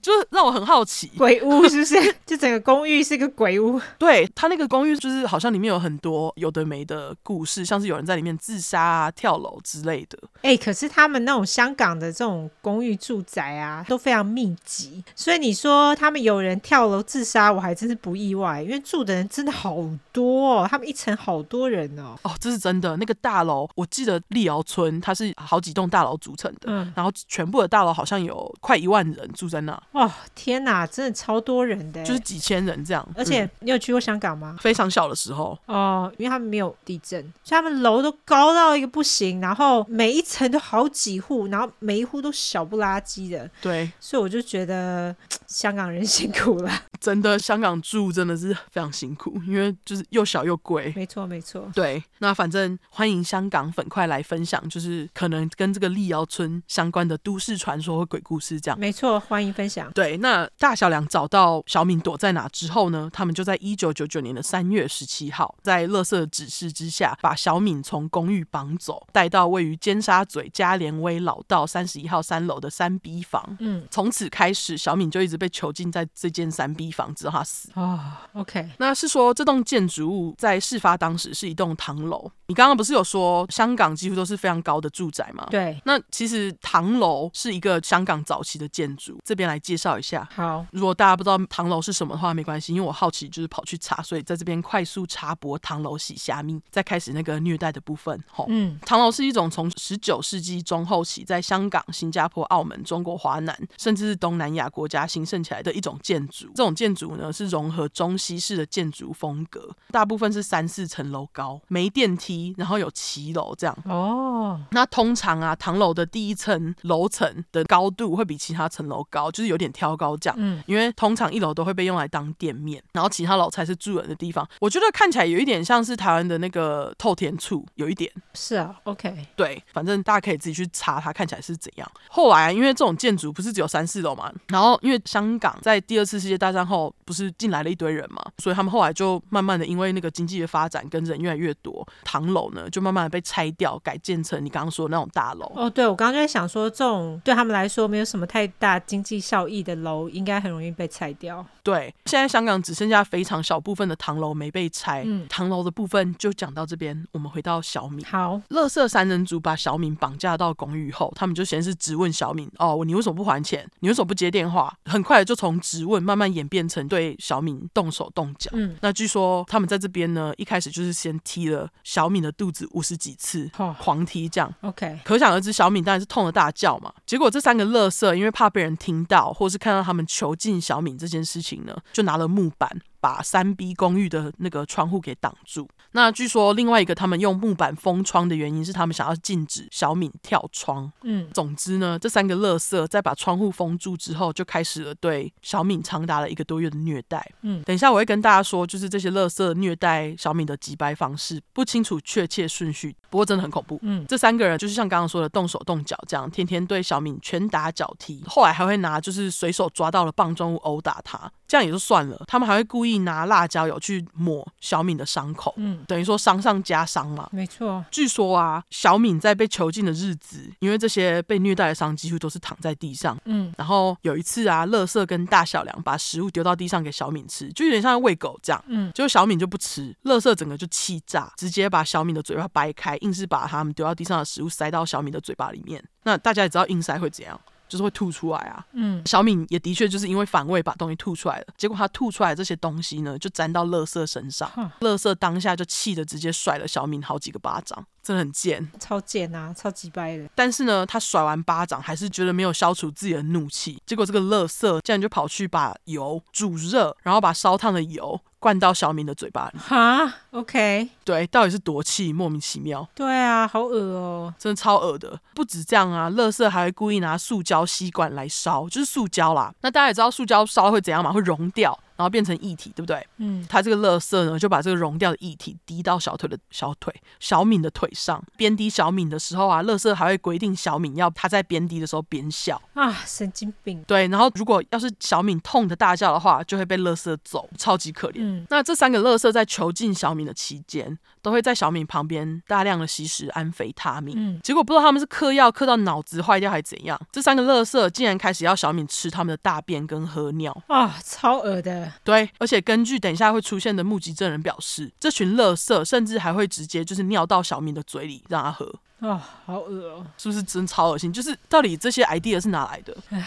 Speaker 1: 就是让我很好奇。
Speaker 2: 鬼屋是不 是？就整个公寓是个鬼屋。
Speaker 1: 对他那个公寓，就是好像里面有很多有的没的故事，像是有人在里面自杀啊、跳楼之类的。
Speaker 2: 哎、可是他们那种香港的这种公寓住宅啊，都非常密集，所以你说他们有人跳楼自杀，我还真是不意外，因为住的人真的好多、哦，他们一层好多人哦。
Speaker 1: 哦，这是真的。那个大楼，我记得利瑶村它是好几栋大楼组成的，
Speaker 2: 嗯，
Speaker 1: 然后全部的大楼好像有快一万人住在那，
Speaker 2: 哦，天哪，真的超多人的欸，
Speaker 1: 就是几千人这样。
Speaker 2: 而且、
Speaker 1: 嗯
Speaker 2: 你有去过香港吗？
Speaker 1: 非常小的时候，
Speaker 2: 哦，因为他们没有地震，所以他们楼都高到一个不行，然后每一层都好几户，然后每一户都小不拉几的，
Speaker 1: 对，
Speaker 2: 所以我就觉得香港人辛苦了。
Speaker 1: 真的香港住真的是非常辛苦，因为就是又小又贵。
Speaker 2: 没错，没错。
Speaker 1: 对，那反正欢迎香港粉快来分享，就是可能跟这个利瑶村相关的都市传说和鬼故事这样。
Speaker 2: 没错，欢迎分享。
Speaker 1: 对，那大小梁找到小敏躲在哪之后呢？他们就在一九九九年的三月十七号，在乐色指示之下，把小敏从公寓绑走，带到位于尖沙咀加连威老道三十一号三楼的三 B 房。
Speaker 2: 嗯，
Speaker 1: 从此开始，小敏就一直被囚禁在这间三 B 房，直到她死。
Speaker 2: 哦，OK，
Speaker 1: 那是说这栋建筑物在事发当时是一栋唐楼。你刚刚不是有说香港几乎都是非常高的住宅吗？。
Speaker 2: 对，
Speaker 1: 那其实唐楼是一个香港早期的建筑，这边来介绍一下。
Speaker 2: 好，
Speaker 1: 如果大家不知道唐楼是什么的话，没关系，因为我好奇就是跑去查，所以在这边快速查博唐楼洗虾米，再开始那个虐待的部分。吼，
Speaker 2: 嗯
Speaker 1: 唐楼是一种从十九世纪中后期在香港、新加坡、澳门、中国华南，甚至是东南亚国家兴盛起来的一种建筑。这种建筑呢是融合中西式的建筑风格，大部分是三四层楼高，没电梯，然后有骑楼这样。
Speaker 2: 哦，
Speaker 1: 那通常啊，唐楼的第一层楼层的高度会比其他层楼高，就是有点挑高这样。
Speaker 2: 嗯
Speaker 1: 因为通常一楼都会被用来当店面，然后其他楼才是住人的地方。我觉得看起来有一点像是台湾的那个透天厝，有一点。
Speaker 2: 是啊，OK，
Speaker 1: 对，反正大家可以自己去查它看起来是怎样。后来、啊、因为这种建筑不是只有三四楼嘛，然后因为香港在第二次世界大战后不是进来了一堆人嘛，所以他们后来就慢慢的因为那个经济的发展跟人越来越多，唐楼呢就慢慢的被拆掉，改建成你刚刚说的那种大楼。
Speaker 2: 哦，对，我刚刚就在想说，这种对他们来说没有什么太大经济效益的楼，应该很容易被拆掉。
Speaker 1: 对，现在香港只剩下非常小部分的唐楼没被拆，
Speaker 2: 嗯
Speaker 1: 唐楼的部分就讲到这边，我们回到小米。
Speaker 2: 好，
Speaker 1: 乐色三人组把小敏绑架到公寓后，他们就先是质问小敏：“哦，你为什么不还钱？你为什么不接电话？”很快就从质问慢慢演变成对小敏动手动脚。
Speaker 2: 嗯，
Speaker 1: 那据说他们在这边呢，一开始就是先踢了小敏的肚子五十几次，
Speaker 2: 哦
Speaker 1: 狂踢这样。
Speaker 2: ，OK，
Speaker 1: 可想而知，小敏当然是痛得大叫嘛。结果这三个乐色因为怕被人听到，或是看到他们囚禁小敏这件事情呢，就拿了木板把三 B 公寓的那个窗户给挡住。那据说另外一个他们用木板封窗的原因是他们想要禁止小敏跳窗。
Speaker 2: 嗯，
Speaker 1: 总之呢，这三个垃圾在把窗户封住之后，就开始了对小敏长达了一个多月的虐待。
Speaker 2: 嗯，
Speaker 1: 等一下我会跟大家说，就是这些垃圾虐待小敏的击败方式，不清楚确切顺序，不过真的很恐怖。
Speaker 2: 嗯，
Speaker 1: 这三个人就是像刚刚说的动手动脚这样，天天对小敏拳打脚踢，后来还会拿就是随手抓到了棒状物殴打她，这样也就算了，他们还会故意拿辣椒油去抹小敏的伤口，
Speaker 2: 嗯，
Speaker 1: 等于说伤上加伤嘛。
Speaker 2: 没错，
Speaker 1: 据说啊，小敏在被囚禁的日子，因为这些被虐待的伤几乎都是躺在地上。
Speaker 2: 嗯，
Speaker 1: 然后有一次啊，乐色跟大小梁把食物丢到地上给小敏吃，就有点像在喂狗这样。
Speaker 2: 嗯，
Speaker 1: 结果小敏就不吃，乐色整个就气炸，直接把小敏的嘴巴掰开，硬是把他们丢到地上的食物塞到小敏的嘴巴里面。那大家也知道硬塞会怎样，就是会吐出来啊。
Speaker 2: 嗯，
Speaker 1: 小敏也的确就是因为反胃把东西吐出来了，结果她吐出来这些东西呢，就沾到乐色身上
Speaker 2: 哼，
Speaker 1: 乐色当下就气得直接甩了小敏好几个巴掌，真的很贱。
Speaker 2: 超贱啊，超级掰的，
Speaker 1: 但是呢，她甩完巴掌还是觉得没有消除自己的怒气，结果这个乐色竟然就跑去把油煮热，然后把烧烫的油灌到小敏的嘴巴里，
Speaker 2: 哈，OK，
Speaker 1: 对，到底是多气，莫名其妙。
Speaker 2: 对啊，好恶哦、
Speaker 1: 真的超恶的。不止这样啊，乐色还会故意拿塑胶吸管来烧，就是塑胶啦。那大家也知道塑胶烧会怎样嘛，会溶掉，然后变成液体，对不对？
Speaker 2: 嗯，
Speaker 1: 他这个乐色呢，就把这个溶掉的液体滴到小腿的小腿小敏的腿上。边滴小敏的时候啊，乐色还会规定小敏要她在边滴的时候边笑。
Speaker 2: 啊，神经病，
Speaker 1: 对，然后如果要是小敏痛的大叫的话，就会被乐色揍，超级可怜。
Speaker 2: 嗯
Speaker 1: 那这三个乐色在囚禁小敏的期间，都会在小敏旁边大量的吸食安非他命。
Speaker 2: 嗯，
Speaker 1: 结果不知道他们是嗑药嗑到脑子坏掉还是怎样，这三个乐色竟然开始要小敏吃他们的大便跟喝尿。
Speaker 2: 啊，超恶的，
Speaker 1: 对，而且根据等一下会出现的目击证人表示，这群乐色甚至还会直接就是尿到小敏的嘴里让她喝，
Speaker 2: 哦，好恶哦、
Speaker 1: 是不是真超恶心？就是到底这些 idea 是哪来的？唉，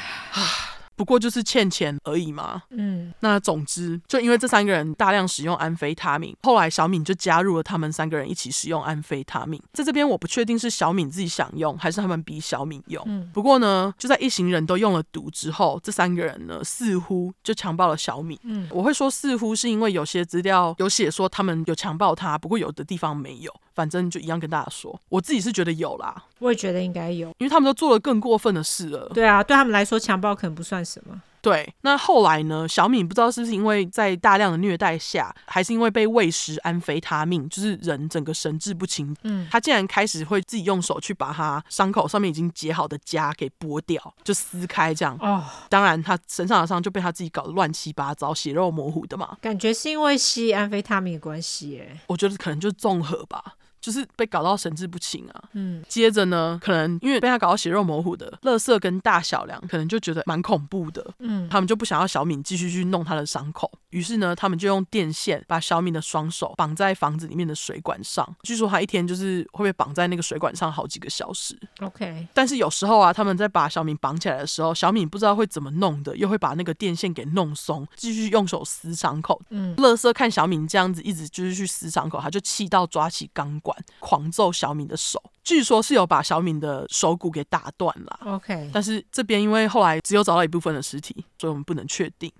Speaker 1: 不过就是欠钱而已嘛。
Speaker 2: 嗯
Speaker 1: 那总之，就因为这三个人大量使用安非他命，后来小敏就加入了他们三个人一起使用安非他命。在这边我不确定是小敏自己想用，还是他们逼小敏用。
Speaker 2: 嗯
Speaker 1: 不过呢，就在一行人都用了毒之后，这三个人呢似乎就强暴了小敏。
Speaker 2: 嗯
Speaker 1: 我会说似乎是因为有些资料有写说他们有强暴她，不过有的地方没有。反正就一样跟大家说，我自己是觉得有啦，
Speaker 2: 我也觉得应该有。
Speaker 1: 因为他们都做了更过分的事了。
Speaker 2: 对啊，对他们来说，强暴可能不算什么。
Speaker 1: 对，那后来呢？小敏不知道是不是因为在大量的虐待下，还是因为被喂食安非他命，就是人整个神志不清。
Speaker 2: 嗯
Speaker 1: 她竟然开始会自己用手去把她伤口上面已经结好的痂给剥掉，就撕开这样。
Speaker 2: 哦，
Speaker 1: 当然，她身上的伤就被她自己搞得乱七八糟，血肉模糊的嘛。
Speaker 2: 感觉是因为吸安非他命的关系耶。
Speaker 1: 我觉得可能就是综合吧，就是被搞到神志不清啊。
Speaker 2: 嗯
Speaker 1: 接着呢，可能因为被她搞到血肉模糊的，乐色跟大小梁可能就觉得蛮恐怖的，
Speaker 2: 嗯
Speaker 1: 他们就不想要小敏继续去弄她的伤口，于是呢，他们就用电线把小敏的双手绑在房子里面的水管上。据说她一天就是会被绑在那个水管上好几个小时。
Speaker 2: ，OK，
Speaker 1: 但是有时候啊，他们在把小敏绑起来的时候，小敏不知道会怎么弄的，又会把那个电线给弄松，继续用手撕伤口。
Speaker 2: 嗯
Speaker 1: 乐色看小敏这样子一直就是去撕伤口，他就气到抓起钢管狂揍小敏的手，据说是有把小敏的手骨给打断啦。
Speaker 2: ，OK，OK，、
Speaker 1: 但是这边因为后来只有找到一部分的尸体，所以我们不能确定，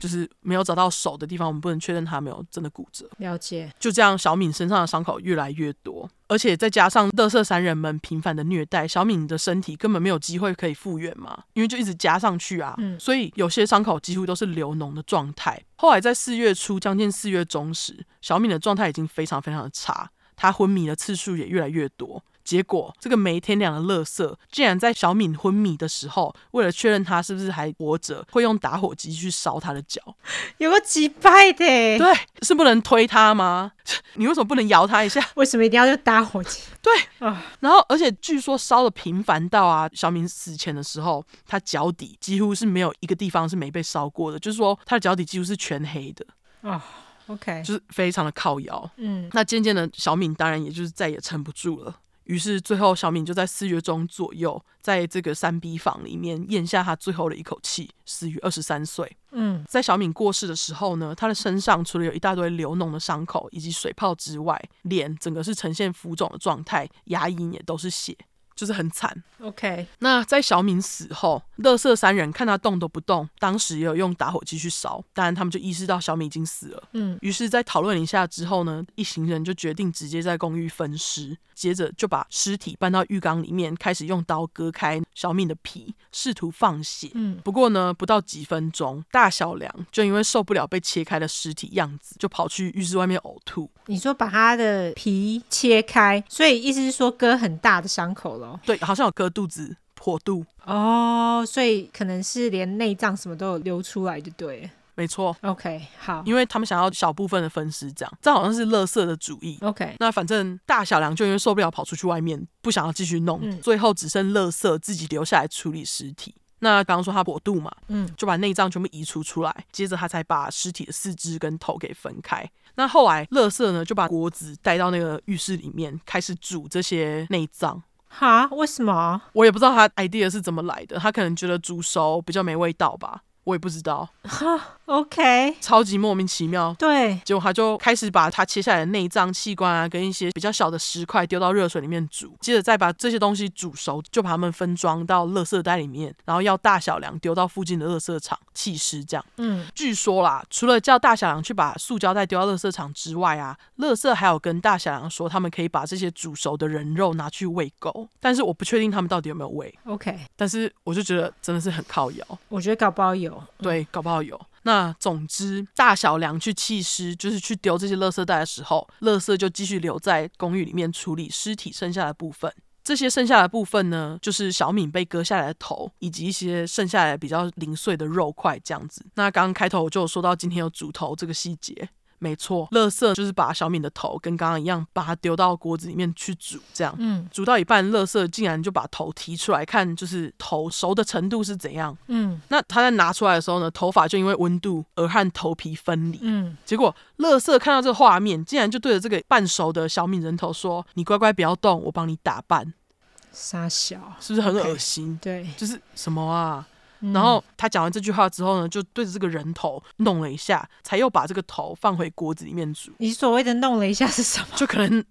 Speaker 1: 就是没有找到手的地方，我们不能确认他没有真的骨折。
Speaker 2: 了解。
Speaker 1: 就这样，小敏身上的伤口越来越多，而且再加上乐色三人们频繁的虐待，小敏的身体根本没有机会可以复原嘛，因为就一直加上去啊，
Speaker 2: 嗯
Speaker 1: 所以有些伤口几乎都是流脓的状态。后来在四月初，将近四月中时，小敏的状态已经非常非常的差，她昏迷的次数也越来越多。结果，这个没天良的乐色竟然在小敏昏迷的时候，为了确认她是不是还活着，会用打火机去烧她的脚。
Speaker 2: 有个击败的耶，
Speaker 1: 对，是不能推他吗？ 你为什么不能摇他一下？
Speaker 2: 为什么一定要用打火机？
Speaker 1: 对
Speaker 2: 啊，
Speaker 1: 然后，而且据说烧的频繁到啊，小敏死前的时候，他脚底几乎是没有一个地方是没被烧过的，就是说他的脚底几乎是全黑的，
Speaker 2: o k
Speaker 1: 就是非常的靠摇。
Speaker 2: 嗯
Speaker 1: 那渐渐的，小敏当然也就是再也撑不住了。于是最后，小敏就在四月中左右，在这个三 B 房里面咽下她最后的一口气，死于二十三岁。
Speaker 2: 嗯
Speaker 1: 在小敏过世的时候呢，她的身上除了有一大堆流脓的伤口以及水泡之外，脸整个是呈现浮肿的状态，牙龈也都是血。就是很惨。
Speaker 2: OK，
Speaker 1: 那在小敏死后，乐色三人看他动都不动，当时也有用打火机去烧，当然他们就意识到小敏已经死了。
Speaker 2: 嗯，
Speaker 1: 于是，在讨论一下之后呢，一行人就决定直接在公寓分尸，接着就把尸体搬到浴缸里面，开始用刀割开小敏的皮，试图放血。
Speaker 2: 嗯，
Speaker 1: 不过呢，不到几分钟，大小梁就因为受不了被切开的尸体样子，就跑去浴室外面呕吐。
Speaker 2: 你说把他的皮切开，所以意思是说割很大的伤口咯。
Speaker 1: 对，好像有割肚子、破肚，
Speaker 2: 哦，所以可能是连内脏什么都有流出来，就对了。
Speaker 1: 没错，
Speaker 2: OK，好
Speaker 1: 因为他们想要小部分的分尸，这样这好像是乐色的主意。
Speaker 2: ，OK，
Speaker 1: 那反正大小梁就因为受不了，跑出去外面，不想要继续弄，
Speaker 2: 嗯
Speaker 1: 最后只剩垃圾自己留下来处理尸体。那刚刚说他搏度嘛，
Speaker 2: 嗯，
Speaker 1: 就把内脏全部移除出来，接着他才把尸体的四肢跟头给分开。那后来，乐色呢就把锅子带到那个浴室里面，开始煮这些内脏。
Speaker 2: 哈，为什么？
Speaker 1: 我也不知道他 idea 是怎么来的，他可能觉得煮熟比较没味道吧，我也不知道，
Speaker 2: 哈，OK，
Speaker 1: 超级莫名其妙。
Speaker 2: 对，
Speaker 1: 结果他就开始把他切下来的内脏、器官啊，跟一些比较小的石块丢到热水里面煮，接着再把这些东西煮熟，就把它们分装到垃圾袋里面，然后要大小梁丢到附近的垃圾场弃尸。这样，
Speaker 2: 嗯，
Speaker 1: 据说啦，除了叫大小梁去把塑胶袋丢到垃圾场之外啊，垃圾还有跟大小梁说，他们可以把这些煮熟的人肉拿去喂狗，但是我不确定他们到底有没有喂，
Speaker 2: OK，
Speaker 1: 但是我就觉得真的是很靠摇。
Speaker 2: 我觉得搞不好有。
Speaker 1: 对，搞不好有。那总之，大小梁去弃尸，就是去丢这些垃圾袋的时候，垃圾就继续留在公寓里面处理尸体剩下的部分。这些剩下的部分呢，就是小敏被割下来的头，以及一些剩下来比较零碎的肉块这样子。那刚刚开头我就有说到今天有煮头这个细节，没错，垃圾就是把小敏的头跟刚刚一样，把它丢到锅子里面去煮，这样
Speaker 2: 嗯
Speaker 1: 煮到一半，垃圾竟然就把头提出来看，就是头熟的程度是怎样。
Speaker 2: 嗯
Speaker 1: 那他在拿出来的时候呢，头发就因为温度而和头皮分离。
Speaker 2: 嗯，
Speaker 1: 结果，乐色看到这个画面，竟然就对着这个半熟的小敏人头说：“你乖乖不要动，我帮你打扮。
Speaker 2: 傻小”，
Speaker 1: 是不是很
Speaker 2: OK
Speaker 1: 恶心
Speaker 2: 对。
Speaker 1: 就是什么啊？
Speaker 2: 嗯
Speaker 1: 然后他讲完这句话之后呢，就对着这个人头弄了一下，才又把这个头放回锅子里面煮，
Speaker 2: 你所谓的弄了一下是什么？
Speaker 1: 就可能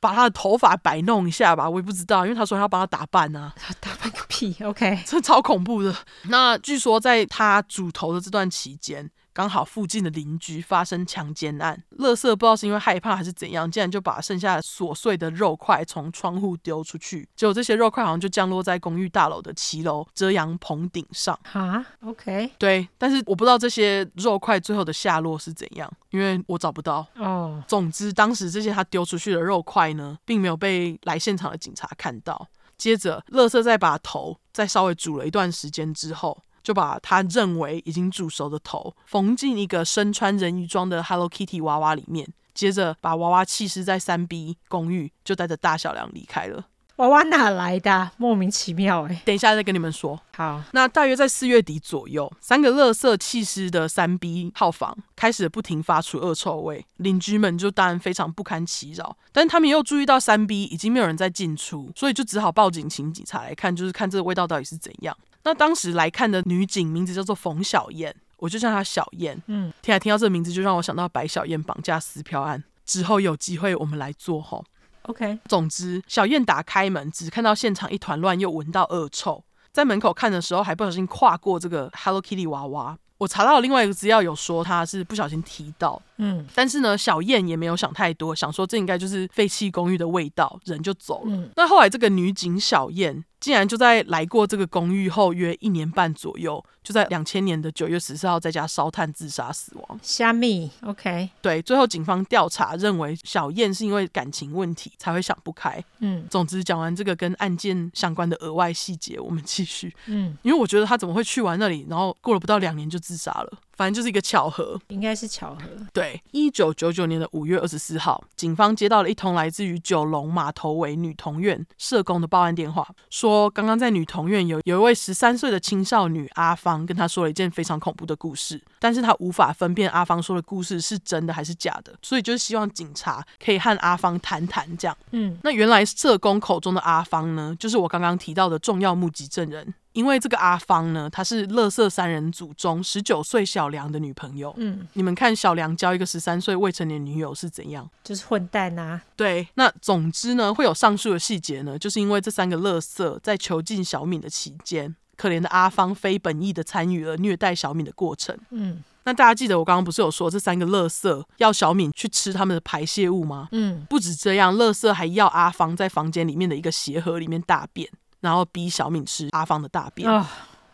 Speaker 1: 把他的头发摆弄一下吧，我也不知道，因为他说他要帮他打扮啊。
Speaker 2: 打扮个屁！OK，
Speaker 1: 这超恐怖的。那据说在他主头的这段期间，刚好附近的邻居发生强奸案，乐色不知道是因为害怕还是怎样，竟然就把剩下琐碎的肉块从窗户丢出去，结果这些肉块好像就降落在公寓大楼的骑楼遮阳棚顶上。
Speaker 2: 哈，OK，
Speaker 1: 对，但是我不知道这些肉块最后的下落是怎样，因为我找不到。
Speaker 2: 哦，
Speaker 1: 总之，当时这些他丢出去的肉块呢，并没有被来现场的警察看到。接着，乐色再把头再稍微煮了一段时间之后，就把他认为已经煮熟的头缝进一个身穿人鱼装的 Hello Kitty 娃娃里面。接着把娃娃弃尸在三 B 公寓，就带着大小梁离开了。
Speaker 2: 娃娃哪来的啊、莫名其妙哎、
Speaker 1: 等一下再跟你们说。
Speaker 2: 好，
Speaker 1: 那大约在四月底左右，三个乐色弃尸的三 B 号房开始不停发出恶臭味，邻居们就当然非常不堪其扰。但他们又注意到三 B 已经没有人在进出，所以就只好报警，请警察来看，就是看这个味道到底是怎样。那当时来看的女警名字叫做冯小燕，我就叫她小燕。
Speaker 2: 嗯，
Speaker 1: 听来听到这个名字，就让我想到白小燕绑架撕票案。之后有机会我们来做吼。
Speaker 2: ，OK，
Speaker 1: 总之，小燕打开门，只看到现场一团乱，又闻到恶臭。在门口看的时候，还不小心跨过这个 Hello Kitty 娃娃。我查到另外一个资料有说他是不小心踢到，
Speaker 2: 嗯
Speaker 1: 但是呢，小燕也没有想太多，想说这应该就是废弃公寓的味道，人就走了。
Speaker 2: 嗯，
Speaker 1: 那后来这个女警小燕竟然就在来过这个公寓后约一年半左右，就在两千年的九月十四号在家烧炭自杀死亡。
Speaker 2: 虾米，OK，
Speaker 1: 对，最后警方调查认为小燕是因为感情问题才会想不开，
Speaker 2: 嗯
Speaker 1: 总之，讲完这个跟案件相关的额外细节，我们继续。
Speaker 2: 嗯，
Speaker 1: 因为我觉得他怎么会去完那里，然后过了不到两年就自杀了，反正就是一个巧合。
Speaker 2: 应该是巧合。
Speaker 1: 对，一九九九年的五月二十四号，警方接到了一通来自于九龙码头围女童院社工的报案电话，说刚刚在女童院有有一位十三岁的青少女阿芳跟她说了一件非常恐怖的故事，但是她无法分辨阿芳说的故事是真的还是假的，所以就是希望警察可以和阿芳谈谈这样。
Speaker 2: 嗯
Speaker 1: 那原来社工口中的阿芳呢，就是我刚刚提到的重要目击证人。因为这个阿芳呢，她是乐色三人组中十九岁小梁的女朋友。
Speaker 2: 嗯，
Speaker 1: 你们看小梁交一个十三岁未成年女友是怎样？
Speaker 2: 就是混蛋啊，
Speaker 1: 对，那总之呢，会有上述的细节呢，就是因为这三个乐色在囚禁小敏的期间，可怜的阿芳非本意的参与了虐待小敏的过程。
Speaker 2: 嗯
Speaker 1: 那大家记得我刚刚不是有说这三个乐色要小敏去吃他们的排泄物吗？
Speaker 2: 嗯，
Speaker 1: 不止这样，乐色还要阿芳在房间里面的一个鞋盒里面大便，然后逼小敏吃阿芳的大便，
Speaker 2: 啊、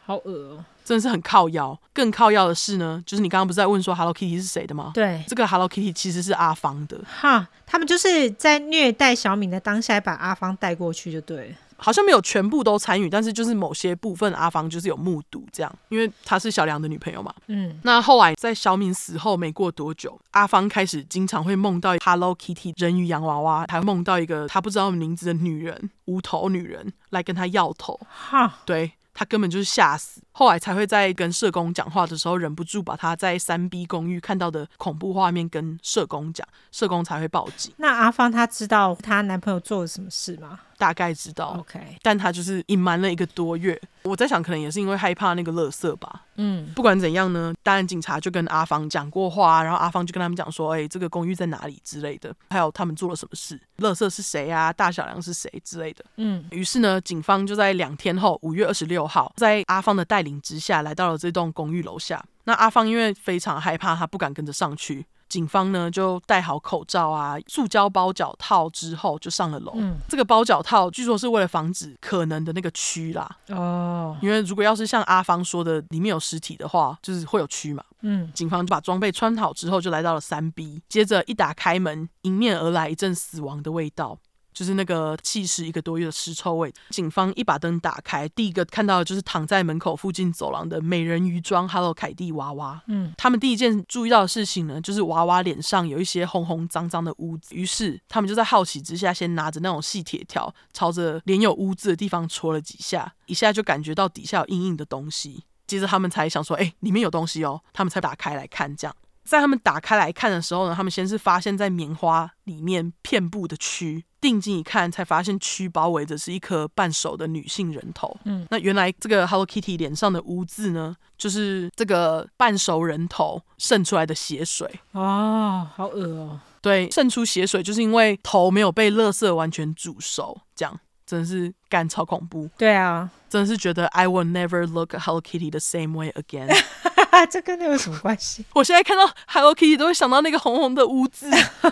Speaker 2: 好恶哦、
Speaker 1: 真的是很靠腰。更靠腰的是呢，就是你刚刚不是在问说 Hello Kitty 是谁的吗？
Speaker 2: 对，
Speaker 1: 这个 Hello Kitty 其实是阿芳的，
Speaker 2: 哈，他们就是在虐待小敏的当下，把阿芳带过去就对了。
Speaker 1: 好像没有全部都参与，但是就是某些部分阿芳就是有目睹这样，因为她是小梁的女朋友嘛。
Speaker 2: 嗯，
Speaker 1: 那后来在小敏死后没过多久，阿芳开始经常会梦到 Hello Kitty 人鱼洋娃娃，还梦到一个她不知道名字的女人，无头女人来跟她要头，
Speaker 2: 哈，
Speaker 1: 对。她根本就是吓死，后来才会在跟社工讲话的时候，忍不住把她在三 B 公寓看到的恐怖画面跟社工讲，社工才会报警。
Speaker 2: 那阿芳她知道她男朋友做了什么事吗
Speaker 1: 大概知道
Speaker 2: ？OK，
Speaker 1: 但他就是隐瞒了一个多月。我在想，可能也是因为害怕那个垃圾吧。
Speaker 2: 嗯，
Speaker 1: 不管怎样呢，当然警察就跟阿芳讲过话，啊然后阿芳就跟他们讲说，哎、这个公寓在哪里之类的，还有他们做了什么事，垃圾是谁啊，大小梁是谁之类的。
Speaker 2: 嗯，
Speaker 1: 于是呢，警方就在两天后，五月二十六号，在阿芳的带领之下，来到了这栋公寓楼下。那阿芳因为非常害怕，她不敢跟着上去。警方呢就戴好口罩啊、塑胶包脚套之后，就上了楼。
Speaker 2: 嗯
Speaker 1: 这个包脚套据说是为了防止可能的那个蛆啦，
Speaker 2: 哦，
Speaker 1: 因为如果要是像阿芳说的里面有尸体的话，就是会有蛆嘛。
Speaker 2: 嗯，
Speaker 1: 警方就把装备穿好之后，就来到了三 B。接着一打开门，迎面而来一阵死亡的味道，就是那个气尸一个多月的尸臭味。警方一把灯打开，第一个看到的就是躺在门口附近走廊的美人鱼装 Hello 凯蒂娃娃。
Speaker 2: 嗯，
Speaker 1: 他们第一件注意到的事情呢，就是娃娃脸上有一些红红脏脏的污渍。于是他们就在好奇之下，先拿着那种细铁条，朝着脸有污渍的地方戳了几下，一下就感觉到底下有硬硬的东西。接着他们才想说，哎、里面有东西哦，他们才打开来看。这样，在他们打开来看的时候呢，他们先是发现在棉花里面遍布的蛆，定睛一看，才发现蛆包围着是一颗半熟的女性人头。
Speaker 2: 嗯，
Speaker 1: 那原来这个 Hello Kitty 脸上的污渍呢，就是这个半熟人头渗出来的血水。
Speaker 2: 哦，好恶哦、
Speaker 1: 对，渗出血水就是因为头没有被垃圾完全煮熟，这样真的是干超恐怖，
Speaker 2: 对啊，
Speaker 1: 真的是觉得 I will never look at Hello Kitty the same way again。
Speaker 2: 哈哈，这跟那有什么关 系
Speaker 1: 我现在看到 Hello Kitty 都会想到那个红红的污渍。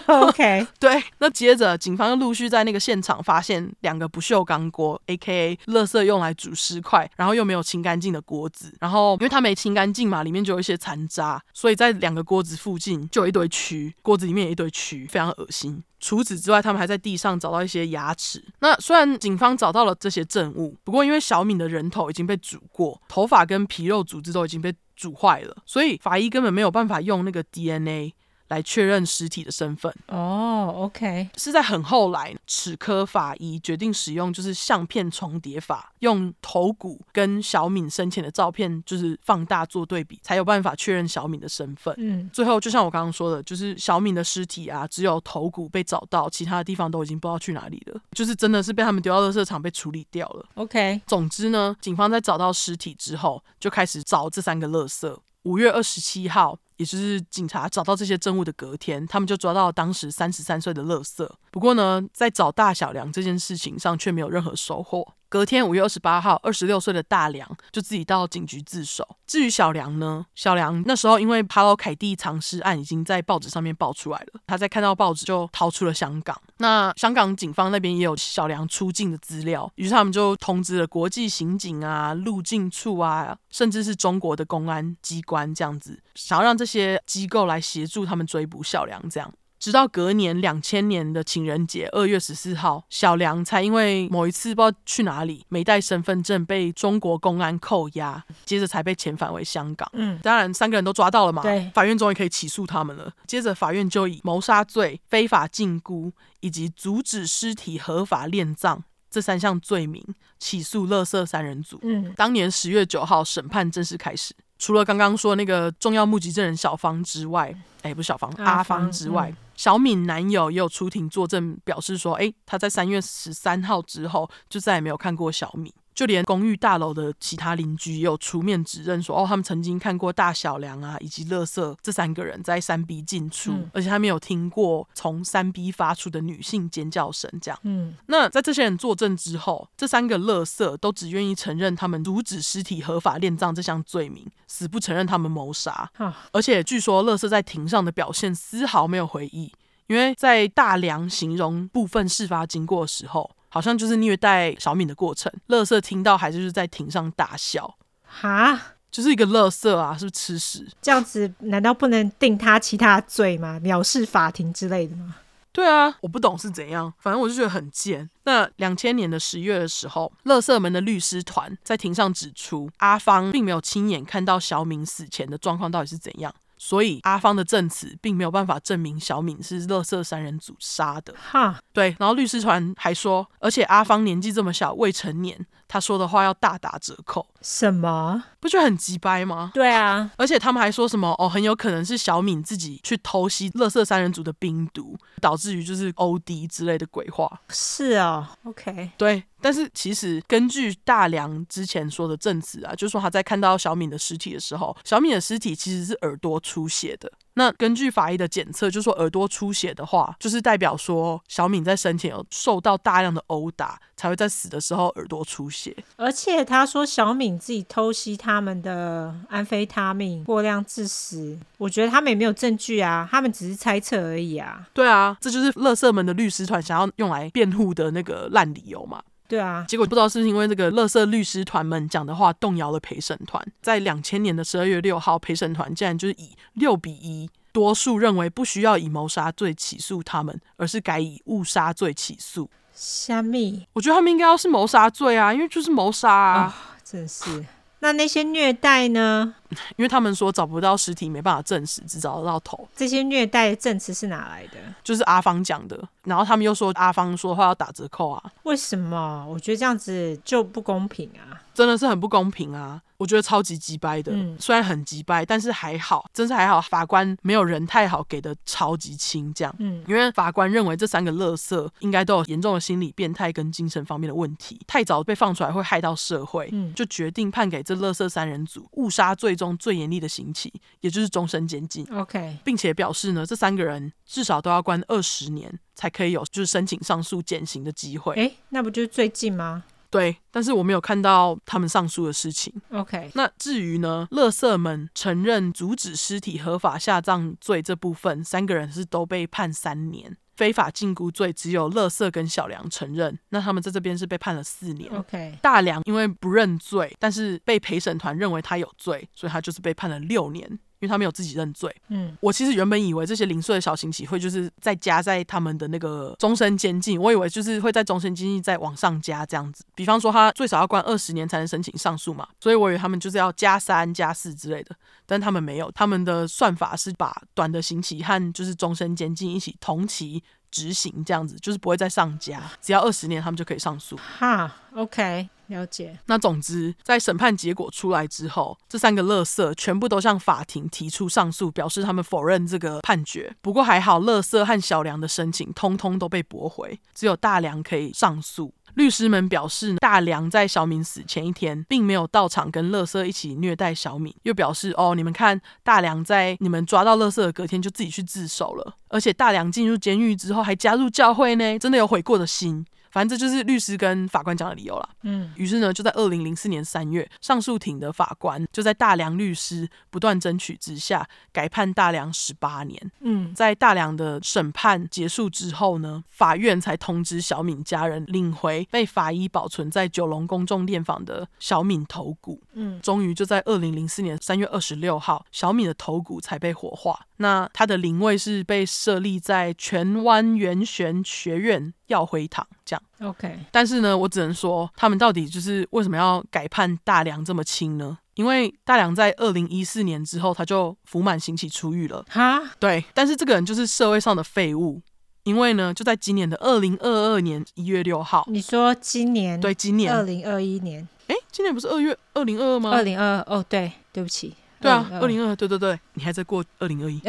Speaker 2: ？OK，
Speaker 1: 对，那接着警方又陆续在那个现场发现两个不锈钢锅，A.K.A. 垃圾用来煮尸块，然后又没有清干净的锅子，然后因为它没清干净嘛，里面就有一些残渣，所以在两个锅子附近就有一堆蛆，锅子里面有一堆蛆，非常恶心。除此之外，他们还在地上找到一些牙齿。那虽然警方找到了这些证物，不过因为小敏的人头已经被煮过，头发跟皮肉组织都已经被煮坏了，所以法医根本没有办法用那个 DNA 来确认尸体的身份。
Speaker 2: 哦，OK，
Speaker 1: 是在很后来，齿科法医决定使用就是相片重叠法，用头骨跟小敏生前的照片就是放大做对比，才有办法确认小敏的身份。
Speaker 2: 嗯，
Speaker 1: 最后，就像我刚刚说的，就是小敏的尸体啊，只有头骨被找到，其他的地方都已经不知道去哪里了，就是真的是被他们丢到垃圾场被处理掉了。
Speaker 2: ，OK，
Speaker 1: 总之呢，警方在找到尸体之后，就开始找这三个垃圾。五月二十七号，也就是警察找到这些证物的隔天，他们就抓到了当时三十三岁的垃圾。不过呢，在找大小梁这件事情上却没有任何收获。隔天五月二十八号，二十六岁的大梁就自己到警局自首。至于小梁呢，小梁那时候因为帕劳凯蒂藏尸案已经在报纸上面爆出来了，他在看到报纸就逃出了香港。那香港警方那边也有小梁出境的资料，于是他们就通知了国际刑警啊、入境处啊，甚至是中国的公安机关这样子，想要让这些机构来协助他们追捕小梁这样。直到隔年两千年的情人节，二月十四号，小梁才因为某一次不知道去哪里没带身份证，被中国公安扣押，接着才被遣返回香港。
Speaker 2: 嗯，
Speaker 1: 当然，三个人都抓到了嘛，
Speaker 2: 对
Speaker 1: 法院终于可以起诉他们了。接着，法院就以谋杀罪、非法禁锢以及阻止尸体合法殓葬这三项罪名起诉乐色三人组。
Speaker 2: 嗯，
Speaker 1: 当年十月九号，审判正式开始。除了刚刚说那个重要目击证人小芳之外，哎，不是小芳，
Speaker 2: 阿
Speaker 1: 阿
Speaker 2: 芳嗯
Speaker 1: 芳之外，小敏男友也有出庭作证，表示说，哎，他在三月十三号之后就再也没有看过小敏。就连公寓大楼的其他邻居也有出面指认说，哦，他们曾经看过大小梁啊以及乐色这三个人在山逼进出，
Speaker 2: 嗯
Speaker 1: 而且他们有听过从山逼发出的女性尖叫声这样。
Speaker 2: 嗯，
Speaker 1: 那在这些人作证之后，这三个乐色都只愿意承认他们阻止尸体合法殓葬这项罪名，死不承认他们谋杀。
Speaker 2: 啊，
Speaker 1: 而且据说乐色在庭上的表现丝毫没有回忆，因为在大梁形容部分事发经过的时候，好像就是虐待小敏的过程，乐色听到还是就是在庭上大笑，
Speaker 2: 哈，
Speaker 1: 就是一个乐色啊，是不是吃屎？
Speaker 2: 这样子难道不能定他其他罪吗？藐视法庭之类的吗？
Speaker 1: 对啊，我不懂是怎样，反正我就觉得很贱。那两千年的十月的时候，乐色门的律师团在庭上指出，阿芳并没有亲眼看到小敏死前的状况到底是怎样，所以阿芳的证词并没有办法证明小敏是乐色三人组杀的。
Speaker 2: 哈，
Speaker 1: 对，然后律师团还说，而且阿芳年纪这么小，未成年，他说的话要大打折扣，
Speaker 2: 什么？
Speaker 1: 不觉得很鸡掰吗？
Speaker 2: 对啊，
Speaker 1: 而且他们还说什么哦，很有可能是小敏自己去偷吸乐色三人组的冰毒，导致于就是 OD 之类的鬼话。
Speaker 2: 是哦，OK，
Speaker 1: 对，但是其实根据大梁之前说的证词啊，就说他在看到小敏的尸体的时候，小敏的尸体其实是耳朵出血的。那根据法医的检测，就说耳朵出血的话，就是代表说小敏在生前有受到大量的殴打，才会在死的时候耳朵出血。
Speaker 2: 而且他说小敏自己偷吸他们的安非他命过量致死，我觉得他们也没有证据啊，他们只是猜测而已啊。
Speaker 1: 对啊，这就是乐色门的律师团想要用来辩护的那个烂理由嘛。
Speaker 2: 对啊，
Speaker 1: 结果不知道是不是因为这个乐色律师团们讲的话动摇了陪审团，在两千年的十二月六号，陪审团竟然就是以六比一。多数认为不需要以谋杀罪起诉他们，而是改以误杀罪起诉。
Speaker 2: 虾米
Speaker 1: 我觉得他们应该要是谋杀罪啊，因为就是谋杀啊，
Speaker 2: 啊，真是。那那些虐待呢？
Speaker 1: 因为他们说找不到尸体，没办法证实，只找得到头，
Speaker 2: 这些虐待的证词是哪来的？
Speaker 1: 就是阿芳讲的。然后他们又说阿芳说话要打折扣啊，
Speaker 2: 为什么？我觉得这样子就不公平啊！
Speaker 1: 真的是很不公平啊！我觉得超级鸡掰的，
Speaker 2: 嗯
Speaker 1: 虽然很鸡掰，但是还好，真是还好，法官没有人太好，给的超级轻这样。
Speaker 2: 嗯，
Speaker 1: 因为法官认为这三个乐色应该都有严重的心理变态跟精神方面的问题，太早被放出来会害到社会，
Speaker 2: 嗯
Speaker 1: 就决定判给这乐色三人组误杀最终最严厉的刑期，也就是终身监禁。
Speaker 2: OK，
Speaker 1: 并且表示呢，这三个人至少都要关二十年，才可以有就是申请上诉减刑的机会。
Speaker 2: 哎、那不就是最近吗
Speaker 1: 对，但是我没有看到他们上诉的事情。
Speaker 2: ？OK，
Speaker 1: 那至于呢，乐色们承认阻止尸体合法下葬罪这部分，三个人是都被判三年。非法禁锢罪只有乐色跟小梁承认，那他们在这边是被判了四年。
Speaker 2: OK，
Speaker 1: 大梁因为不认罪，但是被陪审团认为他有罪，所以他就是被判了六年，因为他没有自己认罪。
Speaker 2: 嗯，
Speaker 1: 我其实原本以为这些零碎的小型起会就是再加在他们的那个终身监禁，我以为就是会在终身监禁再往上加这样子。比方说他最少要关二十年才能申请上诉嘛，所以我以为他们就是要加三加四之类的，但他们没有，他们的算法是把短的刑期和就是终身监禁一起同期执行这样子，就是不会再上加，只要二十年他们就可以上诉。
Speaker 2: 哈，OK，了解。
Speaker 1: 那总之，在审判结果出来之后，这三个乐色全部都向法庭提出上诉，表示他们否认这个判决。不过还好，乐色和小梁的申请通通都被驳回，只有大梁可以上诉。律师们表示，大梁在小敏死前一天并没有到场跟乐色一起虐待小敏，又表示哦，你们看，大梁在你们抓到乐色的隔天就自己去自首了，而且大梁进入监狱之后还加入教会呢，真的有悔过的心。反正这就是律师跟法官讲的理由啦。
Speaker 2: 嗯，
Speaker 1: 于是呢，就在二零零四年三月，上诉庭的法官就在大梁律师不断争取之下，改判大梁十八年。
Speaker 2: 嗯，
Speaker 1: 在大梁的审判结束之后呢，法院才通知小敏家人领回被法医保存在九龙公众殓房的小敏头骨。
Speaker 2: 嗯，
Speaker 1: 终于就在二零零四年三月二十六号，小敏的头骨才被火化。那她的灵位是被设立在荃湾圆玄学院耀辉堂，这样。
Speaker 2: OK，
Speaker 1: 但是呢，我只能说，他们到底就是为什么要改判大梁这么轻呢？因为大梁在二零一四年之后，他就服满刑期出狱了。
Speaker 2: 哈，
Speaker 1: 对，但是这个人就是社会上的废物，因为呢，就在今年的二零二二年一月六号，
Speaker 2: 你说今年
Speaker 1: 对，今年，
Speaker 2: 二零二一年
Speaker 1: 哎，今年不是二月二零二二吗
Speaker 2: 二？零二哦，对，对不起，
Speaker 1: 对啊，二
Speaker 2: 2022
Speaker 1: 零二，对对对，你还在过二零二一，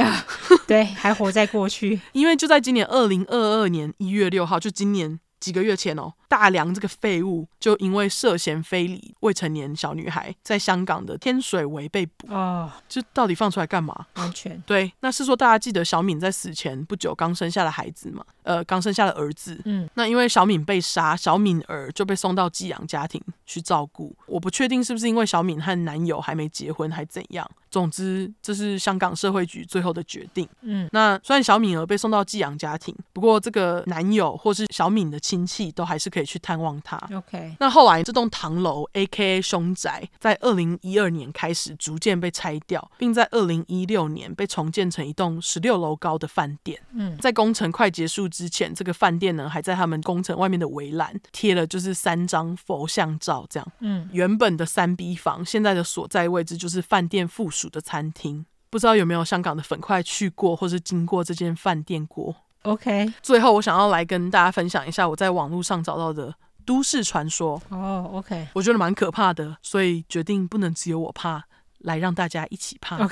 Speaker 2: 对，还活在过去，
Speaker 1: 因为就在今年二零二二年一月六号，就今年几个月前哦，大梁这个废物就因为涉嫌非礼未成年小女孩，在香港的天水围被捕。
Speaker 2: 哦，
Speaker 1: 这到底放出来干嘛？
Speaker 2: 完全，
Speaker 1: 对，那是说大家记得小敏在死前不久刚生下了孩子嘛，呃，刚生下了儿子。
Speaker 2: 嗯，
Speaker 1: 那因为小敏被杀，小敏儿就被送到寄养家庭去照顾。我不确定是不是因为小敏和男友还没结婚，还怎样。总之，这是香港社会局最后的决定。
Speaker 2: 嗯，
Speaker 1: 那虽然小敏儿被送到寄养家庭，不过这个男友或是小敏的亲戚都还是可以去探望她。
Speaker 2: 嗯 OK，
Speaker 1: 那后来这栋唐楼 （A.K.A. 凶宅）在二零一二年开始逐渐被拆掉，并在二零一六年被重建成一栋十六楼高的饭店。
Speaker 2: 嗯，
Speaker 1: 在工程快结束之前，这个饭店呢还在他们工程外面的围栏贴了就是三张佛像照，这样。
Speaker 2: 嗯，
Speaker 1: 原本的三 B 房现在的所在位置就是饭店附属的餐厅。不知道有没有香港的粉块去过或是经过这间饭店过？
Speaker 2: ，OK，
Speaker 1: 最后，我想要来跟大家分享一下我在网络上找到的都市传说。
Speaker 2: 哦，OK，OK，、
Speaker 1: 我觉得蛮可怕的，所以决定不能只有我怕，来让大家一起怕。
Speaker 2: 啊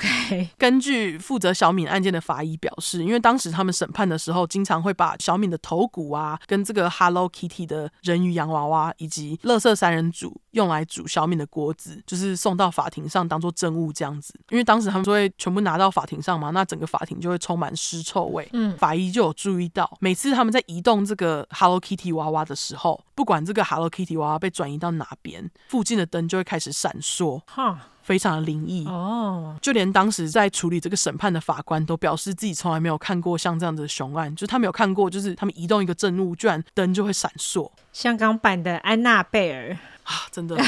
Speaker 1: 根据负责小敏案件的法医表示，因为当时他们审判的时候，经常会把小敏的头骨啊，跟这个 Hello Kitty 的人鱼洋娃娃，以及乐色三人组用来煮小敏的锅子，就是送到法庭上当做证物这样子。因为当时他们就会全部拿到法庭上嘛，那整个法庭就会充满尸臭味。
Speaker 2: 嗯
Speaker 1: 法医就有注意到，每次他们在移动这个 Hello Kitty 娃娃的时候，不管这个 Hello Kitty 娃娃被转移到哪边，附近的灯就会开始闪烁，
Speaker 2: 哈，
Speaker 1: 非常的灵异。
Speaker 2: 哦，
Speaker 1: 就连当时在处理这个审判的法官都表示自己从来没有看过像这样子的凶案，就是他没有看过，就是他们移动一个证物，居然灯就会闪烁
Speaker 2: 香港版的安娜贝尔，
Speaker 1: 啊！真的。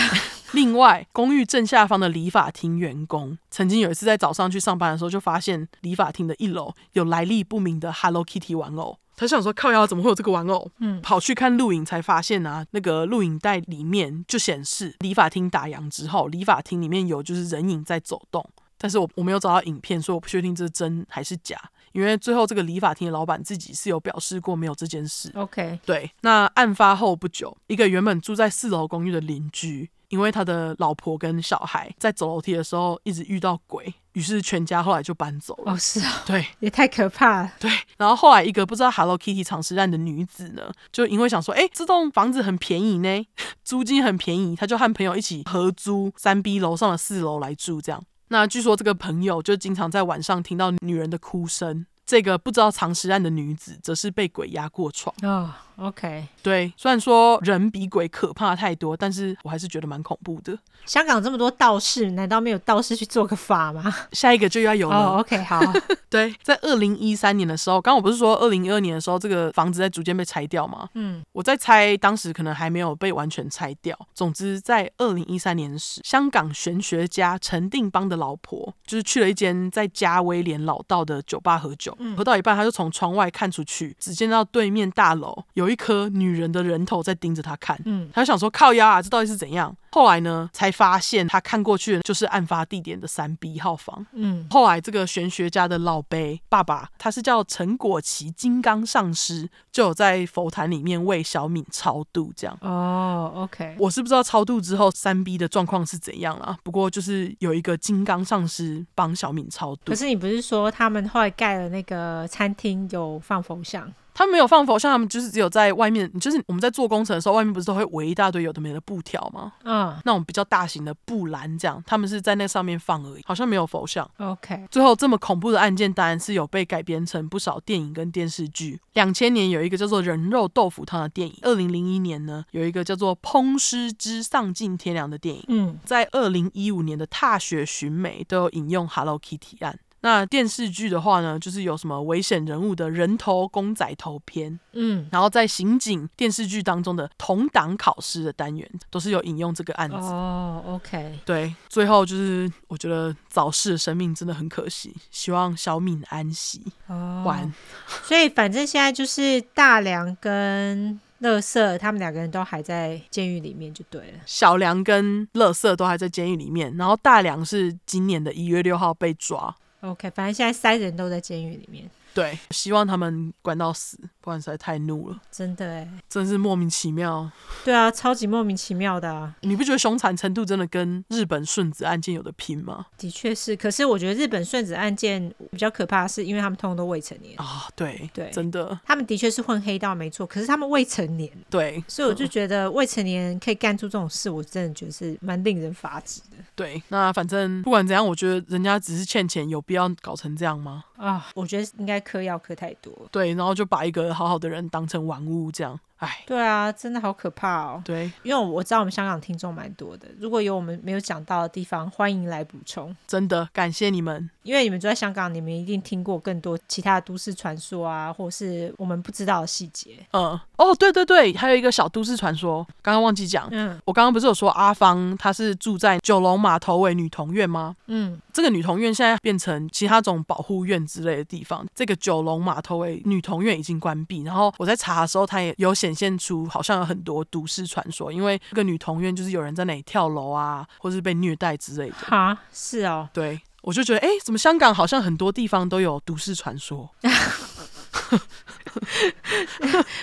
Speaker 1: 另外，公寓正下方的理发厅员工曾经有一次在早上去上班的时候，就发现理发厅的一楼有来历不明的 Hello Kitty 玩偶。他想说靠腰怎么会有这个玩偶？
Speaker 2: 嗯
Speaker 1: 跑去看录影才发现啊，那个录影带里面就显示理发厅打烊之后，理发厅里面有就是人影在走动。但是我我没有找到影片，所以我不确定这是真还是假，因为最后这个理发厅的老板自己是有表示过没有这件事。
Speaker 2: ，OK，
Speaker 1: 对，那案发后不久，一个原本住在四楼公寓的邻居，因为他的老婆跟小孩在走楼梯的时候一直遇到鬼，于是全家后来就搬走了。
Speaker 2: 哦，是啊，
Speaker 1: 对
Speaker 2: 也太可怕了，
Speaker 1: 对，然后后来一个不知道 Hello Kitty 藏尸案的女子呢，就因为想说，哎，这栋房子很便宜呢， 租金很便宜，她就和朋友一起合租三 B 楼上的四楼来住，这样。那据说这个朋友就经常在晚上听到女人的哭声。这个不知道藏尸案的女子，则是被鬼压过床。
Speaker 2: 哦，OK，
Speaker 1: 对，虽然说人比鬼可怕太多，但是我还是觉得蛮恐怖的。
Speaker 2: 香港这么多道士，难道没有道士去做个法吗？
Speaker 1: 下一个就要有了。
Speaker 2: 哦，OK，好，
Speaker 1: 对，在二零一三年的时候，刚刚我不是说二零一二年的时候，这个房子在逐渐被拆掉吗？
Speaker 2: 嗯，
Speaker 1: 我在猜，当时可能还没有被完全拆掉。总之，在二零一三年时，香港玄学家陈定邦的老婆就是去了一间在加威廉老道的酒吧喝酒，
Speaker 2: 嗯
Speaker 1: 喝到一半，他就从窗外看出去，只见到对面大楼有一颗女人的人头在盯着他看。
Speaker 2: 嗯，
Speaker 1: 他就想说靠腰啊，这到底是怎样？后来呢，才发现他看过去的就是案发地点的三 B 号房。
Speaker 2: 嗯，
Speaker 1: 后来，这个玄学家的老辈爸爸，他是叫陈果奇金刚上师，就有在佛坛里面为小敏超度。这样，
Speaker 2: 哦，OK，
Speaker 1: 我是不知道超度之后三 B 的状况是怎样啦。不过就是有一个金刚上师帮小敏超度
Speaker 2: 可，是你不是说他们后来盖了那个餐厅有放佛像？
Speaker 1: 他们没有放佛像，他们就是只有在外面，就是我们在做工程的时候，外面不是都会围一大堆有的没的布条吗？
Speaker 2: 嗯
Speaker 1: 那种比较大型的布栏，这样他们是在那上面放而已，好像没有佛像。
Speaker 2: ，OK，
Speaker 1: 最后，这么恐怖的案件当然是有被改编成不少电影跟电视剧。两千年有一个叫做《人肉豆腐汤》的电影，二零零一年呢有一个叫做《烹尸之丧尽天良》的电影，
Speaker 2: 嗯
Speaker 1: 在二零一五年的《踏雪寻梅》都有引用 Hello Kitty 案。那电视剧的话呢，就是有什么危险人物的人头公仔头篇，
Speaker 2: 嗯，
Speaker 1: 然后在刑警电视剧当中的同党考试的单元，都是有引用这个案子。
Speaker 2: 哦，OK，
Speaker 1: 对，最后就是我觉得早逝的生命真的很可惜，希望小敏安息。
Speaker 2: 哦，
Speaker 1: 完、
Speaker 2: 所以反正现在就是大梁跟乐色他们两个人都还在监狱里面就对了。
Speaker 1: 小梁跟乐色都还在监狱里面，然后大梁是今年的一月六号被抓。
Speaker 2: OK，反正现在三人都在监狱里面。
Speaker 1: 对，希望他们关到死，不然实在太怒了，
Speaker 2: 真的哎，
Speaker 1: 真是莫名其妙。
Speaker 2: 对啊，超级莫名其妙的、啊，
Speaker 1: 你不觉得凶残程度真的跟日本顺子案件有的拼吗？
Speaker 2: 的确是。可是我觉得日本顺子案件比较可怕，是因为他们通通都未成年，
Speaker 1: 啊，对
Speaker 2: 对
Speaker 1: 真的
Speaker 2: 他们的确是混黑道没错，可是他们未成年，
Speaker 1: 对
Speaker 2: 所以我就觉得未成年可以干出这种事，我真的觉得是蛮令人发指的
Speaker 1: 对。那反正不管怎样，我觉得人家只是欠钱，有必要搞成这样吗？
Speaker 2: 啊！我觉得应该嗑药嗑太多了。
Speaker 1: 对，然后就把一个好好的人当成玩物这样，哎，
Speaker 2: 对啊，真的好可怕哦！
Speaker 1: 对，
Speaker 2: 因为我知道我们香港听众蛮多的，如果有我们没有讲到的地方，欢迎来补充。
Speaker 1: 真的感谢你们，
Speaker 2: 因为你们住在香港，你们一定听过更多其他的都市传说啊，或是我们不知道的细节。
Speaker 1: 嗯，哦，对对对，还有一个小都市传说，刚刚忘记讲，
Speaker 2: 嗯
Speaker 1: 我刚刚不是有说阿芳她是住在九龙码头尾女童院吗？
Speaker 2: 嗯，
Speaker 1: 这个女童院现在变成其他种保护院之类的地方。这个九龙码头尾女童院已经关闭。然后我在查的时候，它也有显现出好像有很多都市传说，因为这个女童院就是有人在那里跳楼啊，或是被虐待之类的。
Speaker 2: 哈，是哦，
Speaker 1: 对，我就觉得，哎，怎么香港好像很多地方都有都市传说？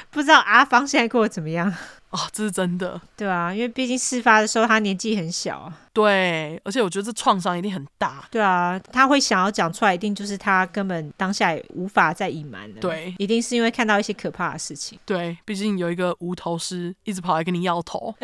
Speaker 2: 不知道阿芳现在过得怎么样？
Speaker 1: 哦，这是真的。
Speaker 2: 对啊，因为毕竟事发的时候他年纪很小啊。
Speaker 1: 对，而且我觉得这创伤一定很大。
Speaker 2: 对啊，他会想要讲出来，一定就是他根本当下也无法再隐瞒了。
Speaker 1: 对
Speaker 2: 一定是因为看到一些可怕的事情。
Speaker 1: 对，毕竟有一个无头尸一直跑来跟你要头。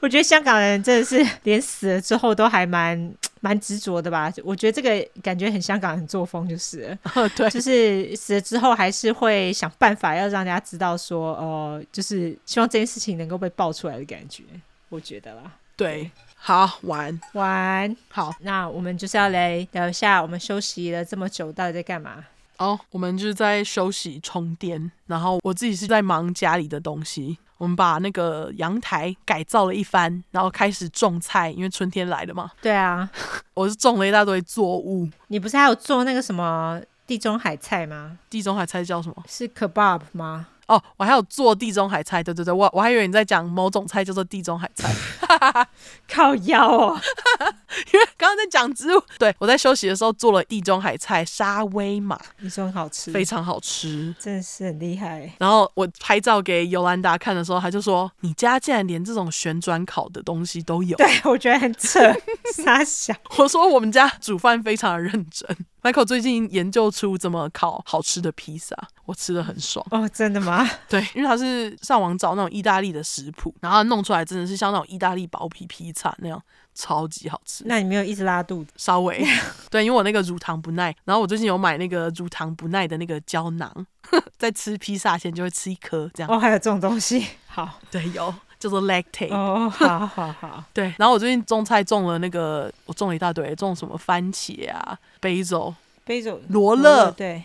Speaker 2: 我觉得香港人真的是 连死了之后都还蛮蛮执着的吧。我觉得这个感觉很香港人作风，就是了
Speaker 1: 对
Speaker 2: 就是死了之后还是会想办法要让大家知道说，呃，就是希望这件事情能够被爆出来的感觉。我觉得啦，
Speaker 1: 对，好玩
Speaker 2: 晚安。
Speaker 1: 好。
Speaker 2: 那我们就是要来聊一下，我们休息了这么久，到底在干嘛？
Speaker 1: 哦，我们就是在休息充电，然后我自己是在忙家里的东西。我们把那个阳台改造了一番，然后开始种菜，因为春天来了嘛。
Speaker 2: 对啊，
Speaker 1: 我是种了一大堆作物，
Speaker 2: 你不是还有做那个什么地中海菜吗？
Speaker 1: 地中海菜叫什么？
Speaker 2: 是 kebab 吗？
Speaker 1: 哦，我还有做地中海菜。对对对，我我还以为你在讲某种菜叫做地中海菜，
Speaker 2: 靠腰哦，
Speaker 1: 因为 刚刚在讲植物。对我在休息的时候做了地中海菜沙威玛，
Speaker 2: 你说很好吃，
Speaker 1: 非常好吃。
Speaker 2: 真的是很厉害。
Speaker 1: 然后我拍照给尤兰达看的时候，她就说：“你家竟然连这种旋转烤的东西都有。”
Speaker 2: 对， 我觉得很扯，傻小。
Speaker 1: 我说我们家煮饭非常的认真。Michael 最近研究出怎么烤好吃的披萨，我吃的很爽。
Speaker 2: 哦，真的吗？
Speaker 1: 对，因为他是上网找那种意大利的食谱，然后他弄出来真的是像那种意大利薄皮披萨那样，超级好吃。
Speaker 2: 那你没有一直拉肚子？
Speaker 1: 稍微 对，因为我那个乳糖不耐，然后我最近有买那个乳糖不耐的那个胶囊， 在吃披萨前就会吃一颗这样。
Speaker 2: 哦，还有这种东西？ 好，
Speaker 1: 对，有叫做 lactate。
Speaker 2: 哦，好好好，
Speaker 1: 对，然后我最近种菜种了那个，我种了一大堆，种什么番茄啊、basil、
Speaker 2: 杯酒
Speaker 1: 罗勒，
Speaker 2: 嗯对，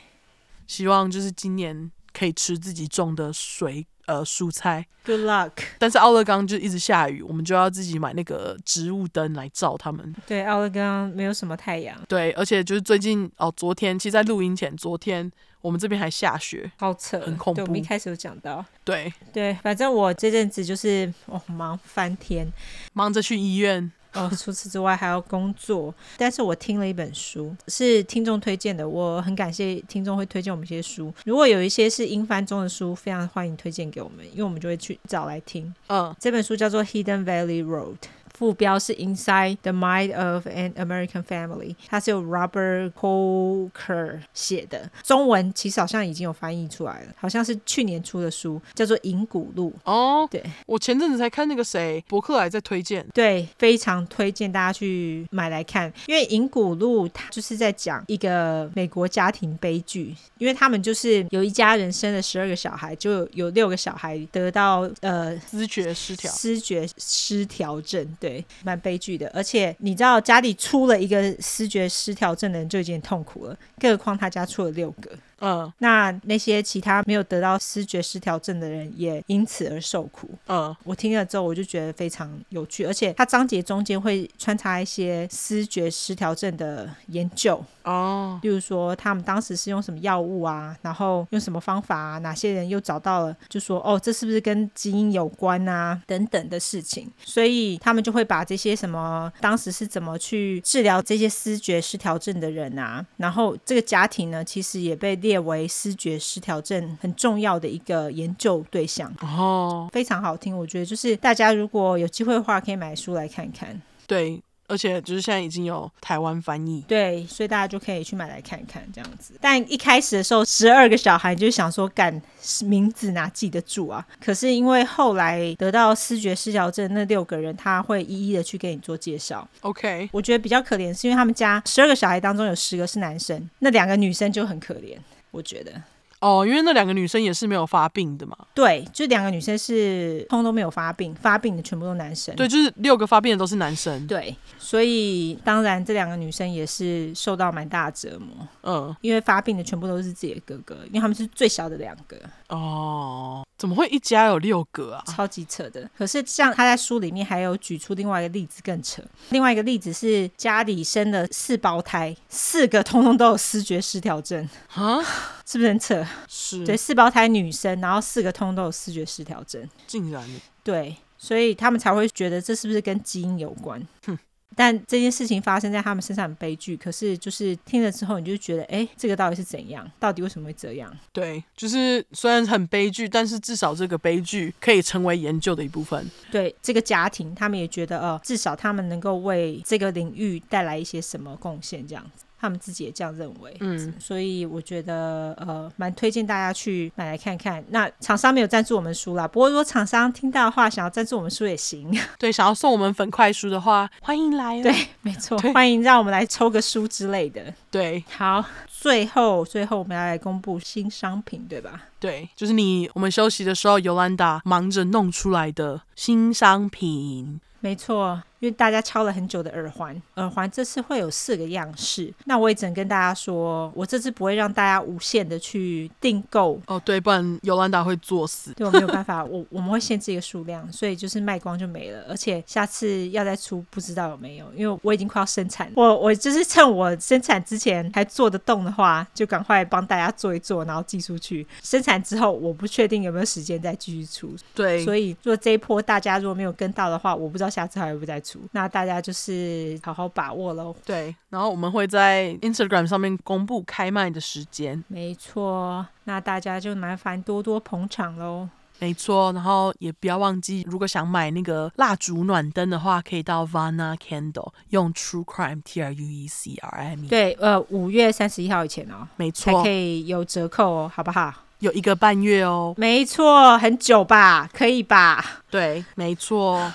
Speaker 1: 希望就是今年可以吃自己种的水呃蔬菜，
Speaker 2: ，Good luck。
Speaker 1: 但是奥勒冈就一直下雨，我们就要自己买那个植物灯来照它们。
Speaker 2: 对，奥勒冈没有什么太阳，
Speaker 1: 对，而且就是最近哦，昨天其实，在录音前，昨天我们这边还下雪。
Speaker 2: 好扯，
Speaker 1: 很恐
Speaker 2: 对，我们一
Speaker 1: 怖
Speaker 2: 开始有讲到，
Speaker 1: 对，
Speaker 2: 对，反正我这阵子就是哦忙翻天，
Speaker 1: 忙着去医院。
Speaker 2: 哦，除此之外还要工作。但是我听了一本书，是听众推荐的，我很感谢听众会推荐我们一些书。如果有一些是英翻中的书，非常欢迎推荐给我们，因为我们就会去找来听。
Speaker 1: 嗯，
Speaker 2: 这本书叫做《Hidden Valley Road》。副标是 Inside the Mind of an American Family，它是由 Robert Coker 写的，中文其实好像已经有翻译出来了，好像是去年出的书，叫做《银谷路》。
Speaker 1: 哦，
Speaker 2: 对，
Speaker 1: 我前阵子才看那个谁，伯克莱在推荐。
Speaker 2: 对，非常推荐大家去买来看，因为《银谷路》它就是在讲一个美国家庭悲剧，因为他们就是有一家人生了十二个小孩，就有有六个小孩得到呃
Speaker 1: 知觉失调，
Speaker 2: 失觉失调症，对，蛮悲剧的。而且你知道，家里出了一个失觉失调症的人就已经很痛苦了，更何况他家出了六个。
Speaker 1: 嗯
Speaker 2: 那那些其他没有得到失觉失调症的人也因此而受苦。
Speaker 1: 嗯，
Speaker 2: 我听了之后，我就觉得非常有趣，而且它章节中间会穿插一些思觉失调症的研究，
Speaker 1: 哦，
Speaker 2: 例如说他们当时是用什么药物啊，然后用什么方法啊，哪些人又找到了，就说哦，这是不是跟基因有关啊，等等的事情，所以他们就会把这些什么当时是怎么去治疗这些思觉失调症的人啊，然后这个家庭呢，其实也被列列为失觉失调症很重要的一个研究对象，
Speaker 1: 哦，
Speaker 2: 非常好听。我觉得就是大家如果有机会的话，可以买书来看看。
Speaker 1: 对，而且就是现在已经有台湾翻译，
Speaker 2: 对，所以大家就可以去买来看看这样子。但一开始的时候，十二个小孩就想说，干名字哪记得住啊？可是因为后来得到视觉失调症那六个人，他会一一的去给你做介绍。
Speaker 1: OK，
Speaker 2: 我觉得比较可怜，是因为他们家十二个小孩当中有十个是男生，那两个女生就很可怜。我觉得，
Speaker 1: 哦，因为那两个女生也是没有发病的嘛，
Speaker 2: 对，就两个女生是通通都没有发病，发病的全部都男生。
Speaker 1: 对，就是六个发病的都是男生，
Speaker 2: 对，所以当然这两个女生也是受到蛮大的折磨，
Speaker 1: 嗯，
Speaker 2: 因为发病的全部都是自己的哥哥，因为他们是最小的两个，
Speaker 1: 哦，怎么会一家有六个啊？
Speaker 2: 超级扯的。可是像他在书里面还有举出另外一个例子更扯，另外一个例子是家里生了四胞胎，四个通通都有视觉失调症，
Speaker 1: 啊，
Speaker 2: 是不是很扯？
Speaker 1: 嗯是，
Speaker 2: 对，四胞胎女生，然后四个通通都有视觉失调症，
Speaker 1: 竟然
Speaker 2: 对，所以他们才会觉得这是不是跟基因有关？
Speaker 1: 哼
Speaker 2: 但这件事情发生在他们身上很悲剧，可是就是听了之后，你就觉得，哎，这个到底是怎样？到底为什么会这样？
Speaker 1: 对，就是虽然很悲剧，但是至少这个悲剧可以成为研究的一部分。
Speaker 2: 对这个家庭，他们也觉得，呃，至少他们能够为这个领域带来一些什么贡献，这样子，他们自己也这样认为。
Speaker 1: 嗯，
Speaker 2: 所以我觉得，呃，蛮推荐大家去买来看看。那厂商没有赞助我们书啦，不过如果厂商听到的话，想要赞助我们书也行。
Speaker 1: 对，想要送我们粉块书的话，欢迎来哦。
Speaker 2: 对没错，
Speaker 1: 对
Speaker 2: 欢迎让我们来抽个书之类的。
Speaker 1: 对
Speaker 2: 好，最后最后我们要来公布新商品，对吧？
Speaker 1: 对，就是你我们休息的时候，尤兰达忙着弄出来的新商品。
Speaker 2: 没错，因为大家敲了很久的耳环，耳环这次会有四个样式。那我也只能跟大家说，我这次不会让大家无限的去订购。
Speaker 1: 哦，对，不然尤兰达会作死。
Speaker 2: 对我没有办法，我我们会限制一个数量，所以就是卖光就没了。而且下次要再出，不知道有没有，因为我已经快要生产了。我我就是趁我生产之前还做得动的话，就赶快帮大家做一做，然后寄出去。生产之后，我不确定有没有时间再继续出，
Speaker 1: 对，
Speaker 2: 所以如果这一波大家如果没有跟到的话，我不知道下次还会不会再出。那大家就是好好把握喽。
Speaker 1: 对，然后我们会在 Instagram 上面公布开卖的时间，
Speaker 2: 没错，那大家就麻烦多多捧场喽。
Speaker 1: 没错。然后也不要忘记，如果想买那个蜡烛暖灯的话，可以到 Vana Candle 用 True Crime T R U E C R I M E。，
Speaker 2: 对，呃，五月三十一号以前哦，
Speaker 1: 没
Speaker 2: 才
Speaker 1: 错
Speaker 2: 可，以有折扣哦，好不好？
Speaker 1: 有一个半月哦。
Speaker 2: 没错，很久吧，可以吧？
Speaker 1: 对，没错。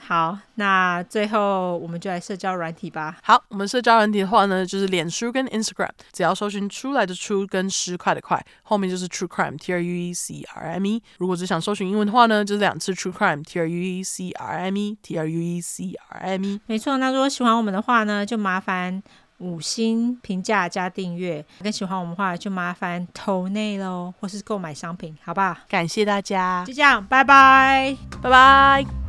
Speaker 2: 好，那最后我们就来社交软体吧。
Speaker 1: 好，我们社交软体的话呢，就是脸书跟 Instagram，只要搜寻“出来的出”跟“失块的块”，后面就是 True Crime T R U E C R M E。如果只想搜寻英文的话呢，就是两次 True Crime T R U E C R M E T R U E C R M E。
Speaker 2: 没错，那如果喜欢我们的话呢，就麻烦五星评价加订阅，更喜欢我们的话就麻烦投内喽，或是购买商品，好不好？
Speaker 1: 感谢大家
Speaker 2: 就，这样，拜拜。
Speaker 1: 拜拜。